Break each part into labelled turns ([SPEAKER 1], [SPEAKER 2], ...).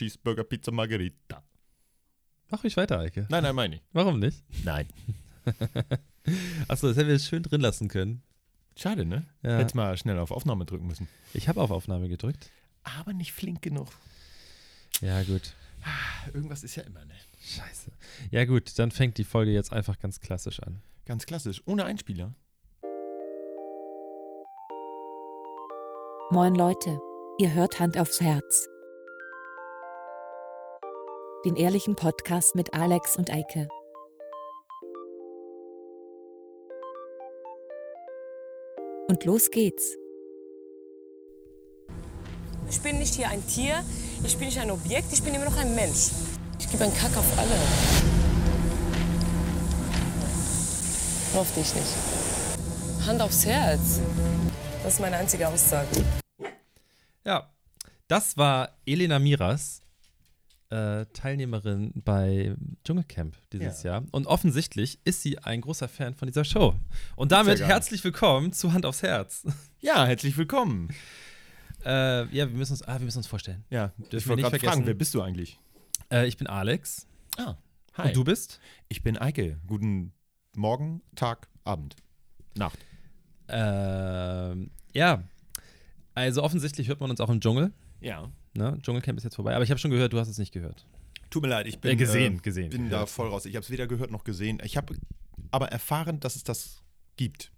[SPEAKER 1] Cheeseburger, Pizza Margherita.
[SPEAKER 2] Mach ruhig weiter, Eike.
[SPEAKER 1] Nein, nein, meine
[SPEAKER 2] Warum nicht?
[SPEAKER 1] ich. Nein.
[SPEAKER 2] Achso, das hätten wir schön drin lassen können.
[SPEAKER 1] Schade, ne?
[SPEAKER 2] Ja.
[SPEAKER 1] Hätte mal schnell auf Aufnahme drücken müssen.
[SPEAKER 2] Ich habe auf Aufnahme gedrückt.
[SPEAKER 1] Aber nicht flink genug.
[SPEAKER 2] Ja, gut.
[SPEAKER 1] Irgendwas ist ja immer, ne?
[SPEAKER 2] Scheiße. Ja, gut, dann fängt die Folge jetzt einfach ganz klassisch an.
[SPEAKER 1] Ganz klassisch, ohne Einspieler.
[SPEAKER 3] Moin Leute, ihr hört Hand aufs Herz. Den ehrlichen Podcast mit Alex und Eike. Und los geht's.
[SPEAKER 4] Ich bin nicht hier ein Tier, ich bin nicht ein Objekt, ich bin immer noch ein Mensch. Ich gebe einen Kack auf alle. Hoff dich nicht. Hand aufs Herz. Das ist meine einzige Aussage.
[SPEAKER 2] Ja, das war Elena Miras, äh, Teilnehmerin bei Dschungelcamp dieses Jahr. Und offensichtlich ist sie ein großer Fan von dieser Show. Und damit
[SPEAKER 1] gar nicht.
[SPEAKER 2] herzlich willkommen zu Hand aufs Herz.
[SPEAKER 1] Ja, herzlich willkommen.
[SPEAKER 2] Äh, ja, wir müssen uns, ah, wir müssen uns vorstellen.
[SPEAKER 1] Ja,
[SPEAKER 2] wir
[SPEAKER 1] ich wollte
[SPEAKER 2] nicht
[SPEAKER 1] gerade
[SPEAKER 2] vergessen.
[SPEAKER 1] fragen, wer bist du eigentlich?
[SPEAKER 2] Äh, ich bin Alex.
[SPEAKER 1] Ah,
[SPEAKER 2] Und du bist?
[SPEAKER 1] Ich bin Eike. Guten Morgen, Tag, Abend, Nacht.
[SPEAKER 2] Ähm, ja. Also offensichtlich hört man uns auch im Dschungel.
[SPEAKER 1] Ja.
[SPEAKER 2] Ne? Dschungelcamp ist jetzt vorbei, aber ich habe schon gehört, du hast es nicht gehört.
[SPEAKER 1] Tut mir leid, ich bin,
[SPEAKER 2] Äh, gesehen,
[SPEAKER 1] äh,
[SPEAKER 2] gesehen,
[SPEAKER 1] bin
[SPEAKER 2] gehört.
[SPEAKER 1] da voll raus. Ich habe es weder gehört noch gesehen. Ich habe aber erfahren, dass es das gibt.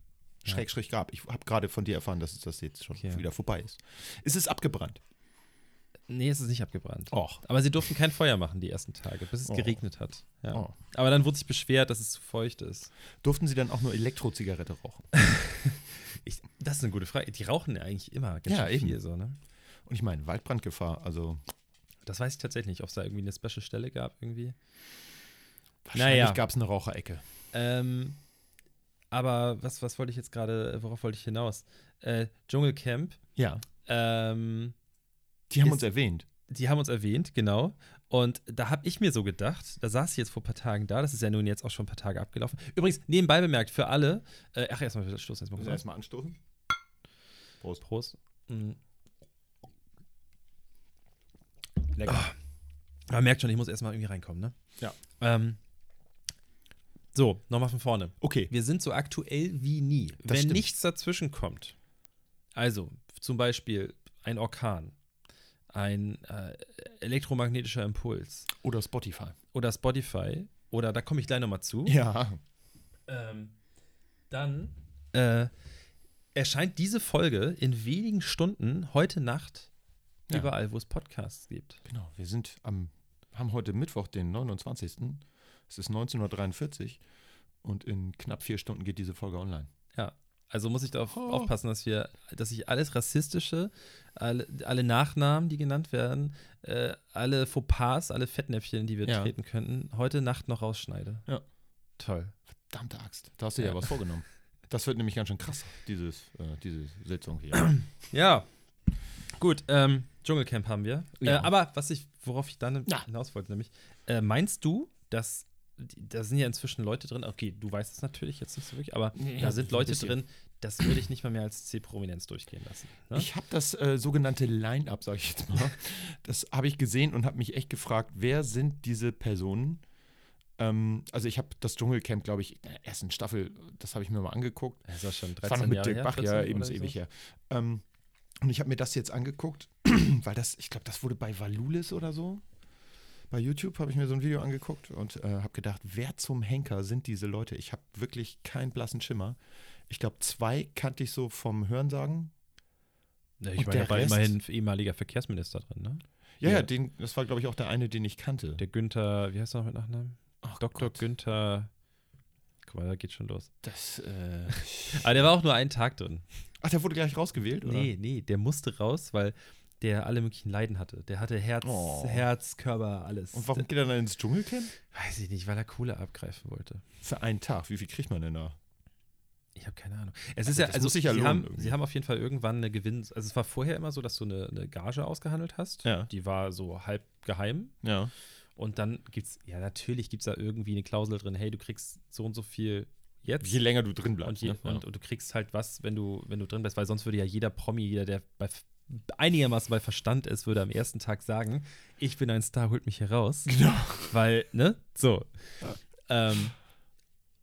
[SPEAKER 1] Schrägstrich gab. Ich habe gerade von dir erfahren, dass es das jetzt schon
[SPEAKER 2] Okay.
[SPEAKER 1] wieder vorbei ist. Es ist abgebrannt.
[SPEAKER 2] Nee, es ist nicht abgebrannt.
[SPEAKER 1] Och.
[SPEAKER 2] Aber sie durften kein Feuer machen die ersten Tage, bis es
[SPEAKER 1] Oh.
[SPEAKER 2] geregnet hat. Ja.
[SPEAKER 1] Oh.
[SPEAKER 2] Aber dann wurde sich beschwert, dass es zu feucht ist.
[SPEAKER 1] Durften sie dann auch nur Elektrozigarette rauchen?
[SPEAKER 2] Ich, das ist eine gute Frage. Die rauchen ja eigentlich immer ganz
[SPEAKER 1] Ja,
[SPEAKER 2] schön viel
[SPEAKER 1] eben.
[SPEAKER 2] so, ne?
[SPEAKER 1] Und ich meine, Waldbrandgefahr, also
[SPEAKER 2] Das weiß ich tatsächlich nicht, ob es da irgendwie eine special Stelle gab irgendwie.
[SPEAKER 1] wahrscheinlich
[SPEAKER 2] Naja.
[SPEAKER 1] gab es eine Raucherecke.
[SPEAKER 2] Ähm, aber was, was wollte ich jetzt gerade, worauf wollte ich hinaus? Äh, Dschungelcamp.
[SPEAKER 1] Ja.
[SPEAKER 2] Ähm,
[SPEAKER 1] Die haben
[SPEAKER 2] Ist-
[SPEAKER 1] uns erwähnt.
[SPEAKER 2] die haben uns erwähnt, genau. Und da habe ich mir so gedacht, da saß ich jetzt vor ein paar Tagen da, das ist ja nun jetzt auch schon ein paar Tage abgelaufen. Übrigens, nebenbei bemerkt, für alle, äh, ach, erstmal Schluss,
[SPEAKER 1] Müssen
[SPEAKER 2] erstmal
[SPEAKER 1] wir
[SPEAKER 2] Prost.
[SPEAKER 1] erstmal anstoßen? Prost.
[SPEAKER 2] Prost. Mhm.
[SPEAKER 1] Lecker.
[SPEAKER 2] Man merkt schon, ich muss erstmal irgendwie reinkommen, ne?
[SPEAKER 1] Ja.
[SPEAKER 2] Ähm, so, nochmal von vorne.
[SPEAKER 1] Okay.
[SPEAKER 2] Wir sind so aktuell wie nie.
[SPEAKER 1] Das
[SPEAKER 2] wenn
[SPEAKER 1] stimmt.
[SPEAKER 2] nichts dazwischen kommt, also zum Beispiel ein Orkan, ein äh, elektromagnetischer Impuls
[SPEAKER 1] Oder Spotify.
[SPEAKER 2] oder Spotify, oder da komme ich gleich nochmal zu.
[SPEAKER 1] Ja.
[SPEAKER 2] ähm, dann äh, erscheint diese Folge in wenigen Stunden heute Nacht
[SPEAKER 1] Ja.
[SPEAKER 2] überall, wo es Podcasts gibt.
[SPEAKER 1] Genau, wir sind am, haben heute Mittwoch, den 29. Es ist 19.43 Uhr und in knapp vier Stunden geht diese Folge online.
[SPEAKER 2] Ja. Also muss ich darauf
[SPEAKER 1] Oh.
[SPEAKER 2] aufpassen, dass wir, dass ich alles Rassistische, alle, alle Nachnamen, die genannt werden, äh, alle Fauxpas, alle Fettnäpfchen, die wir
[SPEAKER 1] Ja.
[SPEAKER 2] treten könnten, heute Nacht noch rausschneide.
[SPEAKER 1] Ja.
[SPEAKER 2] Toll.
[SPEAKER 1] Verdammte Axt. Da hast du dir ja
[SPEAKER 2] Ja.
[SPEAKER 1] was vorgenommen. Das wird nämlich ganz schön krass, dieses, äh, diese Sitzung hier. ne?
[SPEAKER 2] Ja. Gut, ähm, Dschungelcamp haben wir.
[SPEAKER 1] Ja.
[SPEAKER 2] Äh, aber was ich, worauf ich dann
[SPEAKER 1] Na.
[SPEAKER 2] hinaus wollte, nämlich, äh, meinst du, dass die- da sind ja inzwischen Leute drin, okay, du weißt es natürlich jetzt nicht so wirklich, aber
[SPEAKER 1] Nee,
[SPEAKER 2] da sind Leute
[SPEAKER 1] bisschen.
[SPEAKER 2] drin, das würde ich nicht mal mehr als C-Prominenz durchgehen lassen. Ne?
[SPEAKER 1] Ich habe das äh, sogenannte Line-Up, sage ich jetzt mal. Das habe ich gesehen und habe mich echt gefragt, wer sind diese Personen? Ähm, also ich habe das Dschungelcamp, glaube ich, in der ersten Staffel, das habe ich mir mal angeguckt.
[SPEAKER 2] das war schon
[SPEAKER 1] Das war noch
[SPEAKER 2] 13
[SPEAKER 1] mit
[SPEAKER 2] Jahre
[SPEAKER 1] Dirk
[SPEAKER 2] her,
[SPEAKER 1] Bach, ja,
[SPEAKER 2] 14
[SPEAKER 1] eben
[SPEAKER 2] oder
[SPEAKER 1] ist
[SPEAKER 2] so.
[SPEAKER 1] ewig her. Ähm, und ich habe mir das jetzt angeguckt, weil das, ich glaube, das wurde bei Valulis oder so. Bei YouTube habe ich mir so ein Video angeguckt und äh, habe gedacht, wer zum Henker sind diese Leute? Ich habe wirklich keinen blassen Schimmer. Ich glaube, zwei kannte ich so vom Hörensagen.
[SPEAKER 2] Ja,
[SPEAKER 1] Und
[SPEAKER 2] ich meine,
[SPEAKER 1] der
[SPEAKER 2] da war
[SPEAKER 1] Rest?
[SPEAKER 2] immerhin ehemaliger Verkehrsminister drin, ne?
[SPEAKER 1] Ja, ja,
[SPEAKER 2] Ja.
[SPEAKER 1] den, das war, glaube ich, auch der eine, den ich kannte.
[SPEAKER 2] Der Günther, wie heißt er noch mit Nachnamen?
[SPEAKER 1] Ach
[SPEAKER 2] Dr.
[SPEAKER 1] Gott,
[SPEAKER 2] Günther. Guck mal, da geht schon los.
[SPEAKER 1] das, äh,
[SPEAKER 2] Aber der war auch nur einen Tag drin.
[SPEAKER 1] Ach, der wurde gleich rausgewählt, oder?
[SPEAKER 2] Nee, nee, der musste raus, weil der alle möglichen Leiden hatte. Der hatte Herz,
[SPEAKER 1] Oh.
[SPEAKER 2] Herz, Körper, alles.
[SPEAKER 1] Und warum geht er dann ins Dschungelcamp?
[SPEAKER 2] Weiß ich nicht, weil er Kohle abgreifen wollte.
[SPEAKER 1] Für einen Tag. Wie viel kriegt man denn da?
[SPEAKER 2] Ich habe keine Ahnung. Es ist
[SPEAKER 1] Also
[SPEAKER 2] ja,
[SPEAKER 1] das
[SPEAKER 2] also
[SPEAKER 1] muss sich ja
[SPEAKER 2] sie,
[SPEAKER 1] lohnen
[SPEAKER 2] haben,
[SPEAKER 1] irgendwie.
[SPEAKER 2] sie haben auf jeden Fall irgendwann eine Gewinn. Also es war vorher immer so, dass du eine, eine Gage ausgehandelt hast.
[SPEAKER 1] Ja.
[SPEAKER 2] Die war so halb geheim.
[SPEAKER 1] Ja.
[SPEAKER 2] Und dann gibt's, ja natürlich gibt's da irgendwie eine Klausel drin, hey, du kriegst so und so viel jetzt.
[SPEAKER 1] Je länger du drin bleibst.
[SPEAKER 2] und, je,
[SPEAKER 1] ne?
[SPEAKER 2] und, und du kriegst halt was, wenn du, wenn du drin bist, weil sonst würde ja jeder Promi, jeder, der bei F- einigermaßen bei Verstand ist, würde am ersten Tag sagen, ich bin ein Star, holt mich hier raus.
[SPEAKER 1] Genau.
[SPEAKER 2] Weil, ne? So. Ähm,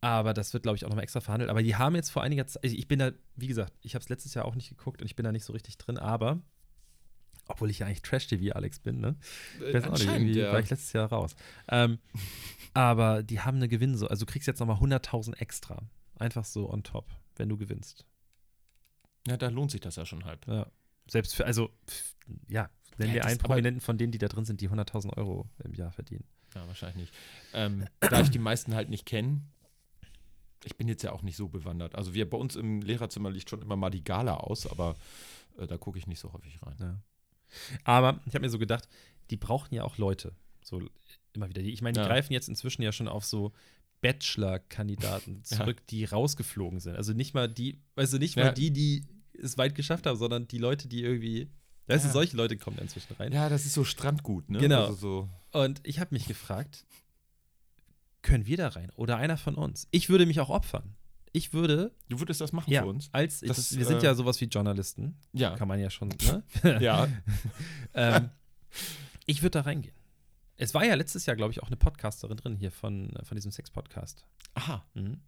[SPEAKER 2] aber das wird, glaube ich, auch nochmal extra verhandelt. Aber die haben jetzt vor einiger Zeit, also ich ich bin da, wie gesagt, ich habe es letztes Jahr auch nicht geguckt und ich bin da nicht so richtig drin, aber obwohl ich ja eigentlich Trash-TV-Alex bin, ne? Ich weiß
[SPEAKER 1] Äh,
[SPEAKER 2] auch nicht,
[SPEAKER 1] anscheinend,
[SPEAKER 2] irgendwie
[SPEAKER 1] ja.
[SPEAKER 2] war ich letztes Jahr raus. Ähm, aber die haben eine Gewinnsumme, also du kriegst jetzt nochmal 100.000 extra. Einfach so on top, wenn du gewinnst.
[SPEAKER 1] Ja, da lohnt sich das ja schon halt. halb.
[SPEAKER 2] Ja. Selbst für, also, pff, ja, nennen
[SPEAKER 1] Ja,
[SPEAKER 2] wir
[SPEAKER 1] das-
[SPEAKER 2] einen
[SPEAKER 1] aber-
[SPEAKER 2] Prominenten von denen, die da drin sind, die 100.000 Euro im Jahr verdienen.
[SPEAKER 1] Ja, wahrscheinlich nicht. Ähm, da ich die meisten halt nicht kenne, ich bin jetzt ja auch nicht so bewandert. Also wir bei uns im Lehrerzimmer liegt schon immer mal die Gala aus, aber äh, da gucke ich nicht so häufig rein.
[SPEAKER 2] Aber ich habe mir so gedacht, die brauchen ja auch Leute. So immer wieder. Die- Ich meine, die
[SPEAKER 1] Ja.
[SPEAKER 2] greifen jetzt inzwischen ja schon auf so Bachelor-Kandidaten zurück, die rausgeflogen sind. Also nicht mal die, weißt du, nicht mal
[SPEAKER 1] Ja.
[SPEAKER 2] die, die es weit geschafft haben, sondern die Leute, die irgendwie. Weißt
[SPEAKER 1] Ja.
[SPEAKER 2] du, solche Leute kommen da inzwischen rein.
[SPEAKER 1] Ja, das ist so Strandgut, ne?
[SPEAKER 2] Genau.
[SPEAKER 1] Also so,
[SPEAKER 2] Und ich habe mich gefragt, können wir da rein? Oder einer von uns? Ich würde mich auch opfern. Ich würde,
[SPEAKER 1] du würdest das machen
[SPEAKER 2] ja,
[SPEAKER 1] für uns?
[SPEAKER 2] als
[SPEAKER 1] Das,
[SPEAKER 2] das, wir sind
[SPEAKER 1] äh,
[SPEAKER 2] ja sowas wie Journalisten,
[SPEAKER 1] Ja.
[SPEAKER 2] kann man ja schon, ne?
[SPEAKER 1] Ja,
[SPEAKER 2] ähm, ich würde da reingehen. Es war ja letztes Jahr, glaube ich, auch eine Podcasterin drin hier von, äh, von diesem Sex-Podcast.
[SPEAKER 1] aha.
[SPEAKER 2] Mhm.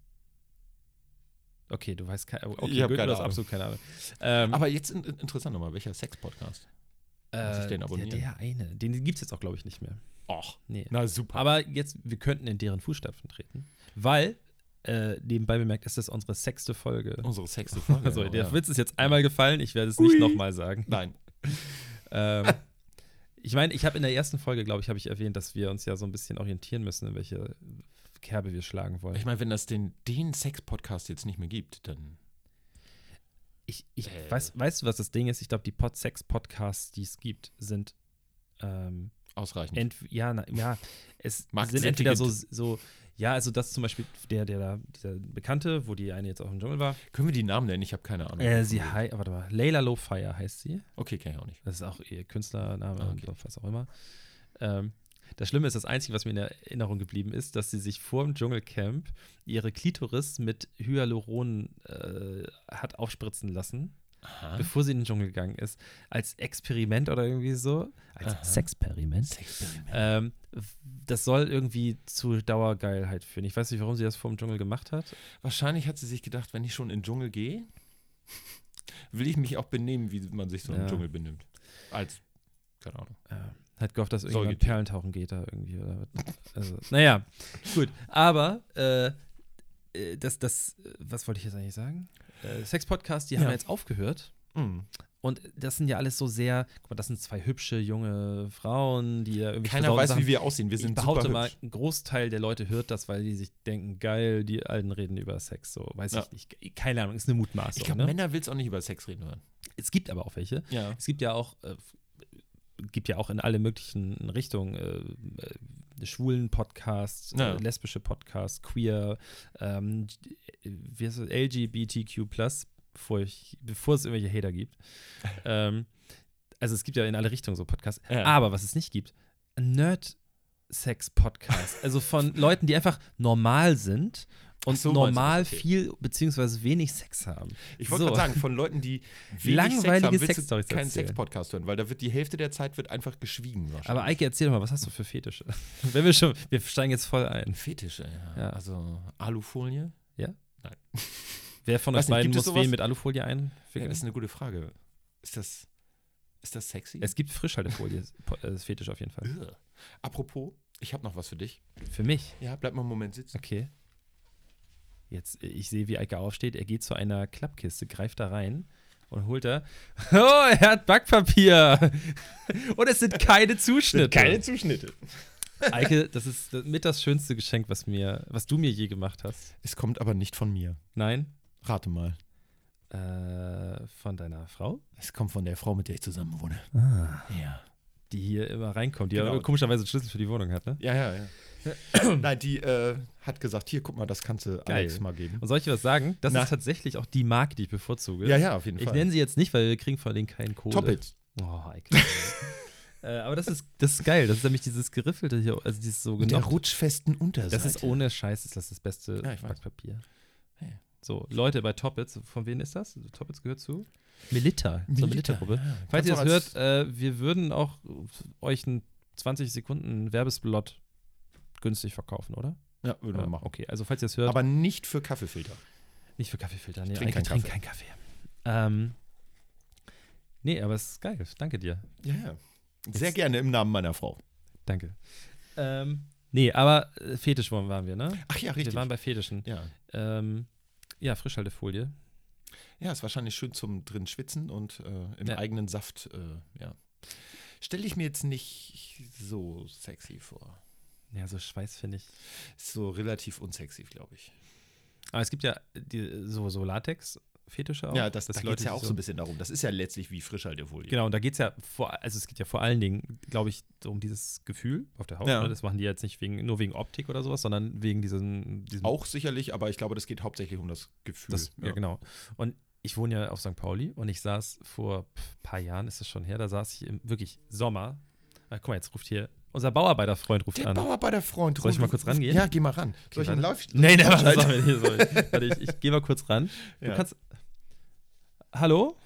[SPEAKER 2] Okay, du weißt keine Okay,
[SPEAKER 1] Ich hab
[SPEAKER 2] Goethe,
[SPEAKER 1] keine
[SPEAKER 2] du hast
[SPEAKER 1] Ahnung.
[SPEAKER 2] absolut keine Ahnung. Ähm,
[SPEAKER 1] Aber jetzt in, in, interessant nochmal, welcher Sex-Podcast? muss ich den
[SPEAKER 2] äh,
[SPEAKER 1] abonnieren?
[SPEAKER 2] Der, der eine. Den gibt es jetzt auch, glaube ich, nicht mehr.
[SPEAKER 1] Och,
[SPEAKER 2] Nee.
[SPEAKER 1] na super.
[SPEAKER 2] Aber jetzt, wir könnten in deren Fußstapfen treten, weil, äh, nebenbei bemerkt, ist das unsere sechste Folge.
[SPEAKER 1] Unsere sechste Folge.
[SPEAKER 2] also,
[SPEAKER 1] genau,
[SPEAKER 2] der
[SPEAKER 1] Oh, ja.
[SPEAKER 2] Witz ist jetzt einmal gefallen, ich werde es nicht
[SPEAKER 1] Ui.
[SPEAKER 2] nochmal sagen.
[SPEAKER 1] Nein.
[SPEAKER 2] Ähm, ich meine, ich habe in der ersten Folge, glaube ich, habe ich erwähnt, dass wir uns ja so ein bisschen orientieren müssen, in welche Kerbe wir schlagen wollen.
[SPEAKER 1] Ich meine, wenn das den, den Sex-Podcast jetzt nicht mehr gibt, dann.
[SPEAKER 2] Ich, ich
[SPEAKER 1] Äh.
[SPEAKER 2] weiß, weißt du, was das Ding ist? Ich glaube, die Pod-Sex-Podcasts, die es gibt, sind ähm,
[SPEAKER 1] Ausreichend.
[SPEAKER 2] ent ja, na, ja, es
[SPEAKER 1] Markt
[SPEAKER 2] sind
[SPEAKER 1] sehr
[SPEAKER 2] entweder so, so, ja, also das zum Beispiel der, der da, dieser Bekannte, wo die eine jetzt auch im Dschungel war.
[SPEAKER 1] Können wir die Namen nennen? Ich habe keine Ahnung.
[SPEAKER 2] Äh, sie heißt, warte mal, Layla Lowfire heißt sie.
[SPEAKER 1] okay, kenne ich auch nicht.
[SPEAKER 2] Das ist auch ihr Künstlername
[SPEAKER 1] Ah,
[SPEAKER 2] und was auch immer. Ähm, das Schlimme ist, das Einzige, was mir in Erinnerung geblieben ist, dass sie sich vor dem Dschungelcamp ihre Klitoris mit Hyaluron äh, hat aufspritzen lassen,
[SPEAKER 1] Aha.
[SPEAKER 2] bevor sie in den Dschungel gegangen ist. Als Experiment oder irgendwie so. Als
[SPEAKER 1] Aha.
[SPEAKER 2] Sexperiment. Ähm, das soll irgendwie zu Dauergeilheit führen. Ich weiß nicht, warum sie das vor dem Dschungel gemacht hat.
[SPEAKER 1] Wahrscheinlich hat sie sich gedacht, wenn ich schon in den Dschungel gehe, will ich mich auch benehmen, wie man sich so im
[SPEAKER 2] Ja.
[SPEAKER 1] Dschungel benimmt. Als, keine Ahnung.
[SPEAKER 2] Äh, hat gehofft, dass irgendjemand
[SPEAKER 1] Säugetier.
[SPEAKER 2] Perlentauchen geht da irgendwie. Oder was. also, naja, gut. Aber äh, äh, das, das, äh, was wollte ich jetzt eigentlich sagen? Äh, Sex-Podcast, die haben
[SPEAKER 1] Ja.
[SPEAKER 2] ja jetzt aufgehört.
[SPEAKER 1] Mhm.
[SPEAKER 2] Und das sind ja alles so sehr, guck mal, das sind zwei hübsche junge Frauen, die ja irgendwie
[SPEAKER 1] Keiner
[SPEAKER 2] versauten
[SPEAKER 1] weiß,
[SPEAKER 2] Sachen-
[SPEAKER 1] wie wir aussehen. Wir sind
[SPEAKER 2] ich behaupte
[SPEAKER 1] super
[SPEAKER 2] mal,
[SPEAKER 1] hübsch.
[SPEAKER 2] ein Großteil der Leute hört das, weil die sich denken, geil, die Alten reden über Sex, so, weiß
[SPEAKER 1] Ja.
[SPEAKER 2] ich nicht, keine Ahnung, ist eine Mutmaßung.
[SPEAKER 1] Ich glaube,
[SPEAKER 2] ne?
[SPEAKER 1] Männer will es auch nicht über Sex reden hören.
[SPEAKER 2] Es gibt aber auch welche,
[SPEAKER 1] Ja.
[SPEAKER 2] es gibt ja auch, äh, gibt ja auch in alle möglichen Richtungen äh, äh, schwulen Podcasts,
[SPEAKER 1] Ja.
[SPEAKER 2] äh, lesbische Podcasts, queer, ähm, äh, wie heißt das? LGBTQ+, bevor, ich, bevor es irgendwelche Hater gibt. ähm, also es gibt ja in alle Richtungen so Podcasts.
[SPEAKER 1] Ja.
[SPEAKER 2] Aber was es nicht gibt, Nerd Sex Podcast, also von Leuten, die einfach normal sind und
[SPEAKER 1] Ach so, meinst du das?
[SPEAKER 2] normal
[SPEAKER 1] Okay.
[SPEAKER 2] viel beziehungsweise wenig Sex haben.
[SPEAKER 1] Ich wollte
[SPEAKER 2] So.
[SPEAKER 1] gerade sagen, von Leuten, die wenig
[SPEAKER 2] Langweilige
[SPEAKER 1] Sex haben,
[SPEAKER 2] Sexstories
[SPEAKER 1] willst du keinen
[SPEAKER 2] erzählen.
[SPEAKER 1] Sex-Podcast hören, weil da wird die Hälfte der Zeit wird einfach geschwiegen. wahrscheinlich.
[SPEAKER 2] Aber Eike, erzähl doch mal, was hast du für Fetische? Wenn wir schon, wir steigen jetzt voll ein.
[SPEAKER 1] Fetische, ja.
[SPEAKER 2] Ja.
[SPEAKER 1] Also Alufolie.
[SPEAKER 2] Wer von
[SPEAKER 1] Weiß
[SPEAKER 2] uns
[SPEAKER 1] nicht,
[SPEAKER 2] beiden
[SPEAKER 1] gibt es
[SPEAKER 2] muss wen
[SPEAKER 1] sowas?
[SPEAKER 2] mit Alufolie
[SPEAKER 1] Ja,
[SPEAKER 2] einwickeln?
[SPEAKER 1] das ist eine gute Frage. Ist das, ist das sexy?
[SPEAKER 2] es gibt Frischhaltefolie, po- äh, ist Fetisch auf jeden Fall.
[SPEAKER 1] Ugh. Apropos, ich habe noch was für dich.
[SPEAKER 2] Für mich.
[SPEAKER 1] Ja, bleib mal einen Moment sitzen.
[SPEAKER 2] Okay. Jetzt, äh, ich sehe, wie Eike aufsteht. Er geht zu einer Klappkiste, greift da rein und holt da. Oh, er hat Backpapier! Und es sind keine Zuschnitte.
[SPEAKER 1] Zuschnitte.
[SPEAKER 2] Eike, das ist äh, mit das schönste Geschenk, was mir, was du mir je gemacht hast.
[SPEAKER 1] Es kommt aber nicht von mir.
[SPEAKER 2] Nein?
[SPEAKER 1] Rate mal.
[SPEAKER 2] Äh, von deiner Frau?
[SPEAKER 1] Es kommt von der Frau, mit der ich zusammen wohne.
[SPEAKER 2] Ah.
[SPEAKER 1] Ja.
[SPEAKER 2] die hier immer reinkommt, die
[SPEAKER 1] Genau.
[SPEAKER 2] ja komischerweise einen Schlüssel für die Wohnung hat, ne?
[SPEAKER 1] Ja, ja, ja. Nein, die äh, hat gesagt, hier, guck mal, das kannst du
[SPEAKER 2] Geil.
[SPEAKER 1] Alex mal geben.
[SPEAKER 2] Und soll ich dir was sagen? Das
[SPEAKER 1] Na.
[SPEAKER 2] ist tatsächlich auch die Marke, die ich bevorzuge.
[SPEAKER 1] Ja, ja, auf jeden
[SPEAKER 2] ich
[SPEAKER 1] Fall.
[SPEAKER 2] nenne sie jetzt nicht, weil wir kriegen von denen keinen Kohle.
[SPEAKER 1] Toppets.
[SPEAKER 2] Oh, Eike. äh, aber das ist, das ist geil. Das ist nämlich dieses geriffelte hier, also dieses so
[SPEAKER 1] Mit der
[SPEAKER 2] genau.
[SPEAKER 1] rutschfesten Unterseite.
[SPEAKER 2] Das ist ohne Scheiß, ist das das beste
[SPEAKER 1] Ja, ich weiß.
[SPEAKER 2] Backpapier.
[SPEAKER 1] Hey.
[SPEAKER 2] So, Leute, bei Toppets, von wem ist das? Toppets Also gehört zu? Milita, so eine
[SPEAKER 1] Milita,
[SPEAKER 2] Milita-Gruppe.
[SPEAKER 1] ja.
[SPEAKER 2] Falls
[SPEAKER 1] Kannst
[SPEAKER 2] ihr
[SPEAKER 1] auch
[SPEAKER 2] das
[SPEAKER 1] als-
[SPEAKER 2] hört, äh, wir würden auch euch einen 20 Sekunden Werbesplot günstig verkaufen, oder?
[SPEAKER 1] Ja, würden
[SPEAKER 2] Oder?
[SPEAKER 1] wir machen.
[SPEAKER 2] Okay, also falls ihr es hört,
[SPEAKER 1] Aber nicht für Kaffeefilter.
[SPEAKER 2] nicht für Kaffeefilter. Nee,
[SPEAKER 1] Ich trinke
[SPEAKER 2] eigentlich
[SPEAKER 1] keinen
[SPEAKER 2] trinke keinen Kaffee. Ähm, nee, aber es ist geil. Danke dir.
[SPEAKER 1] Ja, ja. Sehr gerne im Namen meiner Frau.
[SPEAKER 2] Danke. Ähm, nee, aber äh, Fetisch waren wir, ne?
[SPEAKER 1] Ach ja,
[SPEAKER 2] Wir waren bei Fetischen.
[SPEAKER 1] Ja.
[SPEAKER 2] Ähm, ja, Frischhaltefolie.
[SPEAKER 1] ja, ist wahrscheinlich schön zum drin schwitzen und äh, im
[SPEAKER 2] Ja.
[SPEAKER 1] eigenen Saft, äh, ja. Stelle ich mir jetzt nicht so sexy vor.
[SPEAKER 2] Ja, so Schweiß finde ich.
[SPEAKER 1] Ist so relativ unsexy, glaube ich.
[SPEAKER 2] Aber es gibt ja die, so, so Latex-Fetische auch.
[SPEAKER 1] ja, das, das
[SPEAKER 2] dass
[SPEAKER 1] da geht
[SPEAKER 2] Leute
[SPEAKER 1] es ja
[SPEAKER 2] sich
[SPEAKER 1] auch so ein bisschen darum. Das ist ja letztlich wie Frischhaltefolie.
[SPEAKER 2] Genau, und da geht es ja vor, also es geht ja vor allen Dingen, glaube ich, so um dieses Gefühl auf der Haut.
[SPEAKER 1] Ja.
[SPEAKER 2] Ne? Das machen die jetzt nicht wegen, nur wegen Optik oder sowas, sondern wegen diesem, diesem
[SPEAKER 1] Auch sicherlich, aber ich glaube, das geht hauptsächlich um das Gefühl.
[SPEAKER 2] Das, ja. genau. Und ich wohne ja auf St. Pauli und ich saß vor ein paar Jahren, ist es schon her, da saß ich im wirklich Sommer. Ah, guck mal, jetzt ruft hier unser Bauarbeiterfreund ruft
[SPEAKER 1] Der
[SPEAKER 2] an.
[SPEAKER 1] Bauarbeiterfreund.
[SPEAKER 2] Soll ich
[SPEAKER 1] Rufen-
[SPEAKER 2] mal kurz rangehen?
[SPEAKER 1] Ja, geh mal ran. Soll ich einen Lauf?
[SPEAKER 2] Nee, nee, warte,
[SPEAKER 1] Laufschlag-
[SPEAKER 2] sorry, nee, sorry. warte ich, ich gehe mal kurz ran. Du
[SPEAKER 1] Ja.
[SPEAKER 2] kannst. Hallo?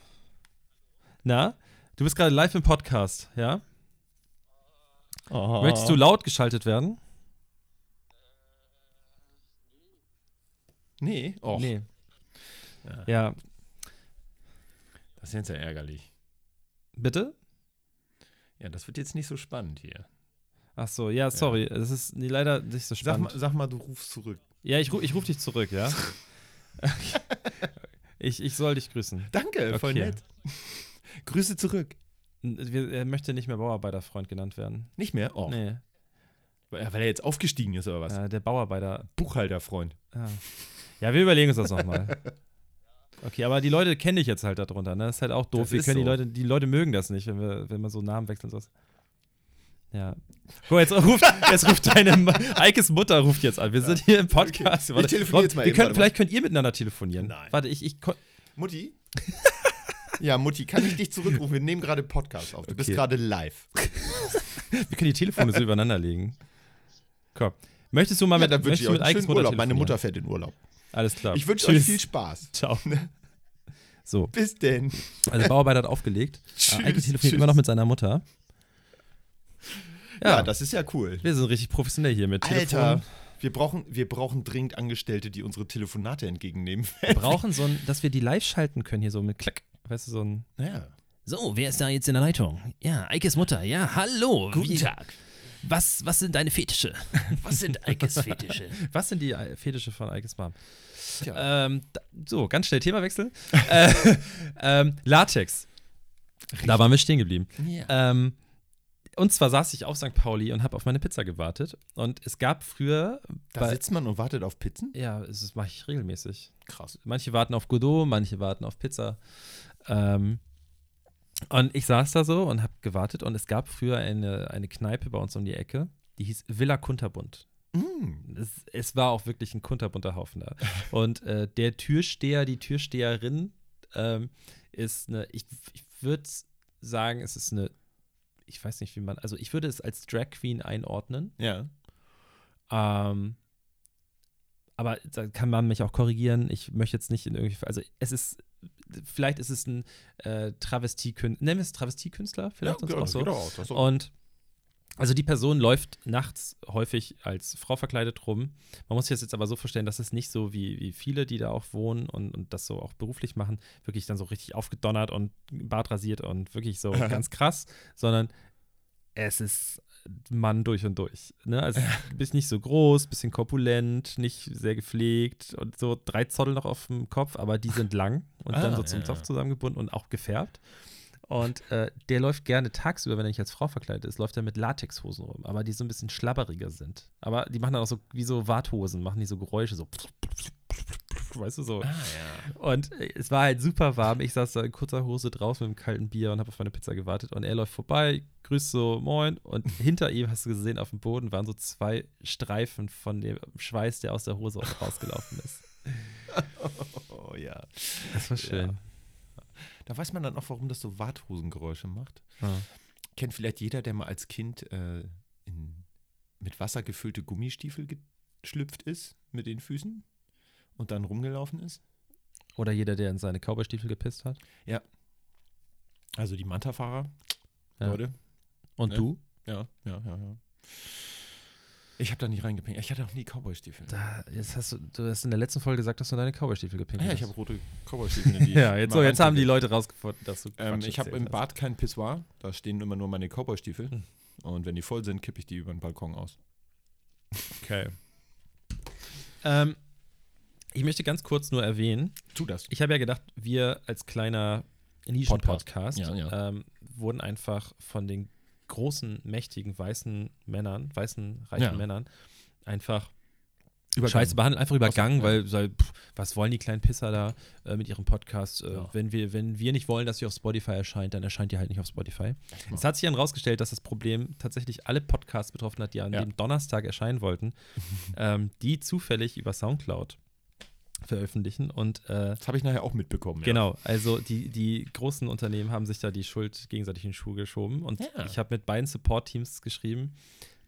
[SPEAKER 2] Na? Du bist gerade live im Podcast, ja?
[SPEAKER 1] Oh.
[SPEAKER 2] Möchtest du laut geschaltet werden?
[SPEAKER 1] Nee, Och,
[SPEAKER 2] Nee.
[SPEAKER 1] Ja.
[SPEAKER 2] Ja,
[SPEAKER 1] das ist jetzt ja ärgerlich.
[SPEAKER 2] bitte?
[SPEAKER 1] Ja, das wird jetzt nicht so spannend hier.
[SPEAKER 2] Ach so, ja, sorry. Das ist nee, leider nicht so
[SPEAKER 1] Sag
[SPEAKER 2] spannend.
[SPEAKER 1] mal, sag mal, du rufst zurück.
[SPEAKER 2] Ja, ich, ru ich ruf dich zurück, ja? ich, ich soll dich grüßen.
[SPEAKER 1] Danke, voll
[SPEAKER 2] Okay.
[SPEAKER 1] nett. Grüße zurück.
[SPEAKER 2] N- wir- Er möchte nicht mehr Bauarbeiterfreund genannt werden.
[SPEAKER 1] Nicht mehr? Oh,
[SPEAKER 2] Nee,
[SPEAKER 1] weil weil er jetzt aufgestiegen ist oder was?
[SPEAKER 2] äh, der Bauarbeiter.
[SPEAKER 1] Buchhalterfreund.
[SPEAKER 2] Ja. ja, wir überlegen uns das nochmal. Okay, aber die Leute kenne ich jetzt halt darunter, ne? Das ist halt auch doof.
[SPEAKER 1] Das
[SPEAKER 2] Wir
[SPEAKER 1] ist
[SPEAKER 2] können die
[SPEAKER 1] so.
[SPEAKER 2] Leute, die Leute mögen das nicht, wenn wir, wenn man so Namen wechseln soll. Ja. Guck, jetzt ruft, jetzt ruft deine Ma- Eikes Mutter ruft jetzt an. Wir sind hier im
[SPEAKER 1] Okay.
[SPEAKER 2] Podcast.
[SPEAKER 1] Ich
[SPEAKER 2] Warte,
[SPEAKER 1] telefoniere
[SPEAKER 2] Rob,
[SPEAKER 1] jetzt mal
[SPEAKER 2] wir
[SPEAKER 1] eben,
[SPEAKER 2] können,
[SPEAKER 1] warte mal.
[SPEAKER 2] vielleicht könnt ihr miteinander telefonieren.
[SPEAKER 1] Nein.
[SPEAKER 2] Warte, ich, ich, kon-
[SPEAKER 1] Mutti? ja, Mutti, kann ich dich zurückrufen? Wir nehmen gerade Podcast auf. Du bist
[SPEAKER 2] Okay.
[SPEAKER 1] gerade live.
[SPEAKER 2] Wir können die Telefone so übereinander legen. Komm. Möchtest du mal
[SPEAKER 1] Ja,
[SPEAKER 2] mit,
[SPEAKER 1] dann wünsche ich
[SPEAKER 2] möchtest du
[SPEAKER 1] euch
[SPEAKER 2] mit
[SPEAKER 1] einen
[SPEAKER 2] Eikes
[SPEAKER 1] schönen Urlaub. Meine
[SPEAKER 2] telefonieren?
[SPEAKER 1] Mutter fährt in Urlaub.
[SPEAKER 2] Alles klar.
[SPEAKER 1] Ich wünsche euch
[SPEAKER 2] Tschüss.
[SPEAKER 1] viel Spaß.
[SPEAKER 2] Ciao. So,
[SPEAKER 1] Bis denn.
[SPEAKER 2] also Bauarbeiter hat aufgelegt.
[SPEAKER 1] Tschüss,
[SPEAKER 2] Tschüss, Eike telefoniert
[SPEAKER 1] tschüss.
[SPEAKER 2] immer noch mit seiner Mutter. Ja,
[SPEAKER 1] Ja, das ist ja cool.
[SPEAKER 2] wir sind richtig professionell hier mit Telefon.
[SPEAKER 1] Alter, wir brauchen, wir brauchen dringend Angestellte, die unsere Telefonate entgegennehmen.
[SPEAKER 2] Wir brauchen so ein, dass wir die live schalten können hier so mit Klack. Weißt du, so ein.
[SPEAKER 1] Ja.
[SPEAKER 2] So, wer ist da jetzt in der Leitung? Ja, Eikes Mutter. Ja, hallo. Guten Tag. Was, was sind deine Fetische?
[SPEAKER 5] Was sind Eikes Fetische?
[SPEAKER 2] Was sind die äh, Fetische von Eikes Mom?
[SPEAKER 1] Tja.
[SPEAKER 2] Ähm, da, so, ganz schnell Themawechsel. äh, ähm, Latex. Da waren wir stehen geblieben.
[SPEAKER 1] Äh,
[SPEAKER 2] Ähm, und zwar saß ich auf St. Pauli und habe auf meine Pizza gewartet. Und es gab früher.
[SPEAKER 1] Da
[SPEAKER 2] bei-
[SPEAKER 1] sitzt man und wartet auf Pizzen?
[SPEAKER 2] ja, es- das mache ich regelmäßig.
[SPEAKER 1] Krass.
[SPEAKER 2] Manche warten auf Godot, manche warten auf Pizza. Ähm, und ich saß da so und habe gewartet. Und es gab früher eine, eine Kneipe bei uns um die Ecke, die hieß Villa Kunterbund.
[SPEAKER 1] Mm.
[SPEAKER 2] Es, es war auch wirklich ein kunterbunter Haufen da. Und äh, der Türsteher, die Türsteherin ähm, ist eine, ich, ich würde sagen, es ist eine, ich weiß nicht, wie man, also ich würde es als Drag Queen einordnen.
[SPEAKER 1] Ja.
[SPEAKER 2] Ähm, aber da kann man mich auch korrigieren. Ich möchte jetzt nicht in irgendwie, also es ist, vielleicht ist es ein äh, Travestiekünstler, nennen wir es Travestiekünstler, vielleicht
[SPEAKER 1] genau,
[SPEAKER 2] sonst auch so. Und also die Person läuft nachts häufig als Frau verkleidet rum. Man muss sich das jetzt aber so vorstellen, dass es nicht so wie, wie viele, die da auch wohnen und, und das so auch beruflich machen, wirklich dann so richtig aufgedonnert und Bart rasiert und wirklich so ganz krass, sondern es ist Mann durch und durch. Ne? Also du bist nicht so groß, bisschen korpulent, nicht sehr gepflegt und so drei Zottel noch auf dem Kopf, aber die sind lang und
[SPEAKER 1] Ah,
[SPEAKER 2] dann so zum
[SPEAKER 1] ja,
[SPEAKER 2] Zopf
[SPEAKER 1] ja.
[SPEAKER 2] zusammengebunden und auch gefärbt. Und äh, der läuft gerne tagsüber, wenn er nicht als Frau verkleidet ist, läuft er mit Latexhosen rum, aber die so ein bisschen schlabberiger sind. Aber die machen dann auch so wie so Warthosen, machen die so Geräusche, so weißt du so. Und äh, es war halt super warm. Ich saß da in kurzer Hose draußen mit einem kalten Bier und habe auf meine Pizza gewartet. Und er läuft vorbei, grüßt so, moin. Und hinter ihm hast du gesehen, auf dem Boden waren so zwei Streifen von dem Schweiß, der aus der Hose rausgelaufen ist.
[SPEAKER 1] Oh ja.
[SPEAKER 2] Das war schön.
[SPEAKER 1] Da weiß man dann auch, warum das so Warthosengeräusche macht.
[SPEAKER 2] Ja.
[SPEAKER 1] Kennt vielleicht jeder, der mal als Kind äh, in, mit Wasser gefüllte Gummistiefel geschlüpft ist mit den Füßen und dann rumgelaufen ist?
[SPEAKER 2] Oder jeder, der in seine Cowboystiefel gepisst hat.
[SPEAKER 1] Also die Manta-Fahrer,
[SPEAKER 2] Ja.
[SPEAKER 1] Leute.
[SPEAKER 2] Und
[SPEAKER 1] Ja.
[SPEAKER 2] du?
[SPEAKER 1] Ja, ja, ja, ja. Ich habe da nicht reingepinkt. Ich hatte auch nie Cowboy-Stiefel.
[SPEAKER 2] Da, jetzt hast du, du hast in der letzten Folge gesagt, dass du deine Cowboy-Stiefel
[SPEAKER 1] Ah
[SPEAKER 2] gepinkelt
[SPEAKER 1] ja, ich habe
[SPEAKER 2] hast.
[SPEAKER 1] rote Cowboy-Stiefel. die ich
[SPEAKER 2] ja, jetzt,
[SPEAKER 1] mal
[SPEAKER 2] so, jetzt haben die
[SPEAKER 1] anziehe.
[SPEAKER 2] Leute rausgefunden, dass du
[SPEAKER 1] Ähm,
[SPEAKER 2] Quatsch
[SPEAKER 1] ich habe
[SPEAKER 2] erzählt
[SPEAKER 1] im
[SPEAKER 2] hast.
[SPEAKER 1] Bad kein Pissoir. Da stehen immer nur meine Cowboy-Stiefel.
[SPEAKER 2] Hm.
[SPEAKER 1] Und wenn die voll sind, kippe ich die über den Balkon aus.
[SPEAKER 2] Okay. Ähm, ich möchte ganz kurz nur erwähnen,
[SPEAKER 1] Tu das.
[SPEAKER 2] ich habe ja gedacht, wir als kleiner Nischen-Podcast
[SPEAKER 1] Podcast. Ja, ja.
[SPEAKER 2] ähm, wurden einfach von den großen, mächtigen, weißen Männern, weißen, reichen
[SPEAKER 1] Ja.
[SPEAKER 2] Männern einfach
[SPEAKER 1] Übergangen.
[SPEAKER 2] scheiße behandelt, einfach übergangen,
[SPEAKER 1] ja.
[SPEAKER 2] weil, weil pff, was wollen die kleinen Pisser da äh, mit ihrem Podcast? Äh,
[SPEAKER 1] Ja.
[SPEAKER 2] wenn, wir, wenn wir nicht wollen, dass sie auf Spotify erscheint, dann erscheint die halt nicht auf Spotify.
[SPEAKER 1] mal.
[SPEAKER 2] Es hat sich dann rausgestellt, dass das Problem tatsächlich alle Podcasts betroffen hat, die an
[SPEAKER 1] Ja.
[SPEAKER 2] dem Donnerstag erscheinen wollten, ähm, die zufällig über Soundcloud veröffentlichen und äh,
[SPEAKER 1] Das habe ich nachher auch mitbekommen. ja.
[SPEAKER 2] Genau, also die, die großen Unternehmen haben sich da die Schuld gegenseitig in den Schuh geschoben und
[SPEAKER 1] Ja.
[SPEAKER 2] ich habe mit beiden Support-Teams geschrieben.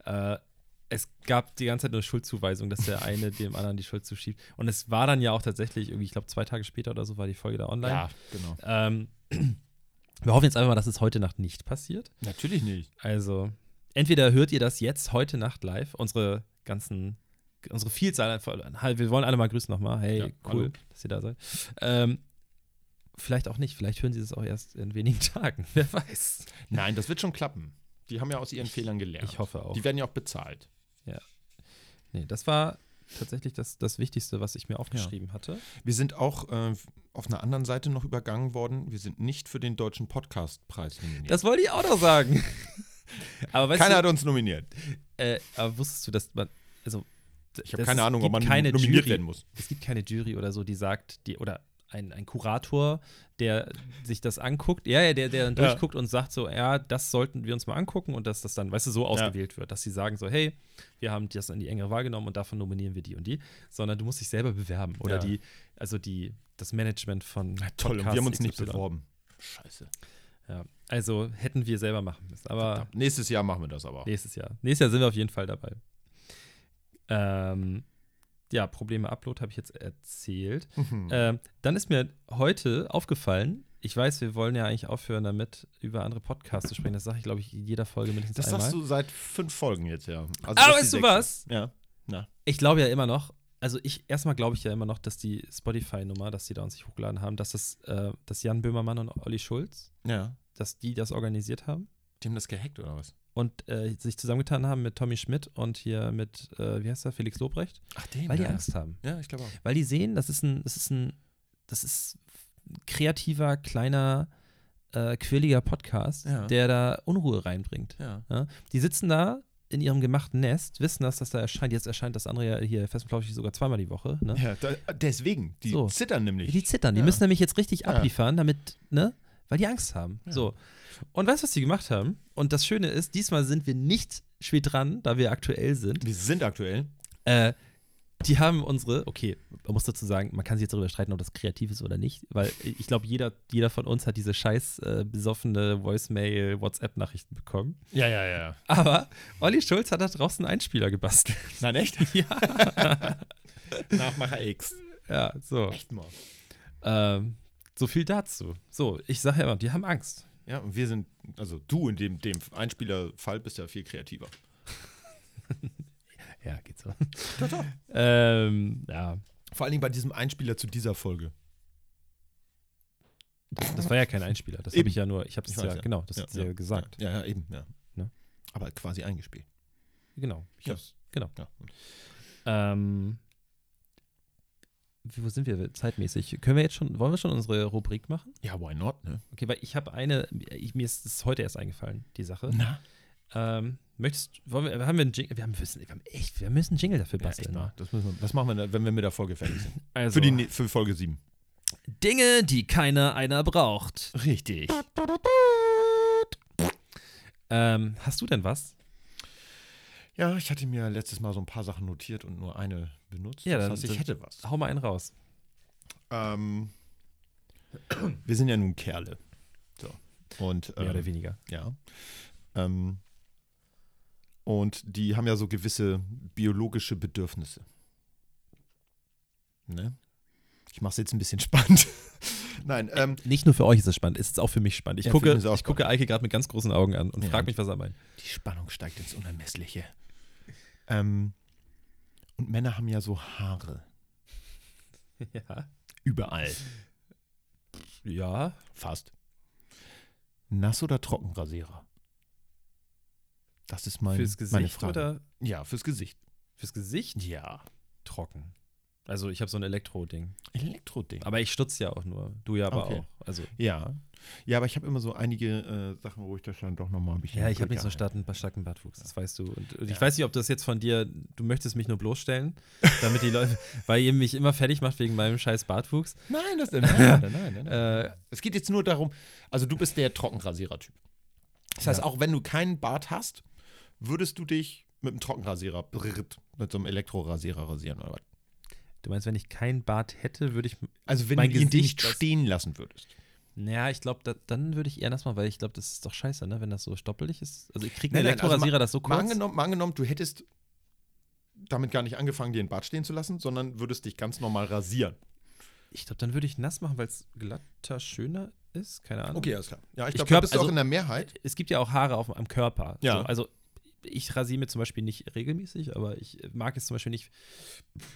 [SPEAKER 2] Äh, es gab die ganze Zeit nur Schuldzuweisung, dass der eine dem anderen die Schuld zuschiebt. Und es war dann ja auch tatsächlich irgendwie, ich glaube, zwei Tage später oder so war die Folge da online.
[SPEAKER 1] Ja, genau.
[SPEAKER 2] Ähm, wir hoffen jetzt einfach mal, dass es heute Nacht nicht passiert.
[SPEAKER 1] Natürlich nicht.
[SPEAKER 2] Also, entweder hört ihr das jetzt heute Nacht live, unsere ganzen, unsere Vielzahl, an Fol- Hi, wir wollen alle mal grüßen nochmal. Hey,
[SPEAKER 1] Ja,
[SPEAKER 2] cool,
[SPEAKER 1] hallo.
[SPEAKER 2] dass ihr da seid. Ähm, vielleicht auch nicht, vielleicht hören sie das auch erst in wenigen Tagen, wer weiß.
[SPEAKER 1] Nein, das wird schon klappen. Die haben ja aus ihren Fehlern gelernt.
[SPEAKER 2] Ich hoffe auch.
[SPEAKER 1] Die werden ja auch bezahlt.
[SPEAKER 2] Nee, das war tatsächlich das, das Wichtigste, was ich mir aufgeschrieben hatte.
[SPEAKER 1] Wir sind auch äh, auf einer anderen Seite noch übergangen worden. Wir sind nicht für den deutschen Podcastpreis nominiert.
[SPEAKER 2] Das wollte ich auch noch sagen. aber weißt
[SPEAKER 1] Keiner
[SPEAKER 2] du,
[SPEAKER 1] hat uns nominiert.
[SPEAKER 2] äh, aber wusstest du, dass man, also,
[SPEAKER 1] Ich habe
[SPEAKER 2] dass
[SPEAKER 1] keine
[SPEAKER 2] es
[SPEAKER 1] Ahnung, ob
[SPEAKER 2] gibt
[SPEAKER 1] man
[SPEAKER 2] keine
[SPEAKER 1] nominiert
[SPEAKER 2] Jury.
[SPEAKER 1] werden muss.
[SPEAKER 2] es gibt keine Jury oder so, die sagt, die, oder ein, ein Kurator, der sich das anguckt, ja, ja, der, der dann
[SPEAKER 1] Ja.
[SPEAKER 2] durchguckt und sagt so, ja, das sollten wir uns mal angucken und dass das dann, weißt du, so ausgewählt wird, dass sie sagen so, hey, wir haben das in die engere Wahl genommen und davon nominieren wir die und die, sondern du musst dich selber bewerben oder
[SPEAKER 1] Ja.
[SPEAKER 2] die, also die, das Management von
[SPEAKER 1] Toll, und wir haben uns nicht
[SPEAKER 2] XY.
[SPEAKER 1] beworben. Scheiße.
[SPEAKER 2] Ja. Also hätten wir selber machen müssen, aber
[SPEAKER 1] Nächstes Jahr machen wir das aber.
[SPEAKER 2] nächstes Jahr. Nächstes Jahr sind wir auf jeden Fall dabei. Ähm, ja, Probleme Upload habe ich jetzt erzählt.
[SPEAKER 1] Mhm.
[SPEAKER 2] Ähm, dann ist mir heute aufgefallen, ich weiß, wir wollen ja eigentlich aufhören damit, über andere Podcasts zu sprechen. Das sage ich, glaube ich, in jeder Folge mindestens
[SPEAKER 1] das
[SPEAKER 2] einmal.
[SPEAKER 1] sagst du seit fünf Folgen jetzt, ja. Also
[SPEAKER 2] Aber
[SPEAKER 1] das ist
[SPEAKER 2] weißt
[SPEAKER 1] die
[SPEAKER 2] du
[SPEAKER 1] sechste.
[SPEAKER 2] was?
[SPEAKER 1] Ja.
[SPEAKER 2] Ich glaube ja immer noch, also ich, erstmal glaube ich ja immer noch, dass die Spotify-Nummer, dass die da uns nicht hochgeladen haben, dass das, äh, dass Jan Böhmermann und Olli Schulz,
[SPEAKER 1] Ja.
[SPEAKER 2] dass die das organisiert haben
[SPEAKER 1] Die haben das gehackt oder was?
[SPEAKER 2] und äh, sich zusammengetan haben mit Tommy Schmidt und hier mit, äh, wie heißt er, Felix Lobrecht,
[SPEAKER 1] Ach, dem.
[SPEAKER 2] weil die
[SPEAKER 1] ja.
[SPEAKER 2] Angst haben.
[SPEAKER 1] Ja, ich glaube auch.
[SPEAKER 2] weil die sehen, das ist ein, das ist ein, das ist ein kreativer, kleiner, äh, quirliger Podcast,
[SPEAKER 1] Ja.
[SPEAKER 2] der da Unruhe reinbringt.
[SPEAKER 1] Ja.
[SPEAKER 2] Die sitzen da in ihrem gemachten Nest, wissen, dass das da erscheint. Jetzt erscheint das andere ja hier fest und flauschig sogar zweimal die Woche. Ne?
[SPEAKER 1] ja da, deswegen. Die
[SPEAKER 2] So.
[SPEAKER 1] zittern nämlich.
[SPEAKER 2] Die zittern, die
[SPEAKER 1] Ja.
[SPEAKER 2] müssen nämlich jetzt richtig
[SPEAKER 1] Ja.
[SPEAKER 2] abliefern, damit, ne? Weil die Angst haben.
[SPEAKER 1] Ja.
[SPEAKER 2] So. Und weißt du, was die gemacht haben? Und das Schöne ist, diesmal sind wir nicht spät dran, da wir aktuell sind.
[SPEAKER 1] wir sind aktuell.
[SPEAKER 2] Äh, die haben unsere, okay, man muss dazu sagen, man kann sich jetzt darüber streiten, ob das kreativ ist oder nicht, weil ich glaube, jeder, jeder von uns hat diese scheiß äh, besoffene Voicemail, WhatsApp-Nachrichten bekommen.
[SPEAKER 1] Ja, ja, ja.
[SPEAKER 2] Aber Olli Schulz hat da draußen einen Einspieler gebastelt.
[SPEAKER 1] Nein, echt?
[SPEAKER 2] ja.
[SPEAKER 1] Nachmacher X.
[SPEAKER 2] Ja, so.
[SPEAKER 1] Echt mal.
[SPEAKER 2] Ähm, so viel dazu. So, ich sage ja immer, die haben Angst.
[SPEAKER 1] Ja, und wir sind, also du in dem, dem Einspielerfall bist ja viel kreativer.
[SPEAKER 2] Ja, geht so. ähm, ja,
[SPEAKER 1] Vor allen Dingen bei diesem Einspieler zu dieser Folge.
[SPEAKER 2] das war ja kein Einspieler. Das
[SPEAKER 1] Eben.
[SPEAKER 2] habe ich ja nur, ich habe es
[SPEAKER 1] Ich weiß,
[SPEAKER 2] ja,
[SPEAKER 1] ja.
[SPEAKER 2] genau, das
[SPEAKER 1] Ja,
[SPEAKER 2] hat's ja,
[SPEAKER 1] ja.
[SPEAKER 2] gesagt.
[SPEAKER 1] Ja, ja, eben, ja.
[SPEAKER 2] Ne?
[SPEAKER 1] Aber quasi eingespielt.
[SPEAKER 2] Genau.
[SPEAKER 1] Ja.
[SPEAKER 2] genau.
[SPEAKER 1] Ja.
[SPEAKER 2] Ähm, wie- wo sind wir zeitmäßig? Können wir jetzt schon, wollen wir schon unsere Rubrik machen?
[SPEAKER 1] Ja, why not, ne?
[SPEAKER 2] Okay, weil ich habe eine, ich, mir ist es heute erst eingefallen, die Sache.
[SPEAKER 1] Na,
[SPEAKER 2] Ähm, möchtest, wollen wir, haben wir einen Jingle? Wir, haben, müssen, wir, haben echt, wir müssen einen Jingle dafür
[SPEAKER 1] ja, echt
[SPEAKER 2] basteln. ne?
[SPEAKER 1] mal. Das, müssen wir, das machen wir, dann, wenn wir mit der Folge fertig sind.
[SPEAKER 2] also,
[SPEAKER 1] Für, die, nä- für Folge 7.
[SPEAKER 2] Dinge, die keiner einer braucht.
[SPEAKER 1] Richtig.
[SPEAKER 2] Ähm, hast du denn was?
[SPEAKER 1] Ja, ich hatte mir letztes Mal so ein paar Sachen notiert und nur eine benutzt.
[SPEAKER 2] Ja,
[SPEAKER 1] das
[SPEAKER 2] dann-
[SPEAKER 1] heißt, ich
[SPEAKER 2] dann-
[SPEAKER 1] hätte was.
[SPEAKER 2] Hau mal einen raus.
[SPEAKER 1] Ähm, wir sind ja nun Kerle. So. Und
[SPEAKER 2] Mehr
[SPEAKER 1] ähm,
[SPEAKER 2] oder weniger.
[SPEAKER 1] Ja. Ähm, und die haben ja so gewisse biologische Bedürfnisse. Ne? Ich mache es jetzt ein bisschen spannend. Nein, ähm,
[SPEAKER 2] Nicht nur für euch ist es spannend, es ist auch für mich spannend. Ich
[SPEAKER 1] Ja, für
[SPEAKER 2] gucke,
[SPEAKER 1] mich ist es auch
[SPEAKER 2] ich gucke Eike gerade mit ganz großen Augen an und
[SPEAKER 1] Ja.
[SPEAKER 2] frage mich, was er meint.
[SPEAKER 1] die Spannung steigt ins Unermessliche. Ähm, und Männer haben ja so Haare.
[SPEAKER 2] Ja.
[SPEAKER 1] Überall.
[SPEAKER 2] Ja.
[SPEAKER 1] Fast. Nass- oder Trockenrasierer? Das ist mein,
[SPEAKER 2] Fürs Gesicht
[SPEAKER 1] meine Frage.
[SPEAKER 2] oder
[SPEAKER 1] Ja, fürs Gesicht.
[SPEAKER 2] fürs Gesicht
[SPEAKER 1] Ja.
[SPEAKER 2] trocken. Also ich habe so ein Elektro-Ding.
[SPEAKER 1] Elektroding.
[SPEAKER 2] Aber ich stutze ja auch nur. Du ja aber
[SPEAKER 1] Okay.
[SPEAKER 2] auch. Also,
[SPEAKER 1] Ja. Ja, aber ich habe immer so einige äh, Sachen, wo ich das dann doch nochmal ein bisschen.
[SPEAKER 2] ja, ich habe nicht so
[SPEAKER 1] zurückgehalten.
[SPEAKER 2] starken, starken Bartwuchs, das weißt du. Und, und ich
[SPEAKER 1] Ja.
[SPEAKER 2] weiß nicht, ob das jetzt von dir, du möchtest mich nur bloßstellen, damit die Leute, weil ihr mich immer fertig macht wegen meinem scheiß Bartwuchs.
[SPEAKER 1] Nein, das, nein, nein, nein, nein, nein, nein.
[SPEAKER 2] Äh,
[SPEAKER 1] Es geht jetzt nur darum, also du bist der Trockenrasierer-Typ. Das heißt, auch wenn du keinen Bart hast, würdest du dich mit einem Trockenrasierer, brrrt, mit so einem Elektrorasierer rasieren oder was?
[SPEAKER 2] Du meinst, wenn ich keinen Bart hätte, würde ich.
[SPEAKER 1] Also wenn
[SPEAKER 2] Mein
[SPEAKER 1] du ihn
[SPEAKER 2] Gesicht,
[SPEAKER 1] nicht
[SPEAKER 2] das-
[SPEAKER 1] stehen lassen würdest.
[SPEAKER 2] Naja, ich glaube, da, dann würde ich eher das mal, weil ich glaube, das ist doch scheiße, ne, wenn das so stoppelig ist. Also ich kriege einen
[SPEAKER 1] Nein, nein, also
[SPEAKER 2] Elektrorasierer,
[SPEAKER 1] ma-
[SPEAKER 2] das so
[SPEAKER 1] Mal
[SPEAKER 2] kurz.
[SPEAKER 1] angenommen, mal angenommen, du hättest damit gar nicht angefangen, dir einen Bart stehen zu lassen, sondern würdest dich ganz normal rasieren.
[SPEAKER 2] Ich glaube, dann würde ich nass machen, weil es glatter, schöner ist. Keine Ahnung.
[SPEAKER 1] alles klar. Ja, ich
[SPEAKER 2] Ich
[SPEAKER 1] glaube, da
[SPEAKER 2] glaub,
[SPEAKER 1] bist du auch
[SPEAKER 2] also-
[SPEAKER 1] in der Mehrheit.
[SPEAKER 2] Es gibt ja auch Haare auf, am Körper.
[SPEAKER 1] Ja.
[SPEAKER 2] So, also ich rasiere mir zum Beispiel nicht regelmäßig, aber ich mag es zum Beispiel nicht,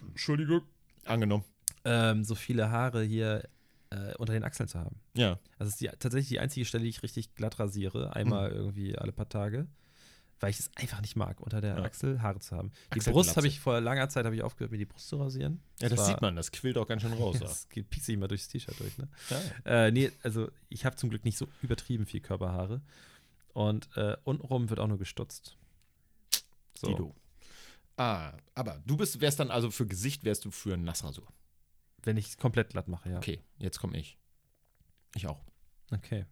[SPEAKER 1] Entschuldigung. Angenommen.
[SPEAKER 2] ähm, so viele Haare hier äh, unter den Achseln zu haben.
[SPEAKER 1] Ja.
[SPEAKER 2] Also es ist die, tatsächlich die einzige Stelle, die ich richtig glatt rasiere, einmal
[SPEAKER 1] Mhm.
[SPEAKER 2] irgendwie alle paar Tage, weil ich es einfach nicht mag, unter der
[SPEAKER 1] Ja.
[SPEAKER 2] Achsel Haare zu haben. Die
[SPEAKER 1] Achselglatze.
[SPEAKER 2] Brust habe ich vor langer Zeit habe ich aufgehört, mir die Brust zu rasieren.
[SPEAKER 1] Ja, das
[SPEAKER 2] war-
[SPEAKER 1] sieht man, das quillt auch ganz schön raus.
[SPEAKER 2] Das geht- piekst sich immer durchs T-Shirt durch, ne?
[SPEAKER 1] ja.
[SPEAKER 2] Äh, nee, also ich habe zum Glück nicht so übertrieben viel Körperhaare. Und äh, untenrum wird auch nur gestutzt. So.
[SPEAKER 1] Dido. Ah, aber du bist, wärst dann also für Gesicht, wärst du für Nassrasur.
[SPEAKER 2] Wenn ich es komplett glatt mache, ja.
[SPEAKER 1] Okay, jetzt komme ich. Ich auch.
[SPEAKER 2] Okay.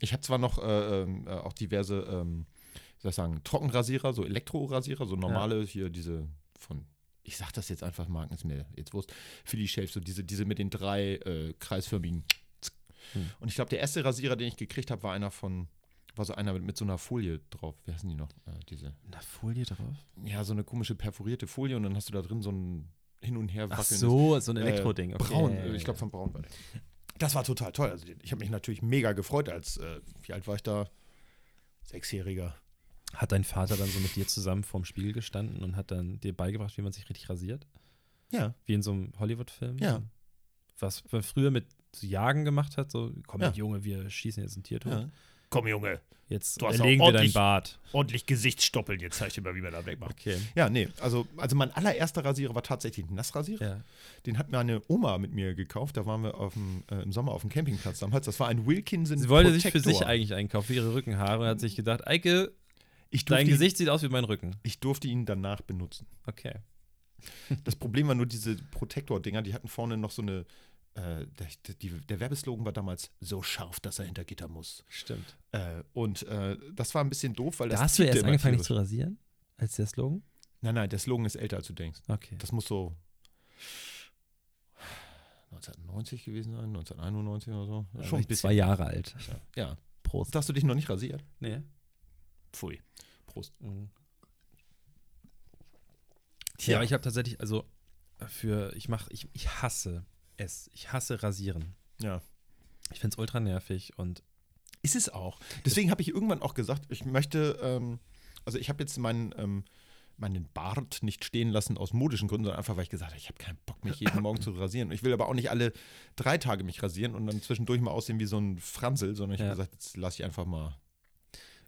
[SPEAKER 1] Ich habe zwar noch äh, ähm, äh, auch diverse, ähm, wie soll ich sagen, Trockenrasierer, so Elektrorasierer, so normale hier diese von, ich sag das jetzt einfach, Marken ist mir jetzt Wurst, Philly Shave, so diese, diese mit den drei äh, kreisförmigen. Zck.
[SPEAKER 2] Hm.
[SPEAKER 1] Und ich glaube, der erste Rasierer, den ich gekriegt habe, war einer von, war so einer mit, mit so einer Folie drauf. Wie heißen die noch? Äh, diese,
[SPEAKER 2] Na, Folie drauf.
[SPEAKER 1] ja, so eine komische perforierte Folie und dann hast du da drin so ein hin und her
[SPEAKER 2] Ach
[SPEAKER 1] wackelndes
[SPEAKER 2] so, so ein
[SPEAKER 1] äh,
[SPEAKER 2] Elektroding. okay.
[SPEAKER 1] Braun, äh, ich glaube von Braun war der. Das war total toll. Also ich habe mich natürlich mega gefreut, als äh, wie alt war ich da? Sechsjähriger.
[SPEAKER 2] Hat dein Vater dann so mit dir zusammen vorm Spiegel gestanden und hat dann dir beigebracht, wie man sich richtig rasiert?
[SPEAKER 1] Ja.
[SPEAKER 2] Wie in so einem Hollywood-Film?
[SPEAKER 1] Ja.
[SPEAKER 2] Was man früher mit so Jagen gemacht hat, so, komm
[SPEAKER 1] Ja.
[SPEAKER 2] mit Junge, wir schießen jetzt ein Tier tot.
[SPEAKER 1] ja.
[SPEAKER 5] Komm, Junge,
[SPEAKER 2] Jetzt
[SPEAKER 5] Du hast
[SPEAKER 2] erlegen
[SPEAKER 5] auch
[SPEAKER 2] wir dein
[SPEAKER 5] ordentlich-
[SPEAKER 2] Bart.
[SPEAKER 5] ordentlich Gesichtsstoppeln. Jetzt zeig ich dir mal, wie man da wegmacht.
[SPEAKER 2] Okay.
[SPEAKER 1] Ja, nee, also, also mein allererster Rasierer war tatsächlich ein Nassrasierer.
[SPEAKER 2] Ja.
[SPEAKER 1] Den hat meine Oma mit mir gekauft. Da waren wir auf dem, äh, im Sommer auf dem Campingplatz damals. Das war ein Wilkinson
[SPEAKER 2] Sie wollte sich für
[SPEAKER 1] Protector.
[SPEAKER 2] sich eigentlich einkaufen, für ihre Rückenhaare und hat sich gedacht, Eike,
[SPEAKER 1] Ich durfte,
[SPEAKER 2] dein
[SPEAKER 1] ihn,
[SPEAKER 2] Gesicht sieht aus wie mein Rücken.
[SPEAKER 1] ich durfte ihn danach benutzen.
[SPEAKER 2] Okay.
[SPEAKER 1] Das Problem war nur diese Protektor-Dinger, die hatten vorne noch so eine äh, der, die, der Werbeslogan war damals so scharf, dass er hinter Gitter muss.
[SPEAKER 2] Stimmt.
[SPEAKER 1] Äh, und äh, das war ein bisschen doof, weil das.
[SPEAKER 2] Da hast du
[SPEAKER 1] piepte
[SPEAKER 2] erst
[SPEAKER 1] immer
[SPEAKER 2] angefangen, dich
[SPEAKER 1] tierisch.
[SPEAKER 2] zu rasieren? Als der Slogan?
[SPEAKER 1] Nein, nein, der Slogan ist älter, als du denkst.
[SPEAKER 2] Okay.
[SPEAKER 1] Das muss so 1990 gewesen sein, 1991 oder so.
[SPEAKER 2] Da war ich zwei Jahre alt.
[SPEAKER 1] Ja.
[SPEAKER 2] Prost.
[SPEAKER 1] Da hast du dich noch nicht rasiert.
[SPEAKER 2] Nee.
[SPEAKER 1] Pfui. Prost.
[SPEAKER 2] Mhm. Ja, aber ich habe tatsächlich, also für, ich mache, ich, ich hasse es. Ich hasse Rasieren.
[SPEAKER 1] Ja.
[SPEAKER 2] Ich finde es ultra nervig und
[SPEAKER 1] Ist es auch. Deswegen habe ich irgendwann auch gesagt, ich möchte, ähm, also ich habe jetzt meinen, ähm, meinen Bart nicht stehen lassen aus modischen Gründen, sondern einfach, weil ich gesagt habe, ich habe keinen Bock, mich jeden Morgen zu rasieren. Und ich will aber auch nicht alle drei Tage mich rasieren und dann zwischendurch mal aussehen wie so ein Franzel, sondern ich
[SPEAKER 2] Ja.
[SPEAKER 1] habe gesagt, jetzt lasse ich einfach mal.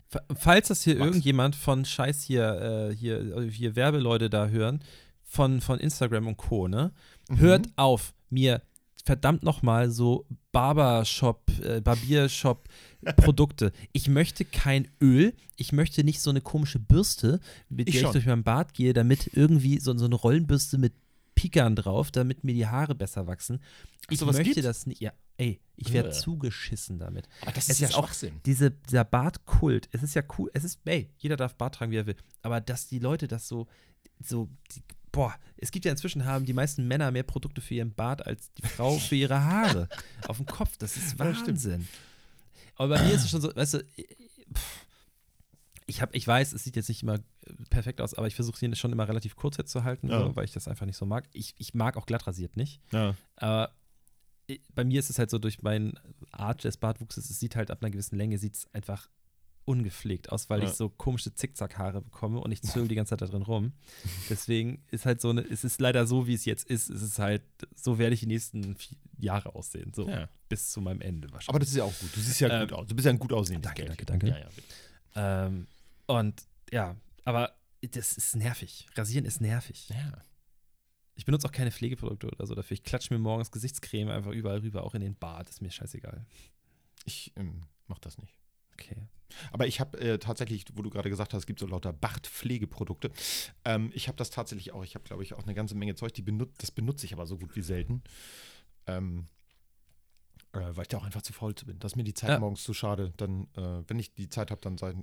[SPEAKER 2] Fa- Falls das hier
[SPEAKER 1] Max.
[SPEAKER 2] irgendjemand von Scheiß hier, äh, hier, hier Werbeleute da hören, von, von Instagram und Co., ne?
[SPEAKER 1] Mhm.
[SPEAKER 2] Hört auf, mir verdammt nochmal so Barbershop, äh, Barbiershop Produkte. Ich möchte kein Öl, ich möchte nicht so eine komische Bürste, mit
[SPEAKER 1] Ich
[SPEAKER 2] der
[SPEAKER 1] schon.
[SPEAKER 2] ich durch meinen Bart gehe, damit irgendwie so, so eine Rollenbürste mit Pikern drauf, damit mir die Haare besser wachsen. Ich
[SPEAKER 1] sowas
[SPEAKER 2] möchte
[SPEAKER 1] gibt's?
[SPEAKER 2] das nicht. Ja, ey, ich werde
[SPEAKER 1] Äh.
[SPEAKER 2] zugeschissen damit.
[SPEAKER 1] Aber das
[SPEAKER 2] Es ist auch- Diese, dieser Bartkult, es ist ja cool, es ist, ey, jeder darf Bart tragen, wie er will, aber dass die Leute das so, so, die, boah, es gibt ja inzwischen haben die meisten Männer mehr Produkte für ihren Bart als die Frau für ihre Haare auf dem Kopf, das ist
[SPEAKER 1] stimmt.
[SPEAKER 2] Wahnsinn. aber bei mir ist es schon so, weißt du, pff, ich, hab, ich weiß, es sieht jetzt nicht immer äh, perfekt aus, aber ich versuche es schon immer relativ kurz jetzt zu halten,
[SPEAKER 1] Ja.
[SPEAKER 2] so, weil ich das einfach nicht so mag. Ich, ich mag auch glatt rasiert nicht.
[SPEAKER 1] Ja.
[SPEAKER 2] Aber ich- bei mir ist es halt so durch meinen Art des Bartwuchses, es sieht halt ab einer gewissen Länge, sieht es einfach ungepflegt aus, weil
[SPEAKER 1] Ja.
[SPEAKER 2] ich so komische Zickzackhaare bekomme und ich zögel die ganze Zeit da drin rum. Deswegen ist halt so eine, es ist leider so, wie es jetzt ist, es ist halt, so werde ich die nächsten vi- Jahre aussehen, so
[SPEAKER 1] Ja.
[SPEAKER 2] bis zu meinem Ende wahrscheinlich.
[SPEAKER 1] Aber das ist ja auch gut. Du siehst ja
[SPEAKER 2] Ähm,
[SPEAKER 1] gut aus. Du bist ja ein gut aussehendes
[SPEAKER 2] danke,
[SPEAKER 1] Kerlchen.
[SPEAKER 2] danke, danke.
[SPEAKER 1] Ja, ja, bitte.
[SPEAKER 2] Ähm, und ja, aber das ist nervig. Rasieren ist nervig.
[SPEAKER 1] ja.
[SPEAKER 2] Ich benutze auch keine Pflegeprodukte oder so dafür. Ich klatsche mir morgens Gesichtscreme einfach überall rüber, auch in den Bart. Ist mir scheißegal.
[SPEAKER 1] Ich ähm, mach das nicht.
[SPEAKER 2] Okay.
[SPEAKER 1] Aber ich habe äh, tatsächlich, wo du gerade gesagt hast, es gibt so lauter Bachtpflegeprodukte. Ähm, ich habe das tatsächlich auch. Ich habe, glaube ich, auch eine ganze Menge Zeug. Die benut das benutze ich aber so gut wie selten. Ähm, äh, weil ich da auch einfach zu faul zu bin. Das ist mir die Zeit
[SPEAKER 2] Ja.
[SPEAKER 1] morgens zu schade. Dann, äh, wenn ich die Zeit habe, dann sei-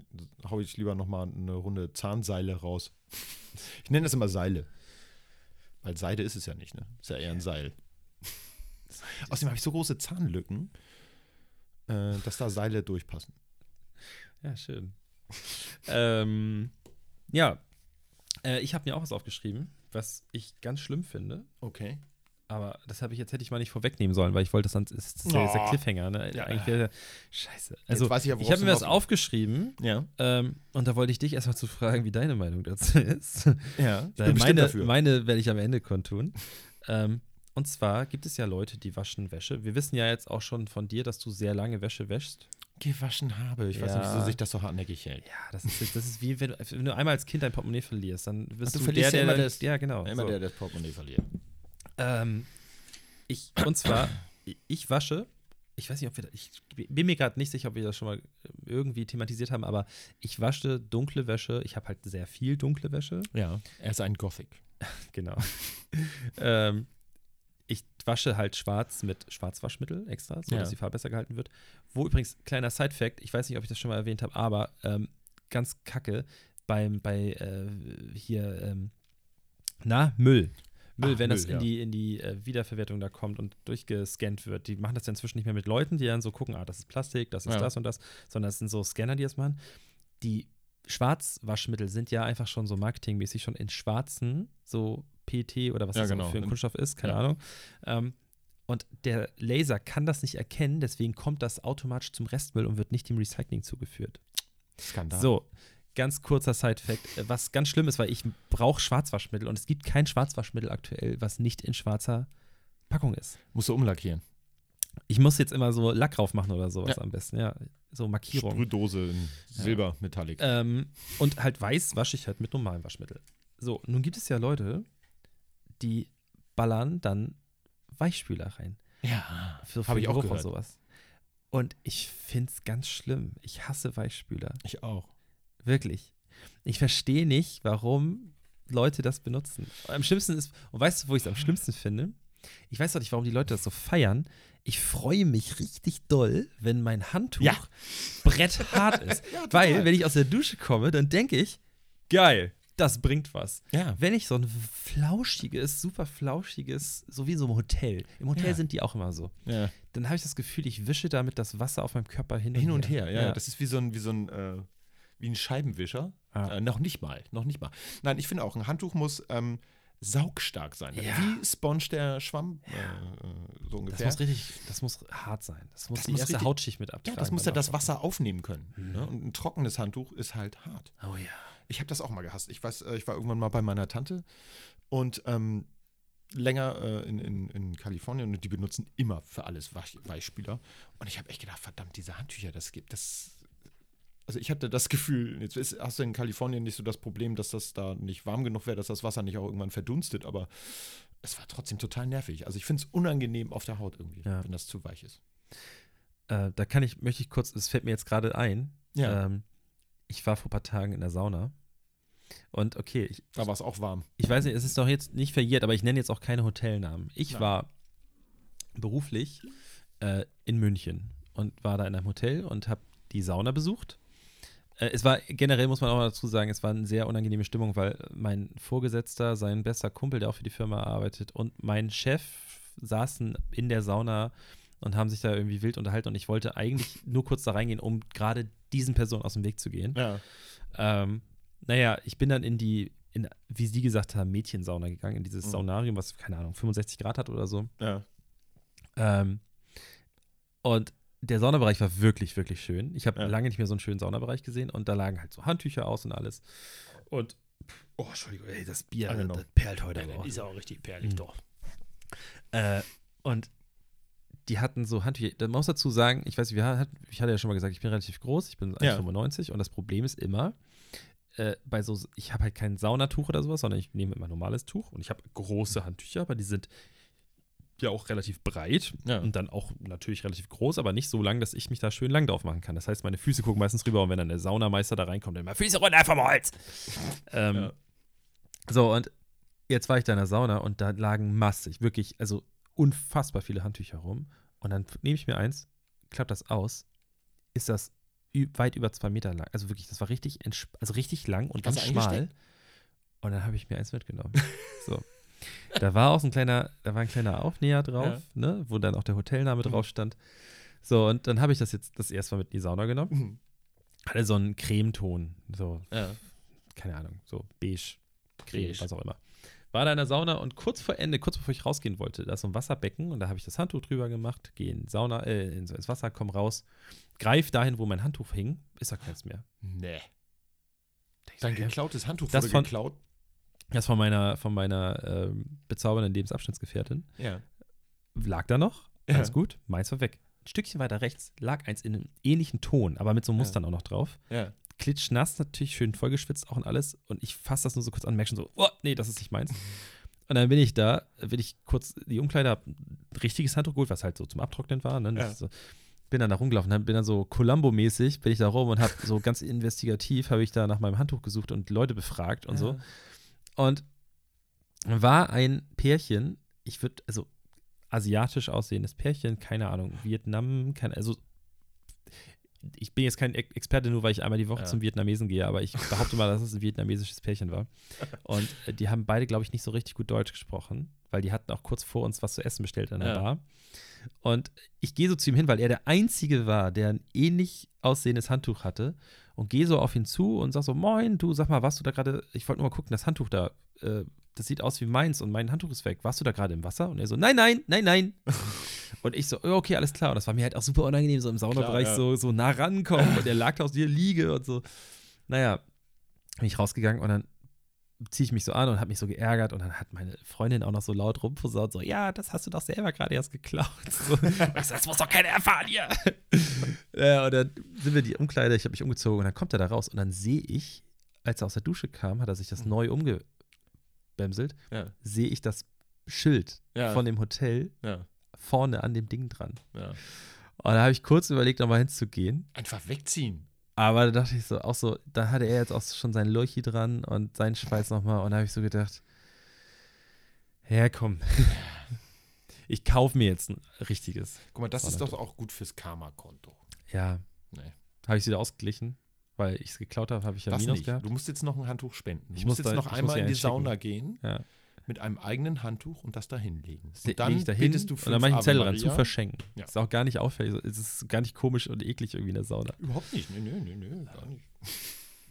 [SPEAKER 1] hau ich lieber nochmal eine Runde Zahnseile raus. Ich nenne das immer Seile. Weil Seide ist es ja nicht, ne? Ist ja eher ein Seil. Außerdem habe ich so große Zahnlücken, äh, dass da Seile durchpassen.
[SPEAKER 2] Ja, schön. ähm, ja, äh, ich habe mir auch was aufgeschrieben, was ich ganz schlimm finde.
[SPEAKER 1] Okay.
[SPEAKER 2] Aber das habe ich jetzt hätte ich mal nicht vorwegnehmen sollen, weil ich wollte, das sonst ist das ist ja dieser
[SPEAKER 1] Oh.
[SPEAKER 2] Cliffhanger. Ne?
[SPEAKER 1] Ja.
[SPEAKER 2] Eigentlich wäre Scheiße. Also
[SPEAKER 1] weiß ich ja,
[SPEAKER 2] ich
[SPEAKER 1] worauf
[SPEAKER 2] habe mir
[SPEAKER 1] du
[SPEAKER 2] was
[SPEAKER 1] hinaus-
[SPEAKER 2] aufgeschrieben
[SPEAKER 1] Ja.
[SPEAKER 2] ähm, und da wollte ich dich erstmal zu fragen, wie deine Meinung dazu ist.
[SPEAKER 1] Ja. Ich bin
[SPEAKER 2] Weil Äh, meine
[SPEAKER 1] meine, dafür.
[SPEAKER 2] meine werde ich am Ende kundtun. ähm, und zwar gibt es ja Leute, die waschen Wäsche. Wir wissen ja jetzt auch schon von dir, dass du sehr lange Wäsche wäschst.
[SPEAKER 1] gewaschen habe. Ich weiß
[SPEAKER 2] Ja.
[SPEAKER 1] nicht, wieso sich das so hartnäckig hält.
[SPEAKER 2] Ja, das ist, jetzt- das ist wie wenn du, wenn du einmal als Kind dein Portemonnaie verlierst, dann wirst
[SPEAKER 1] du
[SPEAKER 2] du,
[SPEAKER 1] verlierst
[SPEAKER 2] der,
[SPEAKER 1] ja
[SPEAKER 2] der,
[SPEAKER 1] immer
[SPEAKER 2] das,
[SPEAKER 1] das-
[SPEAKER 2] ja genau. so.
[SPEAKER 1] das Portemonnaie verliert.
[SPEAKER 2] Ähm, ich, und zwar, ich wasche, ich weiß nicht, ob wir, da- ich bin mir gerade nicht sicher, ob wir das schon mal irgendwie thematisiert haben, aber ich wasche dunkle Wäsche. Ich habe halt sehr viel dunkle Wäsche.
[SPEAKER 1] Ja. Er ist ein Gothic.
[SPEAKER 2] Genau. ähm, ich wasche halt schwarz mit Schwarzwaschmittel extra, so
[SPEAKER 1] Ja.
[SPEAKER 2] dass die Farbe besser gehalten wird. Wo übrigens, kleiner Side-Fact, ich weiß nicht, ob ich das schon mal erwähnt habe, aber ähm, ganz kacke beim, bei äh, hier, ähm, na, Müll. Müll,
[SPEAKER 1] Ach,
[SPEAKER 2] wenn das
[SPEAKER 1] Müll,
[SPEAKER 2] in
[SPEAKER 1] ja.
[SPEAKER 2] die, in die äh, Wiederverwertung da kommt und durchgescannt wird, die machen das ja inzwischen nicht mehr mit Leuten, die dann so gucken, ah, das ist Plastik, das ist
[SPEAKER 1] Ja.
[SPEAKER 2] das und das, sondern es sind so Scanner, die das machen. Die Schwarzwaschmittel sind ja einfach schon so marketingmäßig schon in schwarzen, so PT oder was
[SPEAKER 1] Ja,
[SPEAKER 2] das auch
[SPEAKER 1] genau.
[SPEAKER 2] für ein
[SPEAKER 1] In-
[SPEAKER 2] Kunststoff ist, keine
[SPEAKER 1] ja.
[SPEAKER 2] Ahnung. Ähm, und der Laser kann das nicht erkennen, deswegen kommt das automatisch zum Restmüll und wird nicht dem Recycling zugeführt.
[SPEAKER 1] Skandal.
[SPEAKER 2] So, ganz kurzer Side-Fact, äh, was ganz schlimm ist, weil ich brauche Schwarzwaschmittel und es gibt kein Schwarzwaschmittel aktuell, was nicht in schwarzer Packung ist.
[SPEAKER 1] Musst du umlackieren.
[SPEAKER 2] Ich muss jetzt immer so Lack drauf machen oder sowas am besten, ja. So Markierung.
[SPEAKER 1] Sprühdose in Silber, Metallic.
[SPEAKER 2] Ähm, und halt weiß wasche ich halt mit normalem Waschmittel. So, nun gibt es ja Leute, die ballern dann Weichspüler rein.
[SPEAKER 1] ja.
[SPEAKER 2] Für, für
[SPEAKER 1] Hab ich auch
[SPEAKER 2] Geruch und
[SPEAKER 1] gehört.
[SPEAKER 2] sowas. Und ich finde es ganz schlimm. Ich hasse Weichspüler.
[SPEAKER 1] Ich auch.
[SPEAKER 2] Wirklich. Ich verstehe nicht, warum Leute das benutzen. Am schlimmsten ist, und weißt du, wo ich es am schlimmsten finde? Ich weiß doch nicht, warum die Leute das so feiern. Ich freue mich richtig doll, wenn mein Handtuch
[SPEAKER 1] Ja.
[SPEAKER 2] bretthart ist. Weil, wenn ich aus der Dusche komme, dann denke ich, geil, das bringt was.
[SPEAKER 1] Ja.
[SPEAKER 2] Wenn ich so ein flauschiges, super flauschiges, so wie in so einem Hotel, im Hotel
[SPEAKER 1] Ja.
[SPEAKER 2] sind die auch immer so,
[SPEAKER 1] ja.
[SPEAKER 2] dann habe ich das Gefühl, ich wische damit das Wasser auf meinem Körper hin und,
[SPEAKER 1] Hin und her, ja. ja. Das ist wie so ein, wie so ein, äh, wie ein Scheibenwischer.
[SPEAKER 2] Ja.
[SPEAKER 1] Äh, noch nicht mal, noch nicht mal. Nein, ich finde auch, ein Handtuch muss ähm, saugstark sein.
[SPEAKER 2] Ja.
[SPEAKER 1] Wie Sponge der Schwamm, äh, äh, so
[SPEAKER 2] Das
[SPEAKER 1] ungefähr.
[SPEAKER 2] muss richtig, das muss hart sein. Das muss
[SPEAKER 1] Das
[SPEAKER 2] die
[SPEAKER 1] muss
[SPEAKER 2] erste
[SPEAKER 1] richtig-
[SPEAKER 2] Hautschicht mit abtragen.
[SPEAKER 1] ja, das muss ja
[SPEAKER 2] beim
[SPEAKER 1] das
[SPEAKER 2] Laufen.
[SPEAKER 1] Wasser aufnehmen können. Ne? Und ein trockenes Handtuch ist halt hart.
[SPEAKER 2] Oh ja.
[SPEAKER 1] Ich habe das auch mal gehasst. Ich weiß, äh, ich war irgendwann mal bei meiner Tante und ähm, länger äh, in, in, in Kalifornien und die benutzen immer für alles Weich Weichspüler. Und ich habe echt gedacht, verdammt, diese Handtücher, das gibt das. Also ich hatte das Gefühl, jetzt ist, hast du in Kalifornien nicht so das Problem, dass das da nicht warm genug wäre, dass das Wasser nicht auch irgendwann verdunstet, aber es war trotzdem total nervig. Also ich finde es unangenehm auf der Haut irgendwie,
[SPEAKER 2] Ja.
[SPEAKER 1] wenn das zu weich ist.
[SPEAKER 2] Äh, da kann ich, möchte ich kurz, es fällt mir jetzt gerade ein.
[SPEAKER 1] Ja.
[SPEAKER 2] Ähm, ich war vor ein paar Tagen in der Sauna. Und okay, ich,
[SPEAKER 1] Da war es auch warm.
[SPEAKER 2] ich weiß nicht, es ist doch jetzt nicht verjährt, aber ich nenne jetzt auch keine Hotelnamen. Ich
[SPEAKER 1] Nein.
[SPEAKER 2] war beruflich äh, in München und war da in einem Hotel und habe die Sauna besucht. Äh, es war generell, muss man auch mal dazu sagen, es war eine sehr unangenehme Stimmung, weil mein Vorgesetzter, sein bester Kumpel, der auch für die Firma arbeitet, und mein Chef saßen in der Sauna und haben sich da irgendwie wild unterhalten und ich wollte eigentlich nur kurz da reingehen, um gerade diesen Personen aus dem Weg zu gehen.
[SPEAKER 1] Ja.
[SPEAKER 2] Ähm, naja, ich bin dann in die, in, wie sie gesagt haben, Mädchensauna gegangen, in dieses
[SPEAKER 1] Mhm.
[SPEAKER 2] Saunarium, was, keine Ahnung, 65 Grad hat oder so.
[SPEAKER 1] ja.
[SPEAKER 2] Ähm, und der Saunabereich war wirklich, wirklich schön. Ich habe
[SPEAKER 1] Ja.
[SPEAKER 2] lange nicht mehr so einen schönen Saunabereich gesehen und da lagen halt so Handtücher aus und alles. Und, oh, Entschuldigung, ey, das Bier
[SPEAKER 1] Angenommen.
[SPEAKER 2] das perlt heute aber auch.
[SPEAKER 5] Ist ja auch richtig perlig,
[SPEAKER 2] Mhm.
[SPEAKER 5] doch.
[SPEAKER 2] Äh, und die hatten so Handtücher. Da muss dazu sagen, ich weiß nicht, wir hat, ich hatte ja schon mal gesagt, ich bin relativ groß, ich bin
[SPEAKER 1] Ja.
[SPEAKER 2] 1,95 und das Problem ist immer, äh, bei so, ich habe halt kein Saunatuch oder sowas, sondern ich nehme immer normales Tuch und ich habe große Handtücher, aber die sind ja auch relativ breit
[SPEAKER 1] Ja.
[SPEAKER 2] und dann auch natürlich relativ groß, aber nicht so lang, dass ich mich da schön lang drauf machen kann. Das heißt, meine Füße gucken meistens rüber und wenn dann der Saunameister da reinkommt, dann immer Füße runter vom Holz. ähm,
[SPEAKER 1] Ja.
[SPEAKER 2] So, und jetzt war ich da in der Sauna und da lagen massig, wirklich, also unfassbar viele Handtücher rum. Und dann nehme ich mir eins, klappe das aus, ist das ü- weit über zwei Meter lang. Also wirklich, das war richtig, entsp- also richtig lang und
[SPEAKER 1] Hast
[SPEAKER 2] ganz
[SPEAKER 1] du
[SPEAKER 2] schmal.
[SPEAKER 1] eingesteckt?
[SPEAKER 2] Und dann habe ich mir eins mitgenommen. so. Da war auch so ein kleiner, da war ein kleiner Aufnäher drauf, ne, wo dann auch der Hotelname
[SPEAKER 1] Mhm.
[SPEAKER 2] drauf stand. So, und dann habe ich das jetzt das erste Mal mit in die Sauna genommen.
[SPEAKER 1] Mhm.
[SPEAKER 2] Hatte so einen Cremeton, so
[SPEAKER 1] Ja.
[SPEAKER 2] keine Ahnung, so beige, creme,
[SPEAKER 1] Beige.
[SPEAKER 2] was auch immer. War da in der Sauna und kurz vor Ende, kurz bevor ich rausgehen wollte, da ist so ein Wasserbecken und da habe ich das Handtuch drüber gemacht, gehe in die Sauna, äh, ins ins Wasser, komm raus, greif dahin, wo mein Handtuch hing, ist da keins mehr.
[SPEAKER 1] Nee. Dein geklautes Handtuch
[SPEAKER 2] Das
[SPEAKER 1] wurde
[SPEAKER 2] von-
[SPEAKER 1] geklaut.
[SPEAKER 2] Das von meiner, von meiner ähm, bezaubernden Lebensabschnittsgefährtin
[SPEAKER 1] Ja.
[SPEAKER 2] lag da noch, alles
[SPEAKER 1] Ja.
[SPEAKER 2] gut, meins war weg. Ein Stückchen weiter rechts lag eins in einem ähnlichen Ton, aber mit so Mustern auch noch drauf.
[SPEAKER 1] Ja.
[SPEAKER 2] klitschnass natürlich, schön vollgeschwitzt auch und alles. Und ich fasse das nur so kurz an, merke schon so, oh, nee, das ist nicht meins. Und dann bin ich da, bin ich kurz in die Umkleide, hab ein richtiges Handtuch geholt, was halt so zum Abtrocknen war. Ne? Das
[SPEAKER 1] Ja.
[SPEAKER 2] ist so, bin dann da rumgelaufen, hab- bin dann so Columbo-mäßig, bin ich da rum und habe so ganz investigativ, habe ich da nach meinem Handtuch gesucht und Leute befragt und so. Und war ein Pärchen, ich würde, also asiatisch aussehendes Pärchen, keine Ahnung, Vietnam, keine, also ich bin jetzt kein Ex- Experte, nur weil ich einmal die Woche
[SPEAKER 1] Ja.
[SPEAKER 2] zum Vietnamesen gehe, aber ich behaupte mal, dass es ein vietnamesisches Pärchen war. Und äh, die haben beide, glaube ich, nicht so richtig gut Deutsch gesprochen, weil die hatten auch kurz vor uns was zu essen bestellt an der
[SPEAKER 1] Ja.
[SPEAKER 2] Bar. Und ich gehe so zu ihm hin, weil er der Einzige war, der ein ähnlich aussehendes Handtuch hatte und gehe so auf ihn zu und sag so, moin, du, sag mal, warst du da gerade, ich wollte nur mal gucken, das Handtuch da, äh, das sieht aus wie meins und mein Handtuch ist weg. Warst du da gerade im Wasser? Und er so, nein, nein, nein, nein. und ich so, ja, okay, alles klar. Und das war mir halt auch super unangenehm, so im Saunabereich
[SPEAKER 1] Klar, ja.
[SPEAKER 2] so, so nah rankommen und er lag da aus dir Liege und so. Naja, bin ich rausgegangen und dann ziehe ich mich so an und habe mich so geärgert und dann hat meine Freundin auch noch so laut rumposaunt, so, ja, das hast du doch selber gerade erst geklaut. So, ich so, das muss doch keiner erfahren hier. ja, und dann sind wir die Umkleide, ich habe mich umgezogen und dann kommt er da raus und dann sehe ich, als er aus der Dusche kam, hat er sich
[SPEAKER 1] Mhm.
[SPEAKER 2] das neu umgebemselt,
[SPEAKER 1] Ja.
[SPEAKER 2] sehe ich das Schild
[SPEAKER 1] Ja.
[SPEAKER 2] von dem Hotel
[SPEAKER 1] Ja.
[SPEAKER 2] vorne an dem Ding dran.
[SPEAKER 1] ja.
[SPEAKER 2] Und da habe ich kurz überlegt, nochmal hinzugehen.
[SPEAKER 1] Einfach wegziehen.
[SPEAKER 2] Aber da dachte ich so, auch so, da hatte er jetzt auch schon sein Lurchi dran und seinen Schweiß nochmal. Und da habe ich so gedacht, ja, komm. Ich kaufe mir jetzt ein richtiges.
[SPEAKER 1] Guck mal, das
[SPEAKER 2] War
[SPEAKER 1] ist
[SPEAKER 2] das
[SPEAKER 1] doch auch gut fürs Karma-Konto.
[SPEAKER 2] Ja.
[SPEAKER 1] Nee.
[SPEAKER 2] Habe ich es wieder ausgeglichen, weil ich es geklaut habe, habe ich ja
[SPEAKER 1] das
[SPEAKER 2] Minus
[SPEAKER 1] nicht.
[SPEAKER 2] gehabt.
[SPEAKER 1] Du musst jetzt noch ein Handtuch spenden. Du
[SPEAKER 2] Ich
[SPEAKER 1] musst
[SPEAKER 2] muss
[SPEAKER 1] jetzt
[SPEAKER 2] da-
[SPEAKER 1] noch
[SPEAKER 2] ich muss
[SPEAKER 1] einmal
[SPEAKER 2] dir
[SPEAKER 1] in die
[SPEAKER 2] eins schicken.
[SPEAKER 1] Sauna gehen
[SPEAKER 2] Ja.
[SPEAKER 1] mit einem eigenen Handtuch und das da hinlegen.
[SPEAKER 2] Das
[SPEAKER 1] Und
[SPEAKER 2] leg
[SPEAKER 1] dann
[SPEAKER 2] ich dahin
[SPEAKER 1] betest du
[SPEAKER 2] und dann mache ich einen
[SPEAKER 1] fünf
[SPEAKER 2] Zettel
[SPEAKER 1] Ave
[SPEAKER 2] dran, zu
[SPEAKER 1] Maria.
[SPEAKER 2] verschenken.
[SPEAKER 1] Ja.
[SPEAKER 2] Ist auch gar nicht auffällig. Es ist gar nicht komisch und eklig irgendwie in der Sauna.
[SPEAKER 1] Überhaupt nicht. Nö, nö, nö, nö, gar nicht.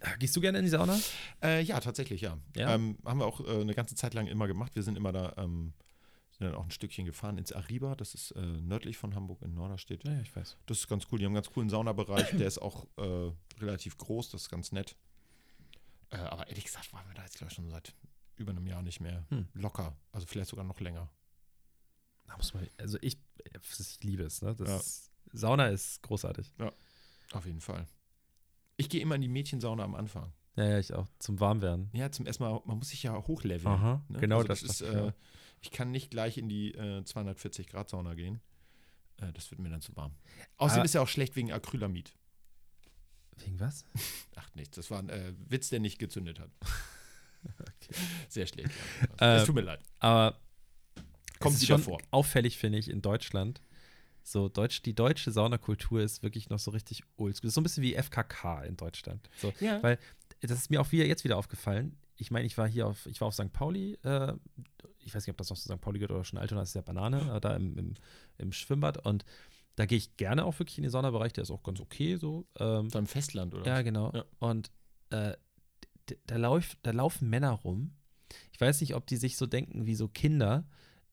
[SPEAKER 2] Ah, Gehst du gerne in die Sauna?
[SPEAKER 1] Äh, ja, tatsächlich, ja.
[SPEAKER 2] Ja.
[SPEAKER 1] Ähm, haben wir auch äh, eine ganze Zeit lang immer gemacht. Wir sind immer da, ähm, sind dann auch ein Stückchen gefahren ins Arriba. Das ist äh, nördlich von Hamburg in Norderstedt.
[SPEAKER 2] Naja, ich weiß.
[SPEAKER 1] Das ist ganz cool. Die haben einen ganz coolen Saunabereich. Der ist auch äh, relativ groß. Das ist ganz nett. Äh, aber ehrlich gesagt waren wir da jetzt, glaube ich, schon seit über einem Jahr nicht mehr.
[SPEAKER 2] Hm.
[SPEAKER 1] Locker. Also vielleicht sogar noch länger.
[SPEAKER 2] Da muss man, also ich, ich liebe es. Ne? Das
[SPEAKER 1] Ja.
[SPEAKER 2] ist, Sauna ist großartig.
[SPEAKER 1] Auf jeden Fall. Ich gehe immer in die Mädchensauna am Anfang.
[SPEAKER 2] Ja, ja, ich auch. Zum Warmwerden.
[SPEAKER 1] Ja, zum ersten Mal, man muss sich ja hochleveln.
[SPEAKER 2] Aha,
[SPEAKER 1] ne?
[SPEAKER 2] genau
[SPEAKER 1] also
[SPEAKER 2] das,
[SPEAKER 1] das, ist.
[SPEAKER 2] dachte ich
[SPEAKER 1] Äh,
[SPEAKER 2] auch.
[SPEAKER 1] ich kann nicht gleich in die äh, 240 Grad Sauna gehen. Äh, das wird mir dann zu warm. Außerdem
[SPEAKER 2] Aber-
[SPEAKER 1] ist ja auch schlecht wegen Acrylamid.
[SPEAKER 2] Wegen was?
[SPEAKER 1] Ach nichts, das war ein äh, Witz, der nicht gezündet hat. Sehr schlecht. Ja.
[SPEAKER 2] Äh,
[SPEAKER 1] es tut mir leid.
[SPEAKER 2] Aber
[SPEAKER 1] Kommt
[SPEAKER 2] es ist
[SPEAKER 1] wieder
[SPEAKER 2] schon
[SPEAKER 1] vor.
[SPEAKER 2] auffällig, finde ich, in Deutschland. So, Deutsch, die deutsche Saunakultur ist wirklich noch so richtig oldschool. Das ist so ein bisschen wie FKK in Deutschland. So,
[SPEAKER 1] Ja.
[SPEAKER 2] Weil das ist mir auch wieder jetzt wieder aufgefallen. Ich meine, ich war hier auf, ich war auf St. Pauli, äh, ich weiß nicht, ob das noch zu St. Pauli gehört oder schon Altona, das ist ja Banane, äh, da im, im, im Schwimmbad. Und da gehe ich gerne auch wirklich in den Saunabereich, der ist auch ganz okay so. Ähm,
[SPEAKER 1] Beim Festland oder?
[SPEAKER 2] Ja,
[SPEAKER 1] was?
[SPEAKER 2] genau.
[SPEAKER 1] Ja.
[SPEAKER 2] Und äh, d- da, läuft, da laufen Männer rum. Ich weiß nicht, ob die sich so denken wie so Kinder.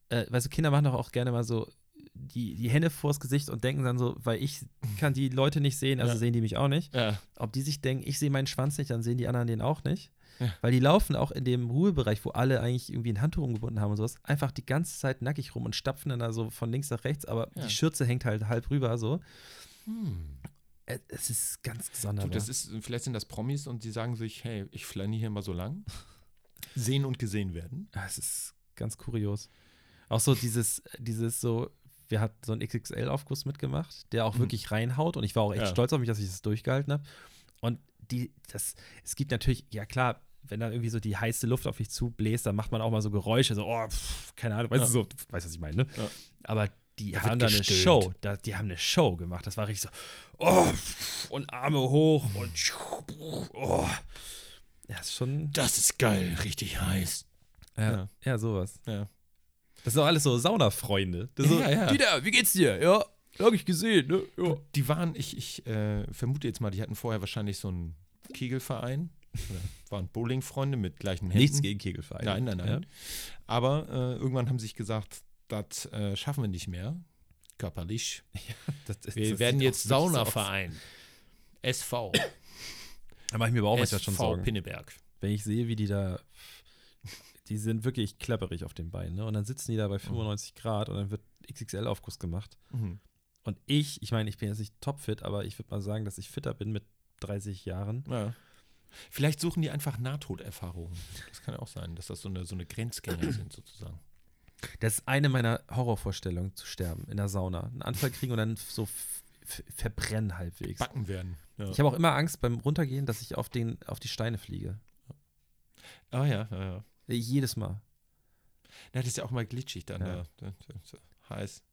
[SPEAKER 2] Äh, weißt du, Kinder machen doch auch gerne mal so die, die Hände vors Gesicht und denken dann so, weil ich kann die Leute nicht sehen, also
[SPEAKER 1] Ja.
[SPEAKER 2] sehen die mich auch nicht.
[SPEAKER 1] Ja.
[SPEAKER 2] Ob die sich denken, ich sehe meinen Schwanz nicht, dann sehen die anderen den auch nicht.
[SPEAKER 1] Ja.
[SPEAKER 2] Weil die laufen auch in dem Ruhebereich, wo alle eigentlich irgendwie ein Handtuch umgebunden haben und sowas, einfach die ganze Zeit nackig rum und stapfen dann also von links nach rechts, aber
[SPEAKER 1] Ja. Hm.
[SPEAKER 2] die Schürze hängt halt halb rüber so. Ä- Es ist ganz
[SPEAKER 1] Du,
[SPEAKER 2] sonderbar.
[SPEAKER 1] das ist, vielleicht sind das Promis und die sagen sich, hey, ich flaniere hier mal so lang. Sehen und gesehen werden.
[SPEAKER 2] Ja, Ah, Es ist ganz kurios. Auch so dieses, dieses so, wir hatten so einen XXL-Aufguss mitgemacht, der auch wirklich reinhaut und ich war auch echt
[SPEAKER 1] Ja.
[SPEAKER 2] stolz auf mich, dass ich das durchgehalten habe. Und die, das, es gibt natürlich, ja klar, wenn dann irgendwie so die heiße Luft auf dich zubläst, dann macht man auch mal so Geräusche, so, oh, pff, keine Ahnung, weißt
[SPEAKER 1] Ja.
[SPEAKER 2] du so, du weißt, was ich meine, ne?
[SPEAKER 1] Ja.
[SPEAKER 2] Aber die
[SPEAKER 5] Da wird
[SPEAKER 2] haben da eine
[SPEAKER 5] gestöhnt.
[SPEAKER 2] Show, da, die haben eine Show gemacht, das war richtig so, oh, pff, und Arme hoch und, oh. Ja, ist schon,
[SPEAKER 1] Das ist geil, richtig heiß.
[SPEAKER 2] ja, ja sowas.
[SPEAKER 1] Ja.
[SPEAKER 2] Das sind doch alles so Saunafreunde. Das
[SPEAKER 1] Ja,
[SPEAKER 2] ist so,
[SPEAKER 1] ja, ja.
[SPEAKER 2] Dieter, wie geht's dir? Ja, hab ich gesehen, ne? Ja.
[SPEAKER 1] Die waren, ich, ich äh, vermute jetzt mal, die hatten vorher wahrscheinlich so einen Kegelverein. Oder waren Bowlingfreunde mit gleichen Händen.
[SPEAKER 2] Nichts gegen Kegelvereine.
[SPEAKER 1] Nein, nein, nein. Aber äh, irgendwann haben sie sich gesagt, das äh, schaffen wir nicht mehr. Körperlich.
[SPEAKER 2] Ja. Das, das,
[SPEAKER 1] Wir
[SPEAKER 2] das
[SPEAKER 1] werden
[SPEAKER 2] sieht
[SPEAKER 1] jetzt
[SPEAKER 2] auch wirklich so aus.
[SPEAKER 1] Saunaverein. SV.
[SPEAKER 2] Da mache ich mir aber auch manchmal schon
[SPEAKER 1] SV
[SPEAKER 2] Sorgen.
[SPEAKER 1] Pinneberg.
[SPEAKER 2] Wenn ich sehe, wie die da. Die sind wirklich klepperig auf den Beinen, ne? Und dann sitzen die da bei 95 Grad und dann wird XXL-Aufguss gemacht.
[SPEAKER 1] Mhm.
[SPEAKER 2] Und ich, ich meine, ich bin jetzt nicht topfit, aber ich würde mal sagen, dass ich fitter bin mit 30 Jahren.
[SPEAKER 1] Ja. Vielleicht suchen die einfach Nahtoderfahrungen. Das kann ja auch sein, dass das so eine, so eine Grenzgänger sind, sozusagen.
[SPEAKER 2] Das ist eine meiner Horrorvorstellungen, zu sterben in der Sauna. Einen Anfall kriegen und dann so f- f- verbrennen halbwegs.
[SPEAKER 1] Backen werden. Ja.
[SPEAKER 2] Ich habe auch immer Angst beim Runtergehen, dass ich auf, den, auf die Steine fliege.
[SPEAKER 1] Ah ja, ja, ja.
[SPEAKER 2] Äh, Jedes Mal.
[SPEAKER 1] Na, das ist ja auch mal glitschig dann
[SPEAKER 2] Ja.
[SPEAKER 1] da. Das ist ja Heiß.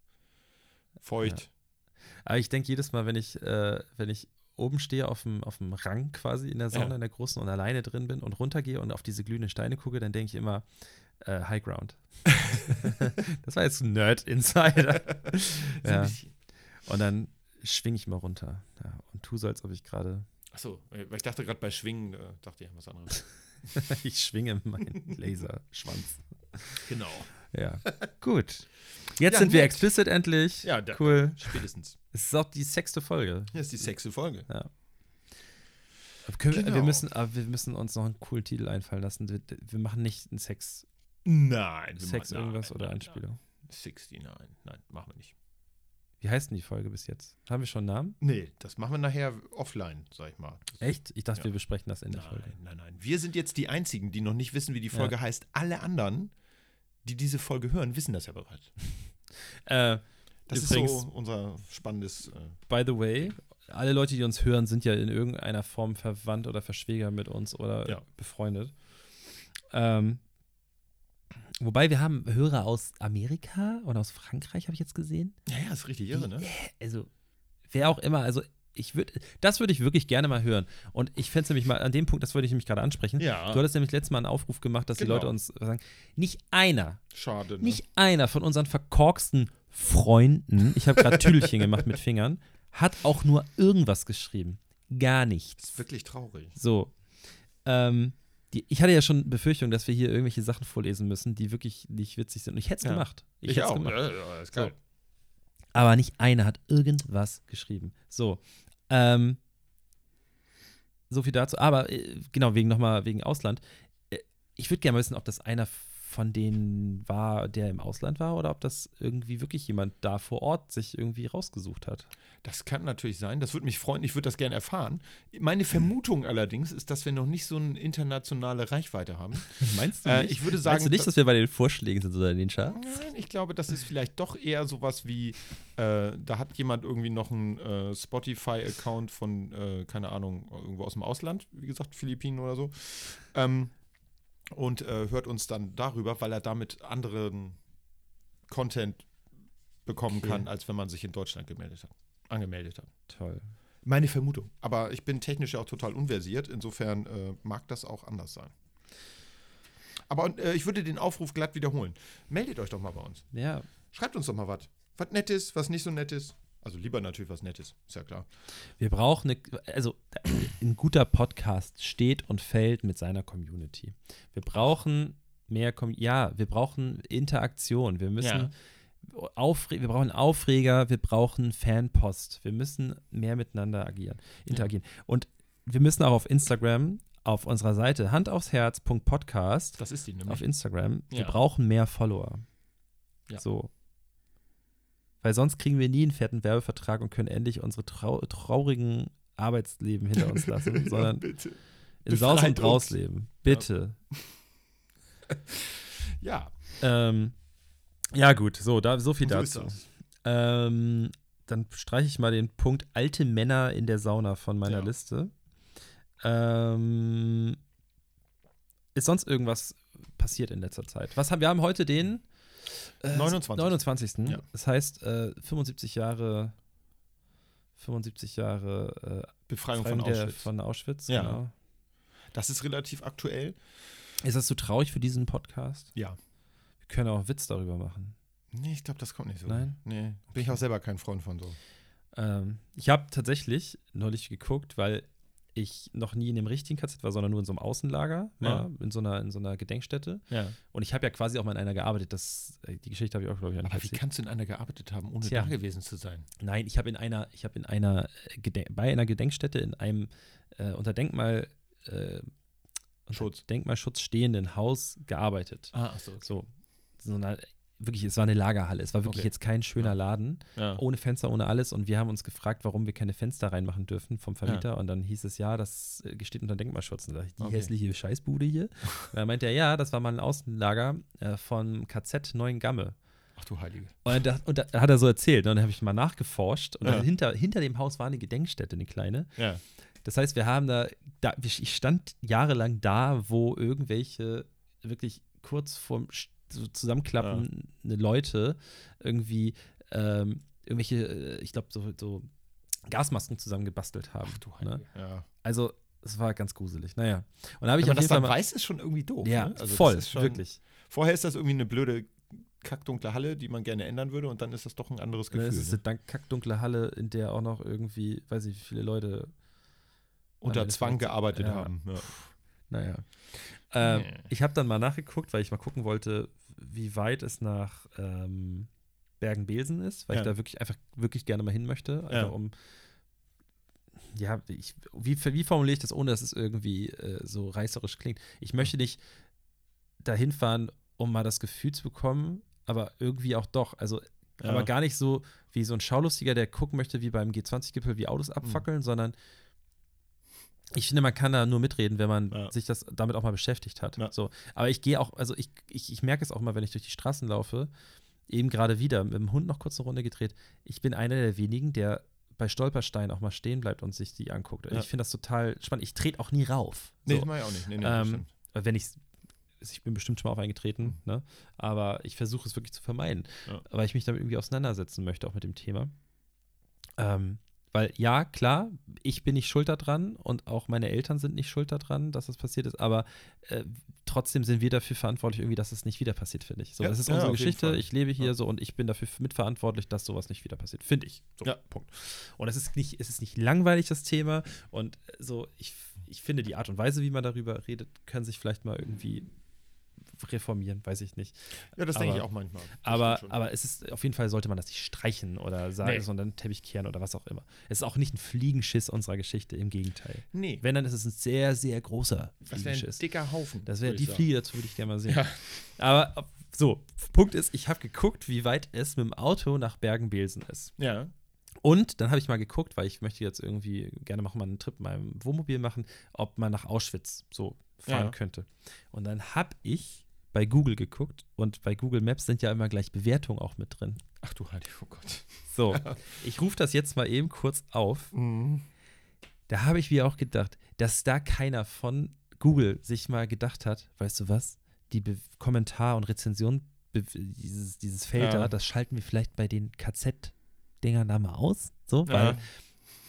[SPEAKER 1] Feucht.
[SPEAKER 2] Aber ich denke jedes Mal, wenn ich, äh, wenn ich oben stehe auf dem, auf dem Rang quasi in der Sauna,
[SPEAKER 1] Ja.
[SPEAKER 2] in der großen und alleine drin bin und runtergehe und auf diese glühenden Steine gucke, dann denke ich immer äh, High Ground. das war jetzt ein Nerd Insider. ja. Und dann schwinge ich mal runter ja, und tu so, als ob ich gerade,
[SPEAKER 1] Achso, weil ich dachte gerade bei Schwingen, äh, dachte ich an was anderes.
[SPEAKER 2] ich schwinge meinen Laserschwanz.
[SPEAKER 5] Genau.
[SPEAKER 2] Ja, gut. Jetzt
[SPEAKER 1] Ja,
[SPEAKER 2] sind wir
[SPEAKER 1] nett.
[SPEAKER 2] explicit endlich.
[SPEAKER 1] Ja, da-
[SPEAKER 2] cool.
[SPEAKER 1] Spätestens. Hm.
[SPEAKER 2] Es ist auch die sechste Folge.
[SPEAKER 1] Das ist die sechste Folge.
[SPEAKER 2] Können wir-
[SPEAKER 1] Genau.
[SPEAKER 2] wir, müssen, aber wir müssen uns noch einen coolen Titel einfallen lassen. Wir, wir machen nicht einen Sex,
[SPEAKER 1] Nein. wir
[SPEAKER 2] Sex
[SPEAKER 1] machen-
[SPEAKER 2] irgendwas
[SPEAKER 1] nein,
[SPEAKER 2] oder
[SPEAKER 1] nein,
[SPEAKER 2] Anspielung.
[SPEAKER 1] Nein. 69. Nein, machen wir nicht.
[SPEAKER 2] Wie heißt denn die Folge bis jetzt? Haben wir schon einen Namen?
[SPEAKER 1] Nee, das machen wir nachher offline, sag ich mal.
[SPEAKER 2] Echt? Ich dachte,
[SPEAKER 1] Ja.
[SPEAKER 2] wir besprechen das in der
[SPEAKER 1] Nein,
[SPEAKER 2] Folge.
[SPEAKER 1] nein, nein. Wir sind jetzt die Einzigen, die noch nicht wissen, wie die Folge heißt. Alle anderen, die diese Folge hören, wissen das ja bereits.
[SPEAKER 2] Äh,
[SPEAKER 1] Das
[SPEAKER 2] Übrigens-
[SPEAKER 1] ist so unser spannendes. Äh,
[SPEAKER 2] by the way, alle Leute, die uns hören, sind ja in irgendeiner Form verwandt oder verschwägert mit uns oder
[SPEAKER 1] Ja.
[SPEAKER 2] befreundet. Ähm, wobei wir haben Hörer aus Amerika oder aus Frankreich, habe ich jetzt gesehen.
[SPEAKER 1] ja, ja, ist richtig irre, ne?
[SPEAKER 2] also wer auch immer, also ich würde, das würde ich wirklich gerne mal hören. Und ich fände es nämlich mal, an dem Punkt, das würde ich nämlich gerade ansprechen.
[SPEAKER 1] Ja.
[SPEAKER 2] Du hattest nämlich letztes Mal einen Aufruf gemacht, dass die
[SPEAKER 1] Genau.
[SPEAKER 2] Leute uns sagen, nicht einer,
[SPEAKER 1] Schade, ne?
[SPEAKER 2] nicht einer von unseren verkorksten Freunden, ich habe gerade Tüdelchen gemacht mit Fingern, hat auch nur irgendwas geschrieben. Gar nichts.
[SPEAKER 1] ist wirklich traurig.
[SPEAKER 2] So. Ähm, die, ich hatte ja schon Befürchtung, dass wir hier irgendwelche Sachen vorlesen müssen, die wirklich nicht witzig sind. Und ich hätte es
[SPEAKER 1] Ja.
[SPEAKER 2] gemacht. hätt's gemacht.
[SPEAKER 1] Ja, ja, ist
[SPEAKER 2] geil. Aber nicht einer hat irgendwas geschrieben. So. Ähm, so viel dazu. Aber äh, genau, wegen nochmal wegen Ausland. Äh, ich würde gerne wissen, ob das einer von denen war, der im Ausland war, oder ob das irgendwie wirklich jemand da vor Ort sich irgendwie rausgesucht hat.
[SPEAKER 1] Das kann natürlich sein. Das würde mich freuen. Ich würde das gerne erfahren. Meine Vermutung allerdings ist, dass wir noch nicht so eine internationale Reichweite haben. Äh,
[SPEAKER 2] Meinst
[SPEAKER 1] Hm. du nicht?
[SPEAKER 2] Meinst du nicht, dass wir bei den Vorschlägen sind oder in den Charts?
[SPEAKER 1] Nein, ich glaube, das ist vielleicht doch eher sowas wie, äh, da hat jemand irgendwie noch einen äh, Spotify-Account von, äh, keine Ahnung, irgendwo aus dem Ausland, wie gesagt, Philippinen oder so. Ähm, und äh, hört uns dann darüber, weil er damit anderen Content bekommen
[SPEAKER 2] Okay.
[SPEAKER 1] kann, als wenn man sich in Deutschland gemeldet hat, angemeldet hat.
[SPEAKER 2] Toll.
[SPEAKER 1] Meine Vermutung. Aber ich bin technisch ja auch total unversiert, insofern äh, mag das auch anders sein. Aber äh, ich würde den Aufruf glatt wiederholen. Meldet euch doch mal bei uns.
[SPEAKER 2] Ja.
[SPEAKER 1] Schreibt uns doch mal was. Was Nettes, was nicht so Nettes. Also lieber natürlich was Nettes, ist ja klar.
[SPEAKER 2] Wir brauchen eine, also ein guter Podcast steht und fällt mit seiner Community. Wir brauchen mehr, Com ja, wir brauchen Interaktion. Wir müssen, Aufre wir brauchen Aufreger, wir brauchen Fanpost. Wir müssen mehr miteinander agieren, interagieren. Und wir müssen auch auf Instagram, auf unserer Seite handaufsherz.podcast
[SPEAKER 1] Das ist die
[SPEAKER 2] auf
[SPEAKER 1] nämlich.
[SPEAKER 2] Instagram, wir
[SPEAKER 1] Ja.
[SPEAKER 2] brauchen mehr Follower.
[SPEAKER 1] Ja.
[SPEAKER 2] So. Weil sonst kriegen wir nie einen fetten Werbevertrag und können endlich unsere trau traurigen Arbeitsleben hinter uns lassen, sondern
[SPEAKER 1] bitte.
[SPEAKER 2] in Saus
[SPEAKER 1] Befreit
[SPEAKER 2] und
[SPEAKER 1] uns.
[SPEAKER 2] Draus leben. Bitte.
[SPEAKER 1] Ja,
[SPEAKER 2] Ja, ähm, ja gut, so, da, so viel
[SPEAKER 1] und so ist
[SPEAKER 2] dazu.
[SPEAKER 1] das.
[SPEAKER 2] Ähm, dann streiche ich mal den Punkt alte Männer in der Sauna von meiner
[SPEAKER 1] Ja.
[SPEAKER 2] Liste. Ähm, ist sonst irgendwas passiert in letzter Zeit? Was haben wir haben heute den äh,
[SPEAKER 1] 29..
[SPEAKER 2] 29.
[SPEAKER 1] Ja.
[SPEAKER 2] Das heißt äh, 75 Jahre 75 Jahre äh,
[SPEAKER 1] Befreiung
[SPEAKER 2] Befreiung
[SPEAKER 1] von
[SPEAKER 2] der-
[SPEAKER 1] Auschwitz.
[SPEAKER 2] von Auschwitz
[SPEAKER 1] Ja.
[SPEAKER 2] genau.
[SPEAKER 1] das ist relativ aktuell.
[SPEAKER 2] Ist das so traurig für diesen Podcast?
[SPEAKER 1] Ja.
[SPEAKER 2] Wir können auch einen Witz darüber machen.
[SPEAKER 1] Nee, ich glaube, das kommt nicht so.
[SPEAKER 2] Nein?
[SPEAKER 1] Nee, bin ich auch selber kein Freund von so.
[SPEAKER 2] Ähm, ich habe tatsächlich neulich geguckt, weil ich noch nie in dem richtigen KZ war, sondern nur in so einem Außenlager,
[SPEAKER 1] Ja.
[SPEAKER 2] ja. in, so einer, in so einer Gedenkstätte.
[SPEAKER 1] Ja.
[SPEAKER 2] Und ich habe ja quasi auch mal in einer gearbeitet. Das, äh, die Geschichte habe ich auch, glaube ich, noch nicht
[SPEAKER 1] Aber wie
[SPEAKER 2] erzählt.
[SPEAKER 1] kannst du in einer gearbeitet haben, ohne
[SPEAKER 2] Tja.
[SPEAKER 1] da gewesen zu sein?
[SPEAKER 2] Nein, ich habe in einer, ich habe in einer äh, Geden- bei einer Gedenkstätte in einem äh, unter Denkmal äh, unter
[SPEAKER 1] Schutz.
[SPEAKER 2] Denkmalschutz stehenden Haus gearbeitet.
[SPEAKER 1] Ah, ach so.
[SPEAKER 2] So, so eine, wirklich, es war eine Lagerhalle. Es war wirklich
[SPEAKER 1] Okay.
[SPEAKER 2] jetzt kein schöner Laden.
[SPEAKER 5] Oh.
[SPEAKER 1] Ja.
[SPEAKER 2] ohne Fenster, ohne alles. Und wir haben uns gefragt, warum wir keine Fenster reinmachen dürfen vom Vermieter. Und dann hieß es, ja, das äh, steht unter Denkmalschutz. Und sag ich, die
[SPEAKER 1] Okay.
[SPEAKER 2] hässliche Scheißbude hier. Und dann meinte er, ja, das war mal ein Außenlager äh, von KZ Neuengamme.
[SPEAKER 1] Ach du Heilige.
[SPEAKER 2] Und, da, und da hat er so erzählt. ne? Und dann habe ich mal nachgeforscht. Und
[SPEAKER 1] Ja.
[SPEAKER 2] dann hinter, hinter dem Haus war eine Gedenkstätte, eine kleine.
[SPEAKER 1] Ja.
[SPEAKER 2] Das heißt, wir haben da, da ich stand jahrelang da, wo irgendwelche wirklich kurz vorm Sch- so zusammenklappende Leute irgendwie ähm, irgendwelche, äh, ich glaube, so, so Gasmasken zusammengebastelt haben.
[SPEAKER 1] Ach du
[SPEAKER 2] ne?
[SPEAKER 1] Heilige. Ja.
[SPEAKER 2] Also, es war ganz gruselig. Naja. Und da habe ich
[SPEAKER 1] Wenn man das
[SPEAKER 2] auf jeden Fall
[SPEAKER 1] dann
[SPEAKER 2] mal.
[SPEAKER 1] weiß, ist schon irgendwie doof.
[SPEAKER 2] ja,
[SPEAKER 1] ne? Also das
[SPEAKER 2] voll,
[SPEAKER 1] ist schon-
[SPEAKER 2] wirklich.
[SPEAKER 1] Vorher ist das irgendwie eine blöde, kackdunkle Halle, die man gerne ändern würde und dann ist das doch ein anderes
[SPEAKER 2] Und
[SPEAKER 1] Gefühl.
[SPEAKER 2] dann ist es
[SPEAKER 1] ne?
[SPEAKER 2] eine dank- kackdunkle Halle, in der auch noch irgendwie, weiß ich, wie viele Leute
[SPEAKER 1] Unter
[SPEAKER 2] Am Ende
[SPEAKER 1] Zwang
[SPEAKER 2] vielleicht-
[SPEAKER 1] gearbeitet
[SPEAKER 2] ja.
[SPEAKER 1] haben. Ja.
[SPEAKER 2] Naja. Ähm,
[SPEAKER 1] Nee.
[SPEAKER 2] Ich habe dann mal nachgeguckt, weil ich mal gucken wollte, wie weit es nach ähm, Bergen-Belsen ist, weil
[SPEAKER 1] Ja.
[SPEAKER 2] ich da wirklich einfach wirklich gerne mal hin möchte. Einfach
[SPEAKER 1] Ja.
[SPEAKER 2] um ja, ich, wie, wie formuliere ich das, ohne dass es irgendwie äh, so reißerisch klingt? Ich möchte nicht dahin fahren, um mal das Gefühl zu bekommen, aber irgendwie auch doch. Also,
[SPEAKER 1] Ja.
[SPEAKER 2] aber gar nicht so wie so ein Schaulustiger, der gucken möchte, wie beim G20-Gipfel, wie Autos abfackeln, sondern ich finde, man kann da nur mitreden, wenn man
[SPEAKER 1] Ja.
[SPEAKER 2] sich das damit auch mal beschäftigt hat.
[SPEAKER 1] Ja.
[SPEAKER 2] So. Aber ich gehe auch, also ich, ich, ich merke es auch mal, wenn ich durch die Straßen laufe, eben gerade wieder mit dem Hund noch kurz eine Runde gedreht. Ich bin einer der wenigen, der bei Stolpersteinen auch mal stehen bleibt und sich die anguckt.
[SPEAKER 1] Ja.
[SPEAKER 2] Ich finde das total spannend. Ich trete auch nie rauf.
[SPEAKER 1] Nee,
[SPEAKER 2] So.
[SPEAKER 1] das mache ich auch nicht. Nee, nee, das
[SPEAKER 2] Ähm,
[SPEAKER 1] stimmt.
[SPEAKER 2] wenn ich ich bin bestimmt schon mal auf
[SPEAKER 1] Mhm.
[SPEAKER 2] eingetreten, ne? aber ich versuche es wirklich zu vermeiden,
[SPEAKER 1] Ja.
[SPEAKER 2] weil ich mich damit irgendwie auseinandersetzen möchte, auch mit dem Thema. Ähm, weil ja, klar, ich bin nicht schuld daran und auch meine Eltern sind nicht schuld daran, dass das passiert ist, aber äh, trotzdem sind wir dafür verantwortlich, irgendwie, dass es nicht wieder passiert, finde ich. So,
[SPEAKER 1] Ja,
[SPEAKER 2] das ist
[SPEAKER 1] ja,
[SPEAKER 2] unsere
[SPEAKER 1] auf jeden
[SPEAKER 2] Geschichte,
[SPEAKER 1] Fall.
[SPEAKER 2] ich lebe hier
[SPEAKER 1] Ja.
[SPEAKER 2] so und ich bin dafür mitverantwortlich, dass sowas nicht wieder passiert, finde ich. So,
[SPEAKER 1] Ja.
[SPEAKER 2] Punkt. Und es ist nicht, es ist nicht langweilig, das Thema. Und äh, so, ich, ich finde die Art und Weise, wie man darüber redet, kann sich vielleicht mal irgendwie reformieren, weiß ich nicht.
[SPEAKER 1] ja, das denke ich
[SPEAKER 2] aber-
[SPEAKER 1] auch manchmal. Das
[SPEAKER 2] Aber,
[SPEAKER 1] stimmt schon.
[SPEAKER 2] aber es ist, auf jeden Fall sollte man das nicht streichen oder sagen,
[SPEAKER 5] Nee.
[SPEAKER 2] sondern Teppich kehren oder was auch immer. Es ist auch nicht ein Fliegenschiss unserer Geschichte, im Gegenteil.
[SPEAKER 1] Nee,
[SPEAKER 2] Wenn, dann ist es ein sehr, sehr großer
[SPEAKER 1] das wäre ein
[SPEAKER 2] Fliegenschiss.
[SPEAKER 1] dicker Haufen.
[SPEAKER 2] Das wäre
[SPEAKER 1] würd
[SPEAKER 2] die
[SPEAKER 1] ich sagen.
[SPEAKER 2] Fliege, dazu würde ich gerne mal sehen. Aber äh, so, Punkt ist, ich habe geguckt, wie weit es mit dem Auto nach Bergen-Belsen ist.
[SPEAKER 1] Ja.
[SPEAKER 2] Und dann habe ich mal geguckt, weil ich möchte jetzt irgendwie gerne machen mal einen Trip mit meinem Wohnmobil machen, ob man nach Auschwitz so fahren
[SPEAKER 1] Ja.
[SPEAKER 2] könnte. Und dann habe ich bei Google geguckt und bei Google Maps sind ja immer gleich Bewertungen auch mit drin.
[SPEAKER 1] Ach du Heilige, oh Gott.
[SPEAKER 2] So, ich rufe das jetzt mal eben kurz auf.
[SPEAKER 1] Mhm.
[SPEAKER 2] Da habe ich mir auch gedacht, dass da keiner von Google sich mal gedacht hat, weißt du was, die Be Kommentar- und Rezension, be- dieses, dieses Feld
[SPEAKER 1] Ja.
[SPEAKER 2] da, das schalten wir vielleicht bei den KZ-Dingern da mal aus. So, weil
[SPEAKER 1] Ja.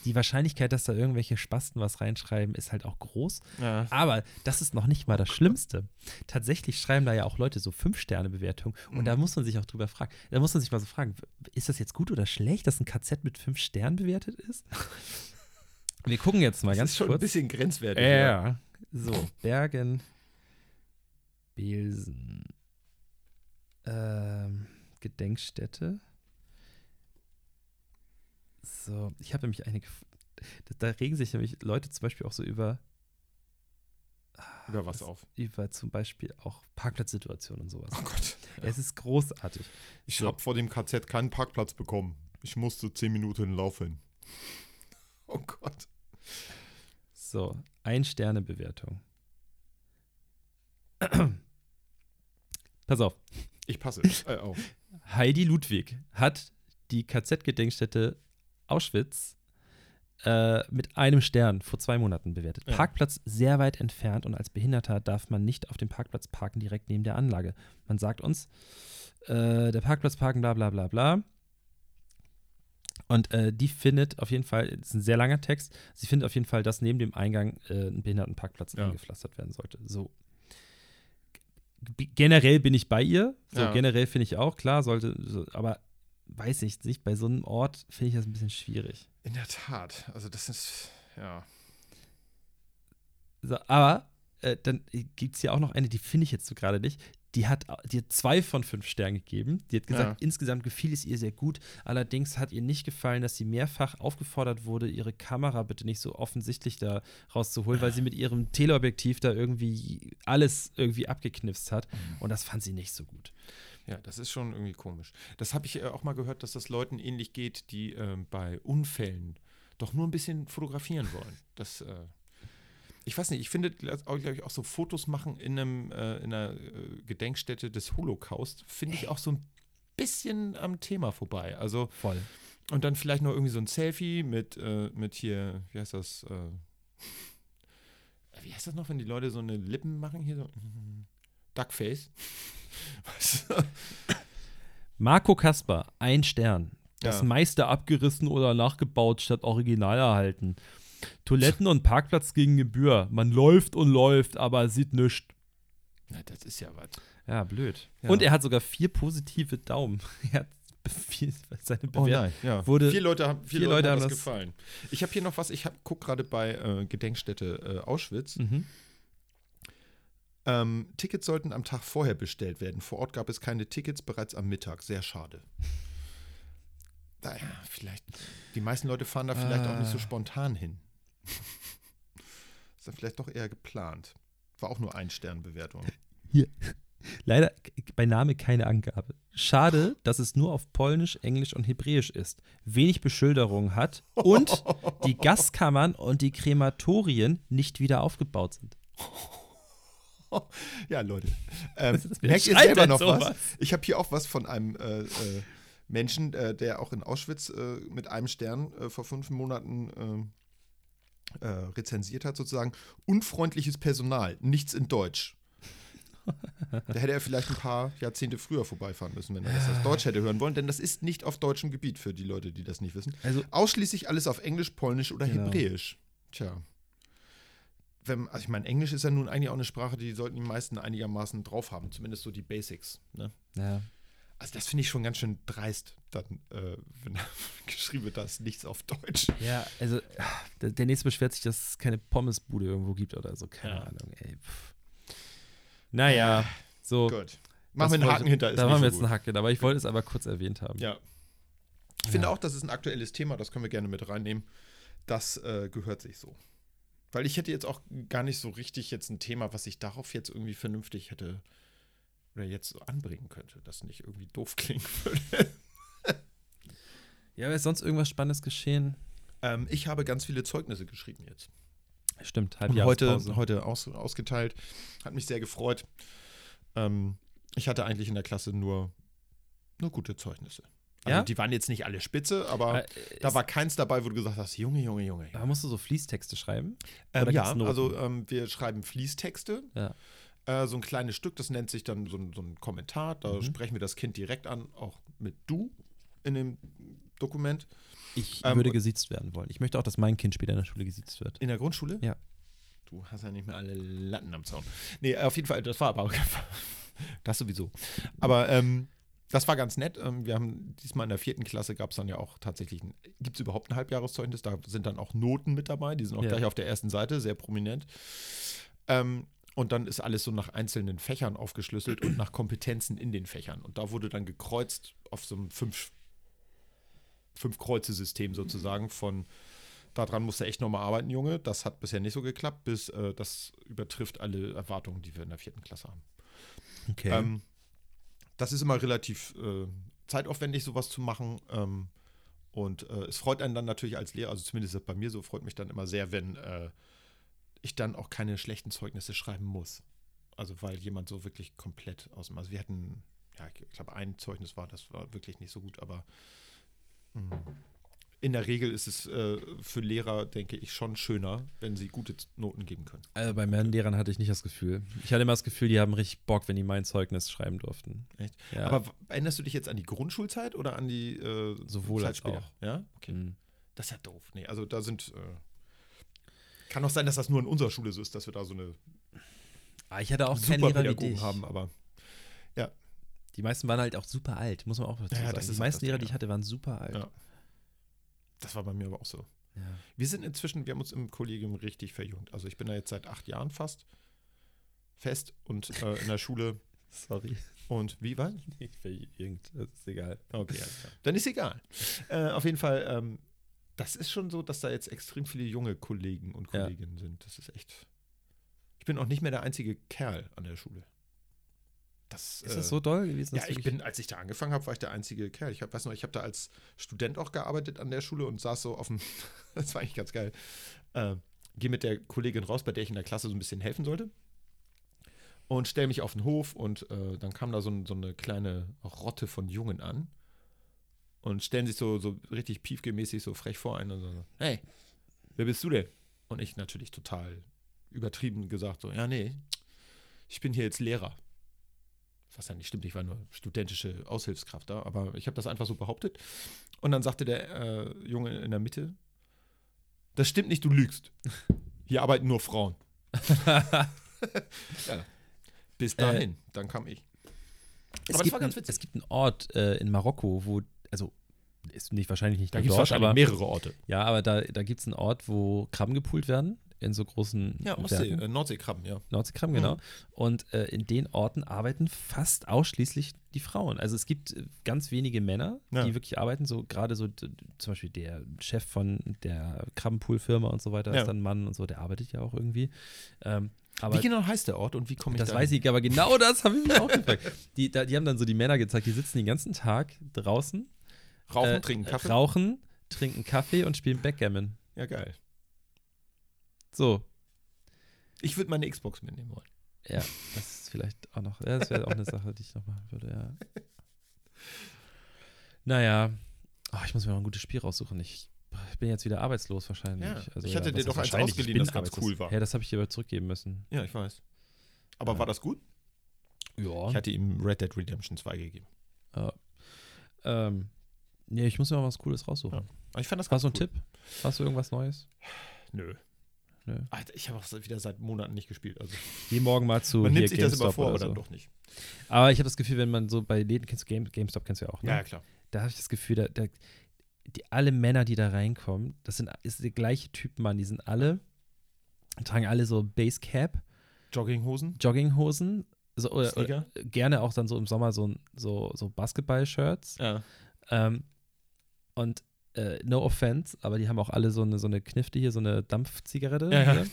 [SPEAKER 2] die Wahrscheinlichkeit, dass da irgendwelche Spasten was reinschreiben, ist halt auch groß.
[SPEAKER 1] Ja.
[SPEAKER 2] Aber das ist noch nicht mal das Schlimmste. Tatsächlich schreiben da ja auch Leute so Fünf-Sterne-Bewertungen. Und da muss man sich auch drüber fragen. Da muss man sich mal so fragen, ist das jetzt gut oder schlecht, dass ein KZ mit fünf Sternen bewertet ist? Wir gucken jetzt mal
[SPEAKER 1] Das
[SPEAKER 2] ganz
[SPEAKER 1] ist schon ein
[SPEAKER 2] kurz.
[SPEAKER 1] bisschen grenzwertig. ja.
[SPEAKER 2] ja. So, Bergen, Belsen. Ähm, Gedenkstätte. So, ich habe nämlich eine. gef- Da, da regen sich nämlich Leute zum Beispiel auch so über,
[SPEAKER 1] Über was auf?
[SPEAKER 2] über zum Beispiel auch Parkplatzsituationen und sowas.
[SPEAKER 1] Oh Gott.
[SPEAKER 2] Es ist großartig.
[SPEAKER 1] Ich
[SPEAKER 2] So.
[SPEAKER 1] habe vor dem KZ keinen Parkplatz bekommen. Ich musste zehn Minuten laufen. Oh Gott.
[SPEAKER 2] So, Ein-Sterne-Bewertung. Pass auf.
[SPEAKER 1] Ich passe äh, auf.
[SPEAKER 2] Heidi Ludwig hat die KZ-Gedenkstätte Auschwitz äh, mit einem Stern vor zwei Monaten bewertet.
[SPEAKER 1] Ja.
[SPEAKER 2] Parkplatz sehr weit entfernt und als Behinderter darf man nicht auf dem Parkplatz parken, direkt neben der Anlage. Man sagt uns, äh, der Parkplatz parken, bla bla bla bla. Und äh, die findet auf jeden Fall, das ist ein sehr langer Text, sie findet auf jeden Fall, dass neben dem Eingang äh, ein Behindertenparkplatz
[SPEAKER 1] Ja.
[SPEAKER 2] angepflastert werden sollte. So. G- Generell bin ich bei ihr. So,
[SPEAKER 1] Ja.
[SPEAKER 2] Generell finde ich auch, klar, sollte, so, aber weiß ich nicht, bei so einem Ort finde ich das ein bisschen schwierig.
[SPEAKER 1] In der Tat. Also das ist, ja.
[SPEAKER 2] So, aber äh, dann gibt es hier auch noch eine, die finde ich jetzt so gerade nicht. Die hat, au- die hat zwei von fünf Sternen gegeben. Die hat gesagt,
[SPEAKER 1] Ja.
[SPEAKER 2] insgesamt gefiel es ihr sehr gut. Allerdings hat ihr nicht gefallen, dass sie mehrfach aufgefordert wurde, ihre Kamera bitte nicht so offensichtlich da rauszuholen, weil sie mit ihrem Teleobjektiv da irgendwie alles irgendwie abgeknipst hat.
[SPEAKER 1] Mhm.
[SPEAKER 2] Und das fand sie nicht so gut.
[SPEAKER 1] Ja, das ist schon irgendwie komisch. Das habe ich äh, auch mal gehört, dass das Leuten ähnlich geht, die ähm, bei Unfällen doch nur ein bisschen fotografieren wollen. Das, äh, ich weiß nicht, ich finde, glaube ich, auch so Fotos machen in, einem, äh, in einer äh, Gedenkstätte des Holocaust, finde ich auch so ein bisschen am Thema vorbei. Also,
[SPEAKER 2] Voll.
[SPEAKER 1] und dann vielleicht noch irgendwie so ein Selfie mit, äh, mit hier, wie heißt das? Äh, wie heißt das noch, wenn die Leute so eine Lippen machen hier so? Duckface. Weißt du?
[SPEAKER 2] Marco Kasper, ein Stern. Das
[SPEAKER 1] Ja.
[SPEAKER 2] meiste abgerissen oder nachgebaut statt original erhalten. Toiletten und Parkplatz gegen Gebühr. Man läuft und läuft, aber sieht nichts.
[SPEAKER 1] Na, das ist ja was.
[SPEAKER 2] Ja, blöd.
[SPEAKER 1] Ja.
[SPEAKER 2] Und er hat sogar vier positive Daumen. Er hat viel, seine Bewertung.
[SPEAKER 1] ja.
[SPEAKER 2] wurde-
[SPEAKER 1] vier Leute haben, vier
[SPEAKER 2] vier
[SPEAKER 1] Leuten
[SPEAKER 2] Leute
[SPEAKER 1] hat
[SPEAKER 2] haben
[SPEAKER 1] das
[SPEAKER 2] das-
[SPEAKER 1] gefallen. Ich habe hier noch was, ich hab, guck gerade bei äh, Gedenkstätte äh, Auschwitz.
[SPEAKER 2] mhm.
[SPEAKER 1] Ähm, Tickets sollten am Tag vorher bestellt werden. Vor Ort gab es keine Tickets bereits am Mittag. Sehr schade. Naja, vielleicht. Die meisten Leute fahren da vielleicht auch nicht so
[SPEAKER 2] Ah.
[SPEAKER 1] spontan hin. ist dann vielleicht doch eher geplant. War auch nur ein Sternbewertung.
[SPEAKER 2] Leider k- bei Name keine Angabe. Schade, dass es nur auf Polnisch, Englisch und Hebräisch ist, wenig Beschilderung hat und die Gaskammern und die Krematorien nicht wieder aufgebaut sind.
[SPEAKER 1] Ja, Leute. Ähm,
[SPEAKER 2] ist- wer
[SPEAKER 1] merkt ihr
[SPEAKER 2] schreibt
[SPEAKER 1] selber
[SPEAKER 2] denn
[SPEAKER 1] noch
[SPEAKER 2] sowas?
[SPEAKER 1] was? Ich habe hier auch was von einem äh, äh, Menschen, äh, der auch in Auschwitz äh, mit einem Stern äh, vor fünf Monaten äh, äh, rezensiert hat, sozusagen. Unfreundliches Personal, nichts in Deutsch. Da hätte er vielleicht ein paar Jahrzehnte früher vorbeifahren müssen, wenn er das auf Deutsch hätte hören wollen, denn das ist nicht auf deutschem Gebiet für die Leute, die das nicht wissen.
[SPEAKER 2] Also
[SPEAKER 1] Ausschließlich alles auf Englisch, Polnisch oder
[SPEAKER 2] Genau.
[SPEAKER 1] Hebräisch. Tja. Wenn, also ich meine, Englisch ist ja nun eigentlich auch eine Sprache, die sollten die meisten einigermaßen drauf haben, zumindest so die Basics. Ne?
[SPEAKER 2] Ja.
[SPEAKER 1] Also das finde ich schon ganz schön dreist, dann, äh, wenn da geschrieben wird, da ist nichts auf Deutsch.
[SPEAKER 2] Ja, also der, der nächste beschwert sich, dass es keine Pommesbude irgendwo gibt oder so. Keine
[SPEAKER 5] Ja.
[SPEAKER 2] Ahnung, ey. Pff. Ah, Naja, so.
[SPEAKER 1] Gut.
[SPEAKER 2] das
[SPEAKER 1] Machen wir einen
[SPEAKER 2] wollte-
[SPEAKER 1] Haken hinter. ist
[SPEAKER 2] Da
[SPEAKER 1] nicht
[SPEAKER 2] machen
[SPEAKER 1] so
[SPEAKER 2] wir jetzt
[SPEAKER 1] gut.
[SPEAKER 2] einen Haken, aber ich wollte es aber kurz erwähnt haben.
[SPEAKER 1] Ja. Ich finde
[SPEAKER 2] Ja.
[SPEAKER 1] auch, das ist ein aktuelles Thema, das können wir gerne mit reinnehmen. Das äh, gehört sich so. Weil ich hätte jetzt auch gar nicht so richtig jetzt ein Thema, was ich darauf jetzt irgendwie vernünftig hätte oder jetzt so anbringen könnte, das nicht irgendwie doof klingen würde.
[SPEAKER 2] ja aber ist sonst irgendwas Spannendes geschehen?
[SPEAKER 1] Ähm, ich habe ganz viele Zeugnisse geschrieben jetzt.
[SPEAKER 2] Stimmt,
[SPEAKER 1] Und
[SPEAKER 2] halb
[SPEAKER 1] heute, heute aus, ausgeteilt. Hat mich sehr gefreut. Ähm, ich hatte eigentlich in der Klasse nur, nur gute Zeugnisse. Also
[SPEAKER 2] Ja? Äh,
[SPEAKER 1] die waren jetzt nicht alle spitze, aber da war keins dabei, wo du gesagt hast, Junge, Junge, Junge.
[SPEAKER 2] Da musst du so Fließtexte schreiben.
[SPEAKER 1] Ähm,
[SPEAKER 2] Oder
[SPEAKER 1] ja,
[SPEAKER 2] gibt's Noten?
[SPEAKER 1] also ähm, wir schreiben Fließtexte.
[SPEAKER 2] Ja.
[SPEAKER 1] Äh, so ein kleines Stück, das nennt sich dann so ein, so ein Kommentar. Da
[SPEAKER 2] Mhm.
[SPEAKER 1] sprechen wir das Kind direkt an, auch mit du in dem Dokument.
[SPEAKER 2] Ich
[SPEAKER 1] Ähm,
[SPEAKER 2] würde gesiezt werden wollen. Ich möchte auch, dass mein Kind später in der Schule gesiezt wird.
[SPEAKER 1] In der Grundschule?
[SPEAKER 2] Ja.
[SPEAKER 1] Du hast ja nicht mehr alle Latten am Zaun. Nee, auf jeden Fall, das war aber auch. Das sowieso. Aber ähm, das war ganz nett. Ähm, wir haben diesmal in der vierten Klasse gab es dann ja auch tatsächlich, gibt es überhaupt ein Halbjahreszeugnis? Da sind dann auch Noten mit dabei, die sind auch
[SPEAKER 2] Ja.
[SPEAKER 1] gleich auf der ersten Seite, sehr prominent. Ähm, Und dann ist alles so nach einzelnen Fächern aufgeschlüsselt und nach Kompetenzen in den Fächern. Und da wurde dann gekreuzt auf so einem fünf, fünf Kreuze-System sozusagen von daran musst du echt nochmal arbeiten, Junge. Das hat bisher nicht so geklappt, bis äh, das übertrifft alle Erwartungen, die wir in der vierten Klasse haben.
[SPEAKER 2] Okay.
[SPEAKER 1] Ähm, das ist immer relativ äh, zeitaufwendig, sowas zu machen. Ähm, und äh, es freut einen dann natürlich als Lehrer, also zumindest ist das bei mir so, freut mich dann immer sehr, wenn äh, ich dann auch keine schlechten Zeugnisse schreiben muss. Also weil jemand so wirklich komplett aus dem, also wir hatten, ja, ich glaube ein Zeugnis war, das war wirklich nicht so gut, aber mh, in der Regel ist es äh, für Lehrer, denke ich, schon schöner, wenn sie gute Z- Noten geben können.
[SPEAKER 2] also bei meinen Lehrern hatte ich nicht das Gefühl. Ich hatte immer das Gefühl, die haben richtig Bock, wenn die mein Zeugnis schreiben durften.
[SPEAKER 1] Echt?
[SPEAKER 2] Ja.
[SPEAKER 1] Aber w- erinnerst du dich jetzt an die Grundschulzeit oder an die äh,
[SPEAKER 2] Sowohl
[SPEAKER 1] Zeit
[SPEAKER 2] als
[SPEAKER 1] später?
[SPEAKER 2] auch.
[SPEAKER 1] Ja? Okay.
[SPEAKER 2] Mhm.
[SPEAKER 1] Das ist ja doof. Nee, also da sind. Äh, kann auch sein, dass das nur in unserer Schule so ist, dass wir da so eine
[SPEAKER 2] Aber Ah, ich hatte auch keinen
[SPEAKER 1] super
[SPEAKER 2] Lehrer wie
[SPEAKER 1] Pädagogen
[SPEAKER 2] dich.
[SPEAKER 1] haben, aber
[SPEAKER 2] Die meisten waren halt auch super alt, muss man auch dazu
[SPEAKER 1] Ja,
[SPEAKER 2] sagen.
[SPEAKER 1] das ist
[SPEAKER 2] die
[SPEAKER 1] auch
[SPEAKER 2] meisten
[SPEAKER 1] das Ding,
[SPEAKER 2] Lehrer, die
[SPEAKER 1] ja.
[SPEAKER 2] ich hatte, waren super alt.
[SPEAKER 1] Ja. das war bei mir aber auch so.
[SPEAKER 2] Ja.
[SPEAKER 1] Wir sind inzwischen, wir haben uns im Kollegium richtig verjüngt. Also ich bin da jetzt seit acht Jahren fast fest und äh, in der Schule
[SPEAKER 2] Sorry.
[SPEAKER 1] und wie war?
[SPEAKER 2] Ich will irgend, das ist egal.
[SPEAKER 1] Okay, alles klar. dann ist egal. Äh, auf jeden Fall, ähm, das ist schon so, dass da jetzt extrem viele junge Kollegen und
[SPEAKER 2] Ja.
[SPEAKER 1] Kolleginnen sind. Das ist echt. Ich bin auch nicht mehr der einzige Kerl an der Schule. Das,
[SPEAKER 2] Ist das
[SPEAKER 1] äh,
[SPEAKER 2] so doll gewesen?
[SPEAKER 1] Ja,
[SPEAKER 2] dass
[SPEAKER 1] ich
[SPEAKER 2] wirklich-
[SPEAKER 1] bin, als ich da angefangen habe, war ich der einzige Kerl. Ich hab, weiß noch, ich habe da als Student auch gearbeitet an der Schule und saß so auf dem. das war eigentlich ganz geil. Äh, Gehe mit der Kollegin raus, bei der ich in der Klasse so ein bisschen helfen sollte. Und stelle mich auf den Hof und äh, dann kam da so, ein, so eine kleine Rotte von Jungen an und stellen sich so, so richtig piefgemäßig so frech vor einen und so, hey, wer bist du denn? Und ich natürlich total übertrieben gesagt so, ja, nee, ich bin hier jetzt Lehrer. Was ja nicht stimmt, ich war nur studentische Aushilfskraft da, aber ich habe das einfach so behauptet. Und dann sagte der äh, Junge in der Mitte, das stimmt nicht, du lügst. Hier arbeiten nur Frauen. ja. Bis dahin, dann kam ich.
[SPEAKER 2] es,
[SPEAKER 1] das
[SPEAKER 2] gibt
[SPEAKER 1] war ganz
[SPEAKER 2] ein,
[SPEAKER 1] witzig.
[SPEAKER 2] es gibt einen Ort äh, in Marokko, wo, also, ist nicht wahrscheinlich nicht
[SPEAKER 1] Da
[SPEAKER 2] nur
[SPEAKER 1] gibt es
[SPEAKER 2] dort,
[SPEAKER 1] wahrscheinlich
[SPEAKER 2] aber
[SPEAKER 1] mehrere Orte.
[SPEAKER 2] Ja, aber da, da gibt es einen Ort, wo Krabben gepult werden, in so großen
[SPEAKER 1] Ja, Mhm. Ostsee,
[SPEAKER 2] Werken.
[SPEAKER 1] äh, Nordseekrabben, ja.
[SPEAKER 2] Nordseekrabben, genau. Und äh, in den Orten arbeiten fast ausschließlich die Frauen. Also es gibt äh, ganz wenige Männer,
[SPEAKER 1] Ja.
[SPEAKER 2] die wirklich arbeiten. So gerade so d- d- zum Beispiel der Chef von der Krabbenpool-Firma und so weiter
[SPEAKER 1] Ja.
[SPEAKER 2] ist dann ein Mann und so, der arbeitet ja auch irgendwie. Ähm, aber
[SPEAKER 1] wie genau heißt der Ort und wie komme ich
[SPEAKER 2] das
[SPEAKER 1] da
[SPEAKER 2] weiß
[SPEAKER 1] hin?
[SPEAKER 2] ich, aber genau das habe ich mir auch gefragt. Die, da, die haben dann so die Männer gezeigt, die sitzen den ganzen Tag draußen,
[SPEAKER 1] Rauchen,
[SPEAKER 2] äh,
[SPEAKER 1] trinken, Kaffee.
[SPEAKER 2] rauchen, trinken Kaffee und spielen Backgammon.
[SPEAKER 1] ja, geil.
[SPEAKER 2] So,
[SPEAKER 1] Ich würde meine Xbox mitnehmen wollen.
[SPEAKER 2] Ja, das ist vielleicht auch noch, ja, das wäre auch eine Sache, die ich noch machen würde, ja. Naja, oh, ich muss mir noch ein gutes Spiel raussuchen. Ich bin jetzt wieder arbeitslos wahrscheinlich. Also
[SPEAKER 1] Ja, ich hatte dir
[SPEAKER 2] was
[SPEAKER 1] doch
[SPEAKER 2] heißt
[SPEAKER 1] eins
[SPEAKER 2] wahrscheinlich?
[SPEAKER 1] ausgeliehen,
[SPEAKER 2] Ich bin
[SPEAKER 1] das ganz
[SPEAKER 2] arbeitslos.
[SPEAKER 1] cool war.
[SPEAKER 2] Ja, das habe ich dir aber zurückgeben müssen.
[SPEAKER 1] Ja, ich weiß. Aber
[SPEAKER 2] Ja.
[SPEAKER 1] war das gut?
[SPEAKER 2] Ja.
[SPEAKER 1] Ich hatte ihm Red Dead Redemption 2 gegeben.
[SPEAKER 2] ähm, nee, ich muss mir mal was Cooles raussuchen.
[SPEAKER 1] Aber ich fand das
[SPEAKER 2] Hast du einen
[SPEAKER 1] cool.
[SPEAKER 2] Tipp? Hast du irgendwas Neues?
[SPEAKER 1] Nö.
[SPEAKER 2] Nö.
[SPEAKER 1] Alter, ich habe auch wieder seit Monaten nicht gespielt. Also
[SPEAKER 2] Geh morgen mal zu
[SPEAKER 1] man
[SPEAKER 2] hier
[SPEAKER 1] nimmt sich das immer
[SPEAKER 2] GameStop
[SPEAKER 1] vor,
[SPEAKER 2] oder
[SPEAKER 1] aber dann
[SPEAKER 2] so.
[SPEAKER 1] doch nicht.
[SPEAKER 2] Aber ich habe das Gefühl, wenn man so bei Läden kennst du Game, GameStop kennst du ja auch, ne?
[SPEAKER 1] klar.
[SPEAKER 2] da habe ich das Gefühl, da, da, die, alle Männer, die da reinkommen, das sind ist der gleiche Typ Mann. Die sind alle, tragen alle so Basecap,
[SPEAKER 1] Jogginghosen?
[SPEAKER 2] Jogginghosen, so, oder, oder
[SPEAKER 1] Sneaker?
[SPEAKER 2] gerne auch dann so im Sommer so, ein- so, so Basketball-Shirts.
[SPEAKER 1] Ja.
[SPEAKER 2] Ähm, und äh, no offense, aber die haben auch alle so eine, so eine Knifte hier, so eine Dampfzigarette
[SPEAKER 1] Ja, ja.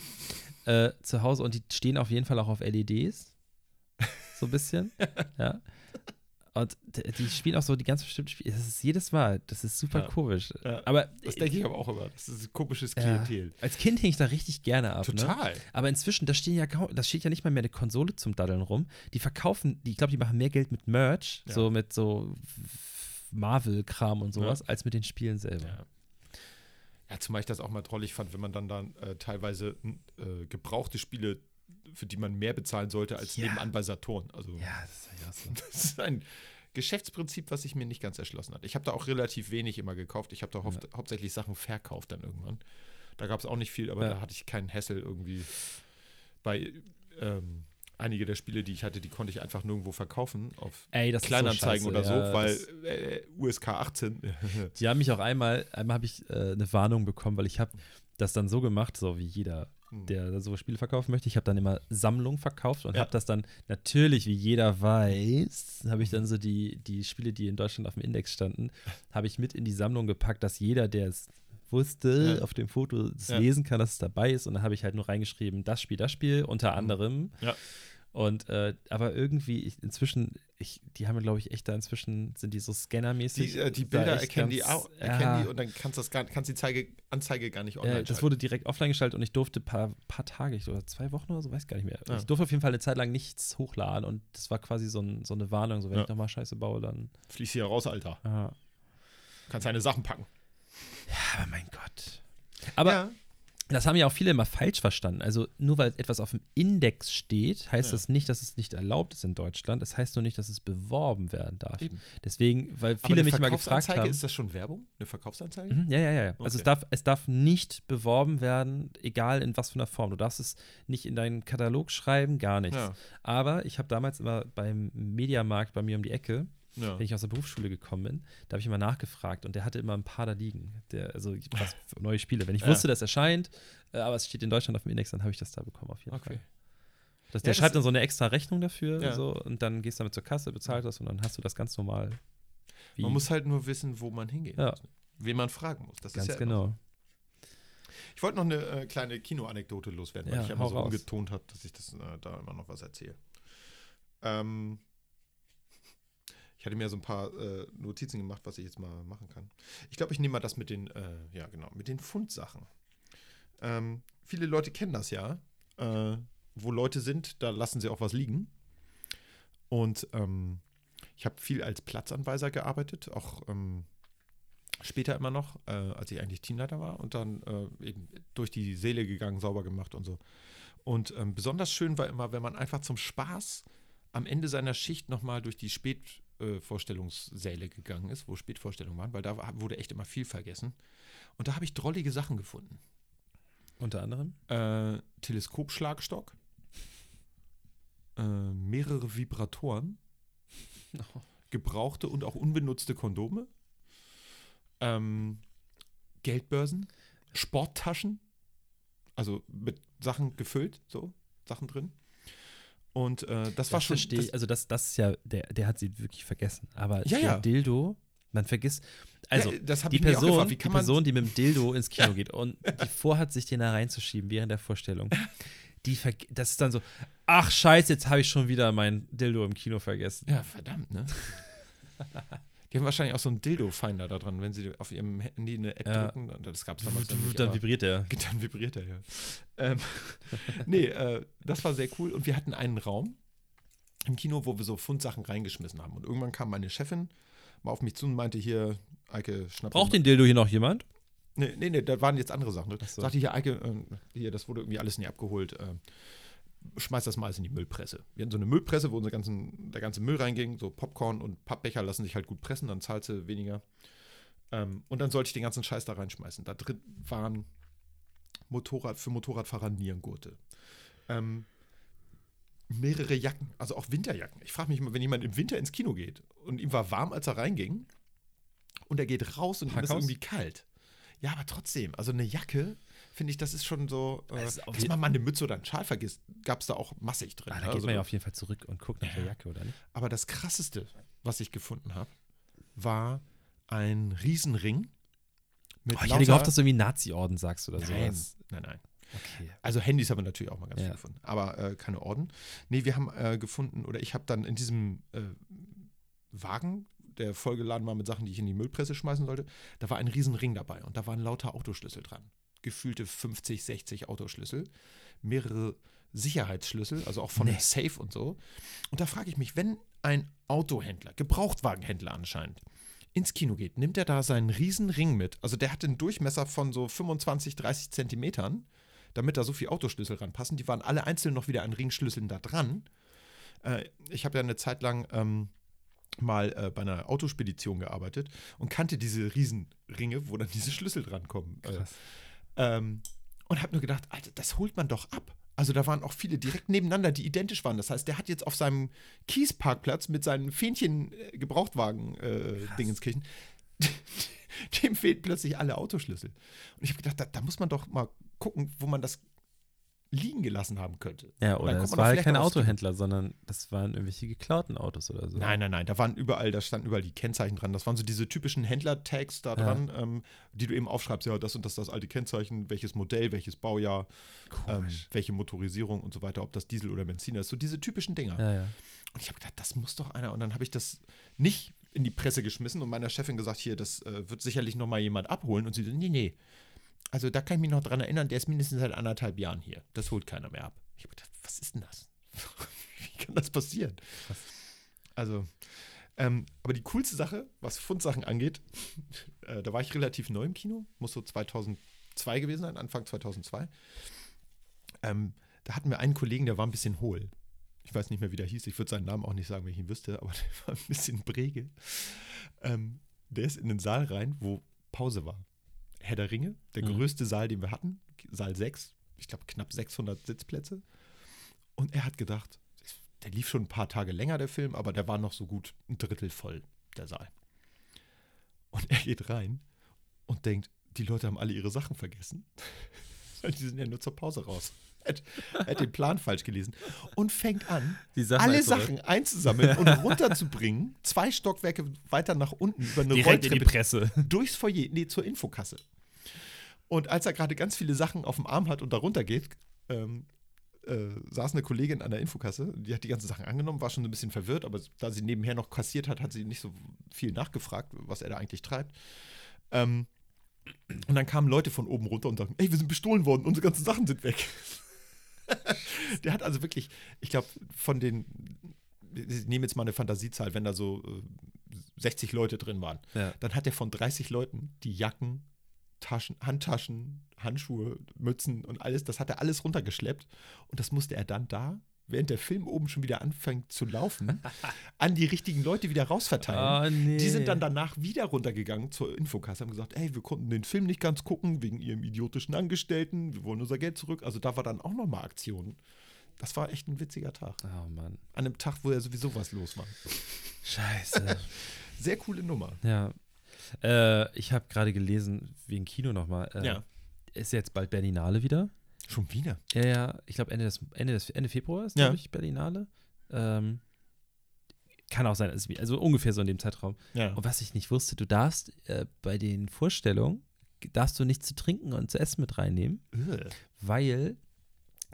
[SPEAKER 2] hier, Äh, zu Hause und die stehen auf jeden Fall auch auf LEDs. So ein bisschen. ja. Und d- die spielen auch so die ganz bestimmten Spiele. Das ist jedes Mal, das ist super
[SPEAKER 1] Ja.
[SPEAKER 2] komisch.
[SPEAKER 1] Ja.
[SPEAKER 2] Aber
[SPEAKER 1] Das denke ich aber auch immer. Das ist ein komisches
[SPEAKER 2] ja,
[SPEAKER 1] Klientel.
[SPEAKER 2] als Kind hing ich da richtig gerne ab. Ne?
[SPEAKER 1] Total.
[SPEAKER 2] Aber inzwischen, da stehen ja kaum, da steht ja nicht mal mehr eine Konsole zum Daddeln rum. Die verkaufen, die, ich glaube, die machen mehr Geld mit Merch,
[SPEAKER 1] Ja.
[SPEAKER 2] so mit so Marvel-Kram und sowas, als mit den Spielen selber.
[SPEAKER 1] Ja. Ja, zumal ich das auch mal drollig fand, wenn man dann dann äh, teilweise äh, gebrauchte Spiele, für die man mehr bezahlen sollte, als
[SPEAKER 2] Ja.
[SPEAKER 1] nebenan bei Saturn. Also
[SPEAKER 2] Ja, das ist ja so.
[SPEAKER 1] Das ist ein Geschäftsprinzip, was sich mir nicht ganz erschlossen hat. Ich habe da auch relativ wenig immer gekauft. Ich habe da haupt- hauptsächlich Sachen verkauft dann irgendwann. Da gab es auch nicht viel, aber
[SPEAKER 2] Ja.
[SPEAKER 1] da hatte ich keinen Hassel irgendwie. Bei ähm, einige der Spiele, die ich hatte, die konnte ich einfach nirgendwo verkaufen auf
[SPEAKER 2] Ey, das
[SPEAKER 1] Kleinanzeigen
[SPEAKER 2] ist so
[SPEAKER 1] oder
[SPEAKER 2] scheiße.
[SPEAKER 1] so,
[SPEAKER 2] ja,
[SPEAKER 1] weil
[SPEAKER 2] das-
[SPEAKER 1] äh, USK 18.
[SPEAKER 2] Die haben mich auch einmal, einmal habe ich äh, eine Warnung bekommen, weil ich habe das dann so gemacht, so wie jeder
[SPEAKER 1] Hm.
[SPEAKER 2] der da so Spiele verkaufen möchte. Ich habe dann immer Sammlungen verkauft und habe das dann natürlich, wie jeder weiß, habe ich dann so die, die Spiele, die in Deutschland auf dem Index standen, habe ich mit in die Sammlung gepackt, dass jeder, der es wusste,
[SPEAKER 1] Ja.
[SPEAKER 2] auf dem Foto das
[SPEAKER 1] Ja.
[SPEAKER 2] lesen kann, dass es dabei ist. Und dann habe ich halt nur reingeschrieben, das Spiel, das Spiel,
[SPEAKER 1] Hm.
[SPEAKER 2] unter anderem.
[SPEAKER 5] Ja.
[SPEAKER 2] Und äh, aber irgendwie, ich, inzwischen, ich, die haben, glaube ich, echt da inzwischen, sind die so scannermäßig.
[SPEAKER 1] Die, äh, die
[SPEAKER 2] da
[SPEAKER 1] Bilder
[SPEAKER 2] echt
[SPEAKER 1] erkennen, die,
[SPEAKER 2] ganz-
[SPEAKER 1] au- erkennen die
[SPEAKER 2] Ja.
[SPEAKER 1] und dann kannst, das gar, kannst die Zeige, Anzeige gar nicht online
[SPEAKER 2] Äh, das
[SPEAKER 1] schalten.
[SPEAKER 2] wurde direkt offline geschaltet und ich durfte ein paar, paar Tage ich, oder zwei Wochen oder so, weiß gar nicht mehr.
[SPEAKER 1] Ja.
[SPEAKER 2] Ich durfte auf jeden Fall eine Zeit lang nichts hochladen und das war quasi so, ein, so eine Warnung, so wenn
[SPEAKER 1] Ja.
[SPEAKER 2] ich nochmal Scheiße baue, dann.
[SPEAKER 1] Fließ hier raus, Alter.
[SPEAKER 2] Ja.
[SPEAKER 1] Kannst deine Sachen packen.
[SPEAKER 2] Aber mein Gott. Aber das haben ja auch viele immer falsch verstanden. Also nur weil etwas auf dem Index steht, heißt
[SPEAKER 1] Ja.
[SPEAKER 2] das nicht, dass es nicht erlaubt ist in Deutschland. Das heißt nur nicht, dass es beworben werden darf.
[SPEAKER 1] Eben.
[SPEAKER 2] Deswegen, weil
[SPEAKER 1] Aber
[SPEAKER 2] viele
[SPEAKER 1] eine
[SPEAKER 2] mich immer gefragt
[SPEAKER 1] Verkaufsanzeige,
[SPEAKER 2] haben.
[SPEAKER 1] Ist das schon Werbung? Eine Verkaufsanzeige?
[SPEAKER 2] Mhm, Ja, ja, ja. ja. Also
[SPEAKER 1] Okay.
[SPEAKER 2] es darf, es darf nicht beworben werden, egal in was für einer Form. Du darfst es nicht in deinen Katalog schreiben, gar nichts.
[SPEAKER 1] Ja.
[SPEAKER 2] Aber ich habe damals immer beim Mediamarkt bei mir um die Ecke,
[SPEAKER 1] Ja.
[SPEAKER 2] wenn ich aus der Berufsschule gekommen bin, da habe ich immer nachgefragt und der hatte immer ein paar da liegen. Der, also ich- was für neue Spiele. Wenn ich
[SPEAKER 1] Ja.
[SPEAKER 2] wusste, dass erscheint, äh, aber es steht in Deutschland auf dem Index, dann habe ich das da bekommen auf jeden
[SPEAKER 1] Okay.
[SPEAKER 2] Fall. Das,
[SPEAKER 1] Ja,
[SPEAKER 2] der
[SPEAKER 1] das-
[SPEAKER 2] schreibt dann so eine extra Rechnung dafür
[SPEAKER 1] Ja.
[SPEAKER 2] und, so, und dann gehst du damit zur Kasse, bezahlst das und dann hast du das ganz normal. wie-
[SPEAKER 1] Man muss halt nur wissen, wo man hingeht.
[SPEAKER 2] Ja.
[SPEAKER 1] Wen man fragen muss. Das
[SPEAKER 2] ganz
[SPEAKER 1] ist ja immer
[SPEAKER 2] genau.
[SPEAKER 1] so. Ich wollte noch eine äh, kleine Kinoanekdote loswerden, weil
[SPEAKER 2] Ja,
[SPEAKER 1] ich immer
[SPEAKER 2] hau
[SPEAKER 1] so
[SPEAKER 2] raus.
[SPEAKER 1] umgetont habe, dass ich das, äh, da immer noch was erzähle. Ähm, ich hatte mir so ein paar äh, Notizen gemacht, was ich jetzt mal machen kann. Ich glaube, ich nehme mal das mit den, äh, ja genau, mit den Fundsachen. Ähm, viele Leute kennen das ja. Äh, wo Leute sind, da lassen sie auch was liegen. Und ähm, ich habe viel als Platzanweiser gearbeitet, auch ähm, später immer noch, äh, als ich eigentlich Teamleiter war und dann äh, eben durch die Seele gegangen, sauber gemacht und so. Und ähm, besonders schön war immer, wenn man einfach zum Spaß am Ende seiner Schicht nochmal durch die Spätvorstellungssäle äh, Vorstellungssäle gegangen ist, wo Spätvorstellungen waren, weil da war- wurde echt immer viel vergessen. Und da habe ich drollige Sachen gefunden.
[SPEAKER 2] Unter anderem?
[SPEAKER 1] Äh, Teleskopschlagstock, äh, mehrere Vibratoren,
[SPEAKER 2] Oh.
[SPEAKER 1] gebrauchte und auch unbenutzte Kondome, ähm, Geldbörsen, Sporttaschen, also mit Sachen gefüllt, so Sachen drin. Und äh, das, war schon.
[SPEAKER 2] verstehe ich.
[SPEAKER 1] das,
[SPEAKER 2] Also das, das ist ja, der, der hat sie wirklich vergessen. Aber
[SPEAKER 1] Ja,
[SPEAKER 2] der
[SPEAKER 1] ja.
[SPEAKER 2] Dildo, man vergisst. Also
[SPEAKER 1] Ja, das hab
[SPEAKER 2] die
[SPEAKER 1] ich mich auch
[SPEAKER 2] Person,
[SPEAKER 1] gefragt, wie
[SPEAKER 2] die
[SPEAKER 1] kann man-
[SPEAKER 2] Person, die mit dem Dildo ins Kino geht und die vorhat, sich den da reinzuschieben während der Vorstellung, die verg- das ist dann so, ach scheiße, jetzt habe ich schon wieder mein Dildo im Kino vergessen.
[SPEAKER 1] ja, verdammt, ne? Die haben wahrscheinlich auch so einen Dildo-Finder da dran, wenn sie auf ihrem Handy eine App
[SPEAKER 2] Ja.
[SPEAKER 1] drücken. Das gab es damals noch nicht.
[SPEAKER 2] dann
[SPEAKER 1] aber-
[SPEAKER 2] vibriert der.
[SPEAKER 1] Dann vibriert er, ja. Ähm, nee, äh, das war sehr cool. Und wir hatten einen Raum im Kino, wo wir so Fundsachen reingeschmissen haben. Und irgendwann kam meine Chefin mal auf mich zu und meinte hier, Eike, schnapp dir
[SPEAKER 2] Braucht
[SPEAKER 1] mal-
[SPEAKER 2] den Dildo hier noch jemand?
[SPEAKER 1] Nee, nee, nee, da waren jetzt andere Sachen. Ne?
[SPEAKER 2] so.
[SPEAKER 1] Sagte hier, Eike, ähm, hier, das wurde irgendwie alles nie abgeholt. ähm, schmeiß das mal alles in die Müllpresse. Wir hatten so eine Müllpresse, wo unser ganzen, der ganze Müll reinging. So Popcorn und Pappbecher lassen sich halt gut pressen, dann zahlst du weniger. Ähm, und dann sollte ich den ganzen Scheiß da reinschmeißen. Da drin waren Motorrad, für Motorradfahrer Nierengurte. Ähm, mehrere Jacken, also auch Winterjacken. Ich frage mich immer, wenn jemand im Winter ins Kino geht und ihm war warm, als er reinging, und er geht raus und ihm ist
[SPEAKER 2] Parkhaus?
[SPEAKER 1] irgendwie kalt. Ja, aber trotzdem, also eine Jacke, finde ich, das ist schon so. Äh,
[SPEAKER 2] Das ist auf
[SPEAKER 1] dass
[SPEAKER 2] je-
[SPEAKER 1] man mal eine Mütze oder einen Schal vergisst, gab es da auch massig drin.
[SPEAKER 2] Ah, da geht
[SPEAKER 1] also,
[SPEAKER 2] man ja auf jeden Fall zurück und guckt nach der Jacke, oder nicht?
[SPEAKER 1] aber das krasseste, was ich gefunden habe, war ein Riesenring. Mit
[SPEAKER 2] Oh, ich hätte
[SPEAKER 1] lauter-
[SPEAKER 2] gehofft, dass du irgendwie Nazi-Orden sagst oder
[SPEAKER 1] Nein,
[SPEAKER 2] sowas.
[SPEAKER 1] nein, nein.
[SPEAKER 2] Okay.
[SPEAKER 1] Also Handys haben wir natürlich auch mal ganz
[SPEAKER 2] Ja.
[SPEAKER 1] viel gefunden, aber äh, keine Orden. Nee, wir haben äh, gefunden, oder ich habe dann in diesem äh, Wagen, der vollgeladen war mit Sachen, die ich in die Müllpresse schmeißen sollte, da war ein Riesenring dabei und da waren lauter Autoschlüssel dran. Gefühlte 50, 60 Autoschlüssel, mehrere Sicherheitsschlüssel, also auch von dem Safe und so. Und da frage ich mich, wenn ein Autohändler, Gebrauchtwagenhändler anscheinend, ins Kino geht, nimmt er da seinen riesen Ring mit. Also der hatte einen Durchmesser von so 25, 30 Zentimetern, damit da so viel Autoschlüssel ranpassen. Die waren alle einzeln noch wieder an Ringschlüsseln da dran. Äh, ich habe ja eine Zeit lang ähm, mal äh, bei einer Autospedition gearbeitet und kannte diese Riesenringe, wo dann diese Schlüssel drankommen. Äh, ähm, und habe nur gedacht, Alter, das holt man doch ab. Also da waren auch viele direkt nebeneinander, die identisch waren. Das heißt, der hat jetzt auf seinem Kiesparkplatz mit seinem Fähnchen äh, Gebrauchtwagen äh, Dingenskirchen, dem fehlen plötzlich alle Autoschlüssel. Und ich habe gedacht, da, da muss man doch mal gucken, wo man das liegen gelassen haben könnte.
[SPEAKER 2] Ja,
[SPEAKER 1] Dann
[SPEAKER 2] oder
[SPEAKER 1] kommt
[SPEAKER 2] es
[SPEAKER 1] man doch
[SPEAKER 2] war halt
[SPEAKER 1] vielleicht
[SPEAKER 2] kein
[SPEAKER 1] noch aufs Kino.
[SPEAKER 2] Autohändler, sondern das waren irgendwelche geklauten Autos oder so.
[SPEAKER 1] Nein, nein, nein. Da waren überall, da standen überall die Kennzeichen dran. Das waren so diese typischen Händler-Tags da
[SPEAKER 2] Ja.
[SPEAKER 1] dran, ähm, die du eben aufschreibst. Ja, das und das, das alte Kennzeichen, welches Modell, welches Baujahr, ähm, welche Motorisierung und so weiter, ob das Diesel oder Benziner ist. So diese typischen Dinger.
[SPEAKER 2] Ja, ja.
[SPEAKER 1] Und ich habe gedacht, das muss doch einer. Und dann habe ich das nicht in die Presse geschmissen und meiner Chefin gesagt, hier, das äh, wird sicherlich noch mal jemand abholen. Und sie so, nee, nee. Also da kann ich mich noch dran erinnern, der ist mindestens seit anderthalb Jahren hier. Das holt keiner mehr ab. Ich habe gedacht, was ist denn das? Wie kann das passieren? Also, ähm, aber die coolste Sache, was Fundsachen angeht, äh, da war ich relativ neu im Kino, muss so 2002 gewesen sein, Anfang 2002. Ähm, da hatten wir einen Kollegen, der war ein bisschen hohl. Ich weiß nicht mehr, wie der hieß. Ich würde seinen Namen auch nicht sagen, wenn ich ihn wüsste, aber der war ein bisschen brege. Ähm, der ist in den Saal rein, wo Pause war. Herr der Ringe, der
[SPEAKER 2] Mhm.
[SPEAKER 1] größte Saal, den wir hatten, Saal 6, ich glaube knapp 600 Sitzplätze. Und er hat gedacht, der lief schon ein paar Tage länger, der Film, aber der war noch so gut ein Drittel voll, der Saal. Und er geht rein und denkt, die Leute haben alle ihre Sachen vergessen. Weil die sind ja nur zur Pause raus. Er hat, er hat den Plan falsch gelesen. Und fängt an,
[SPEAKER 2] Die Sachen
[SPEAKER 1] alle
[SPEAKER 2] einzusammeln.
[SPEAKER 1] Sachen einzusammeln und runterzubringen, zwei Stockwerke weiter nach unten über eine
[SPEAKER 2] Direkt in die
[SPEAKER 1] Rolltreppe
[SPEAKER 2] Presse.
[SPEAKER 1] durchs Foyer, nee, zur Infokasse. Und als er gerade ganz viele Sachen auf dem Arm hat und da runtergeht, ähm, äh, saß eine Kollegin an der Infokasse, die hat die ganzen Sachen angenommen, war schon so ein bisschen verwirrt, aber da sie nebenher noch kassiert hat, hat sie nicht so viel nachgefragt, was er da eigentlich treibt. Ähm, und dann kamen Leute von oben runter und sagten, ey, wir sind bestohlen worden, unsere ganzen Sachen sind weg. Der hat also wirklich, ich glaube, von den, ich nehme jetzt mal eine Fantasiezahl, wenn da so äh, 60 Leute drin waren,
[SPEAKER 2] Ja.
[SPEAKER 1] dann hat er von 30 Leuten die Jacken, Taschen, Handtaschen, Handschuhe, Mützen und alles, das hat er alles runtergeschleppt und das musste er dann da, während der Film oben schon wieder anfängt zu laufen, an die richtigen Leute wieder rausverteilen.
[SPEAKER 2] Oh, nee.
[SPEAKER 1] Die sind dann danach wieder runtergegangen zur Infokasse, haben gesagt, ey, wir konnten den Film nicht ganz gucken wegen ihrem idiotischen Angestellten, wir wollen unser Geld zurück. Also da war dann auch nochmal Aktion. Das war echt ein witziger Tag.
[SPEAKER 2] Oh Mann.
[SPEAKER 1] An einem Tag, wo ja sowieso was los war.
[SPEAKER 2] Scheiße.
[SPEAKER 1] Sehr coole Nummer.
[SPEAKER 2] ja. Äh, ich habe gerade gelesen, wegen Kino nochmal. Äh,
[SPEAKER 1] Ja.
[SPEAKER 2] Ist jetzt bald Berlinale wieder.
[SPEAKER 1] Schon wieder.
[SPEAKER 2] Ja, ja, ich glaube Ende, des, Ende, des, Ende Februar ist,
[SPEAKER 1] Ja.
[SPEAKER 2] glaube ich, Berlinale. Ähm, kann auch sein, also, wie- also ungefähr so in dem Zeitraum.
[SPEAKER 1] Ja.
[SPEAKER 2] Und was ich nicht wusste, du darfst äh, bei den Vorstellungen, g- darfst du nichts zu trinken und zu essen mit reinnehmen, weil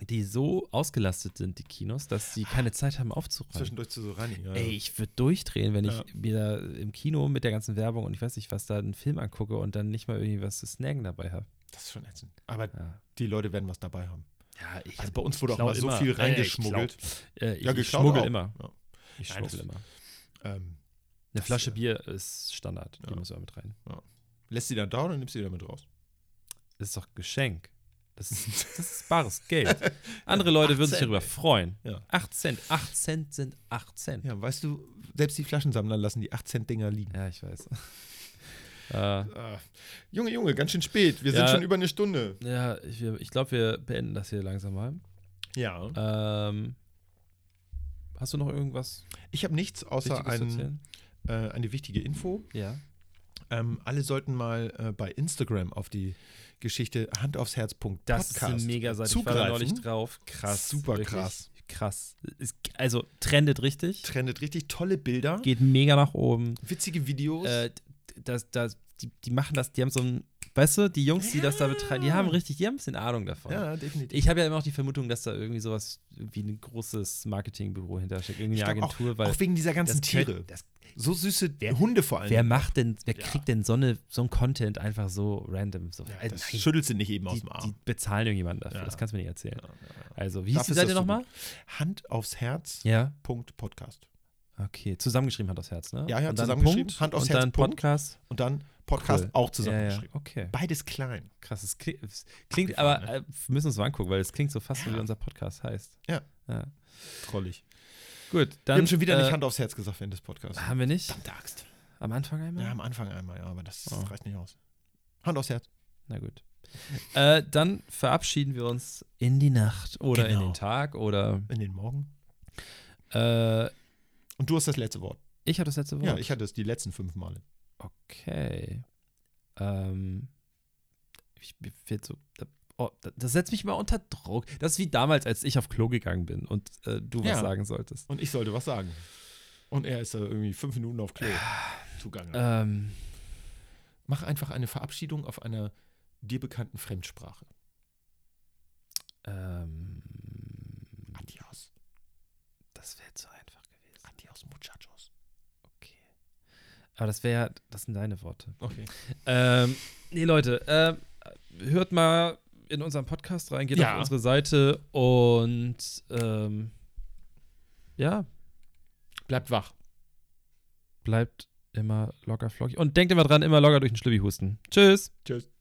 [SPEAKER 2] die so ausgelastet sind, die Kinos, dass sie keine Zeit haben aufzuräumen.
[SPEAKER 1] Zwischendurch zu so reinigen. Ja.
[SPEAKER 2] Ey, ich würde durchdrehen, wenn
[SPEAKER 1] Ja.
[SPEAKER 2] ich mir da im Kino mit der ganzen Werbung und ich weiß nicht was da einen Film angucke und dann nicht mal irgendwie was zu snacken dabei habe.
[SPEAKER 1] Das ist schon ätzend. Aber
[SPEAKER 2] Ja.
[SPEAKER 1] die Leute werden was dabei haben.
[SPEAKER 2] Ja, ich,
[SPEAKER 1] Also bei uns wurde auch
[SPEAKER 2] klau
[SPEAKER 1] mal so
[SPEAKER 2] immer.
[SPEAKER 1] viel
[SPEAKER 2] Ja, ja, ich
[SPEAKER 1] reingeschmuggelt.
[SPEAKER 2] äh, ich,
[SPEAKER 1] Ja,
[SPEAKER 2] ich
[SPEAKER 1] geklaut
[SPEAKER 2] schmuggel
[SPEAKER 1] auch.
[SPEAKER 2] immer.
[SPEAKER 1] Ja.
[SPEAKER 2] Ich
[SPEAKER 1] Nein, das-
[SPEAKER 2] schmuggel immer.
[SPEAKER 1] ähm,
[SPEAKER 2] Eine
[SPEAKER 1] das,
[SPEAKER 2] Flasche
[SPEAKER 1] äh,
[SPEAKER 2] Bier ist Standard, die
[SPEAKER 1] ja.
[SPEAKER 2] muss immer mit rein.
[SPEAKER 1] lässt sie dann da und nimmst sie wieder mit raus.
[SPEAKER 2] Das ist doch ein Geschenk. Das ist, das ist bares Geld. Andere Leute würden sich
[SPEAKER 1] Cent,
[SPEAKER 2] darüber freuen.
[SPEAKER 1] Ja.
[SPEAKER 2] 8 Cent, 8 Cent sind 8 Cent.
[SPEAKER 1] Ja, weißt du, selbst die Flaschensammler lassen die 8-Cent-Dinger liegen.
[SPEAKER 2] Ja, ich weiß. äh,
[SPEAKER 1] Ah, Junge, Junge, ganz schön spät. Wir
[SPEAKER 2] Ja.
[SPEAKER 1] sind schon über eine Stunde.
[SPEAKER 2] ja, ich, wir- ich glaube, wir beenden das hier langsam mal.
[SPEAKER 1] Ja.
[SPEAKER 2] Ähm, hast du noch irgendwas
[SPEAKER 1] Ich habe nichts außer
[SPEAKER 2] Wichtiges zu
[SPEAKER 1] ein,
[SPEAKER 2] erzählen?
[SPEAKER 1] äh, eine wichtige Info.
[SPEAKER 2] Ja.
[SPEAKER 1] Ähm, alle sollten mal äh, bei Instagram auf die Geschichte Hand aufs Herz. Punkt
[SPEAKER 2] Das
[SPEAKER 1] Podcast
[SPEAKER 2] ist eine mega Seite. Ich war da
[SPEAKER 1] Zugreifen.
[SPEAKER 2] neulich drauf. Krass.
[SPEAKER 1] Super
[SPEAKER 2] wirklich.
[SPEAKER 1] krass.
[SPEAKER 2] Krass. Ist, also trendet richtig.
[SPEAKER 1] Trendet richtig tolle Bilder,
[SPEAKER 2] Geht mega nach oben.
[SPEAKER 1] witzige Videos.
[SPEAKER 2] Äh, das, das, die, die machen das, die haben so ein, weißt du, die Jungs, die das da betreiben, die haben richtig, die haben ein bisschen Ahnung davon.
[SPEAKER 1] ja, definitiv.
[SPEAKER 2] Ich habe ja immer noch die Vermutung, dass da irgendwie sowas wie ein großes Marketingbüro hintersteckt, irgendwie
[SPEAKER 1] Ich
[SPEAKER 2] eine
[SPEAKER 1] glaub auch-
[SPEAKER 2] Agentur, weil
[SPEAKER 1] auch wegen dieser ganzen
[SPEAKER 2] das könnt-
[SPEAKER 1] Tiere.
[SPEAKER 2] das,
[SPEAKER 1] So süße Hunde vor allem.
[SPEAKER 2] wer macht denn, wer kriegt denn so, eine, so ein Content einfach so random? So,
[SPEAKER 1] Ja,
[SPEAKER 5] Äh,
[SPEAKER 2] Also
[SPEAKER 1] das
[SPEAKER 2] nein,
[SPEAKER 1] schüttelst du nicht eben aus
[SPEAKER 2] die,
[SPEAKER 1] dem
[SPEAKER 2] die
[SPEAKER 1] Arm.
[SPEAKER 2] bezahlen irgendjemanden dafür,
[SPEAKER 1] Ja.
[SPEAKER 2] das kannst du mir nicht erzählen.
[SPEAKER 1] Ja,
[SPEAKER 2] Also, wie hieß
[SPEAKER 1] Dafür
[SPEAKER 2] die
[SPEAKER 1] ist das
[SPEAKER 2] Seite
[SPEAKER 1] so
[SPEAKER 2] nochmal?
[SPEAKER 1] Hand aufs Herz.
[SPEAKER 2] Ja,
[SPEAKER 1] Punkt Podcast.
[SPEAKER 2] okay, zusammengeschrieben hat das Herz, ne?
[SPEAKER 1] Ja, ja,
[SPEAKER 2] und dann
[SPEAKER 1] zusammengeschrieben,
[SPEAKER 2] Punkt,
[SPEAKER 1] Hand aufs
[SPEAKER 2] und
[SPEAKER 1] Herz,
[SPEAKER 2] dann
[SPEAKER 1] Punkt.
[SPEAKER 2] Podcast.
[SPEAKER 1] Und dann Podcast
[SPEAKER 2] Cool.
[SPEAKER 1] auch
[SPEAKER 2] Ja, ja,
[SPEAKER 1] zusammengeschrieben.
[SPEAKER 2] okay.
[SPEAKER 1] Beides klein.
[SPEAKER 2] Krass, es klingt, es klingt aber, äh, wir müssen uns mal angucken, weil es klingt so fast so, wie
[SPEAKER 1] ne? Ja.
[SPEAKER 2] unser Podcast heißt.
[SPEAKER 1] Ja.
[SPEAKER 2] ja.
[SPEAKER 1] Trollig.
[SPEAKER 2] Gut,
[SPEAKER 1] Wir
[SPEAKER 2] dann.
[SPEAKER 1] haben schon wieder
[SPEAKER 2] äh,
[SPEAKER 1] nicht Hand aufs Herz gesagt während des Podcasts.
[SPEAKER 2] Haben wir nicht?
[SPEAKER 1] Verdammte Axt.
[SPEAKER 2] Am Anfang einmal?
[SPEAKER 1] Ah, Ja, Ah. am Anfang einmal, ja, aber das
[SPEAKER 2] Oh.
[SPEAKER 1] reicht nicht aus. Hand aufs Herz.
[SPEAKER 2] Na gut. äh, dann verabschieden wir uns in die Nacht oder in
[SPEAKER 1] Genau.
[SPEAKER 2] den Tag oder.
[SPEAKER 1] In den Morgen.
[SPEAKER 2] Äh,
[SPEAKER 1] Und du hast das letzte Wort.
[SPEAKER 2] ich hatte das letzte Wort.
[SPEAKER 1] Ja, ich hatte es die letzten fünf Male.
[SPEAKER 2] Okay. Ähm, ich, mir fehlt so. oh, das- das setzt mich mal unter Druck. Das ist wie damals, als ich auf Klo gegangen bin und äh, du was
[SPEAKER 1] Ja.
[SPEAKER 2] sagen solltest.
[SPEAKER 1] Und ich sollte was sagen. Und er ist da irgendwie fünf Minuten auf Klo zugange.
[SPEAKER 2] Ähm,
[SPEAKER 1] Ah. Äh. Mach einfach eine Verabschiedung auf einer dir bekannten Fremdsprache.
[SPEAKER 2] ähm,
[SPEAKER 1] Adios.
[SPEAKER 2] das wäre zu einfach gewesen.
[SPEAKER 1] Adios, muchachos.
[SPEAKER 2] Okay. Aber das wäre, das sind deine Worte.
[SPEAKER 1] Okay.
[SPEAKER 2] Ähm, nee, Leute, ähm, hört mal in unseren Podcast rein, geht
[SPEAKER 1] Ja.
[SPEAKER 2] auf unsere Seite und ähm, ja,
[SPEAKER 1] Bleibt wach.
[SPEAKER 2] bleibt immer locker flockig. Und denkt immer dran, immer locker durch den Schlibbi husten. Tschüss.
[SPEAKER 1] Tschüss.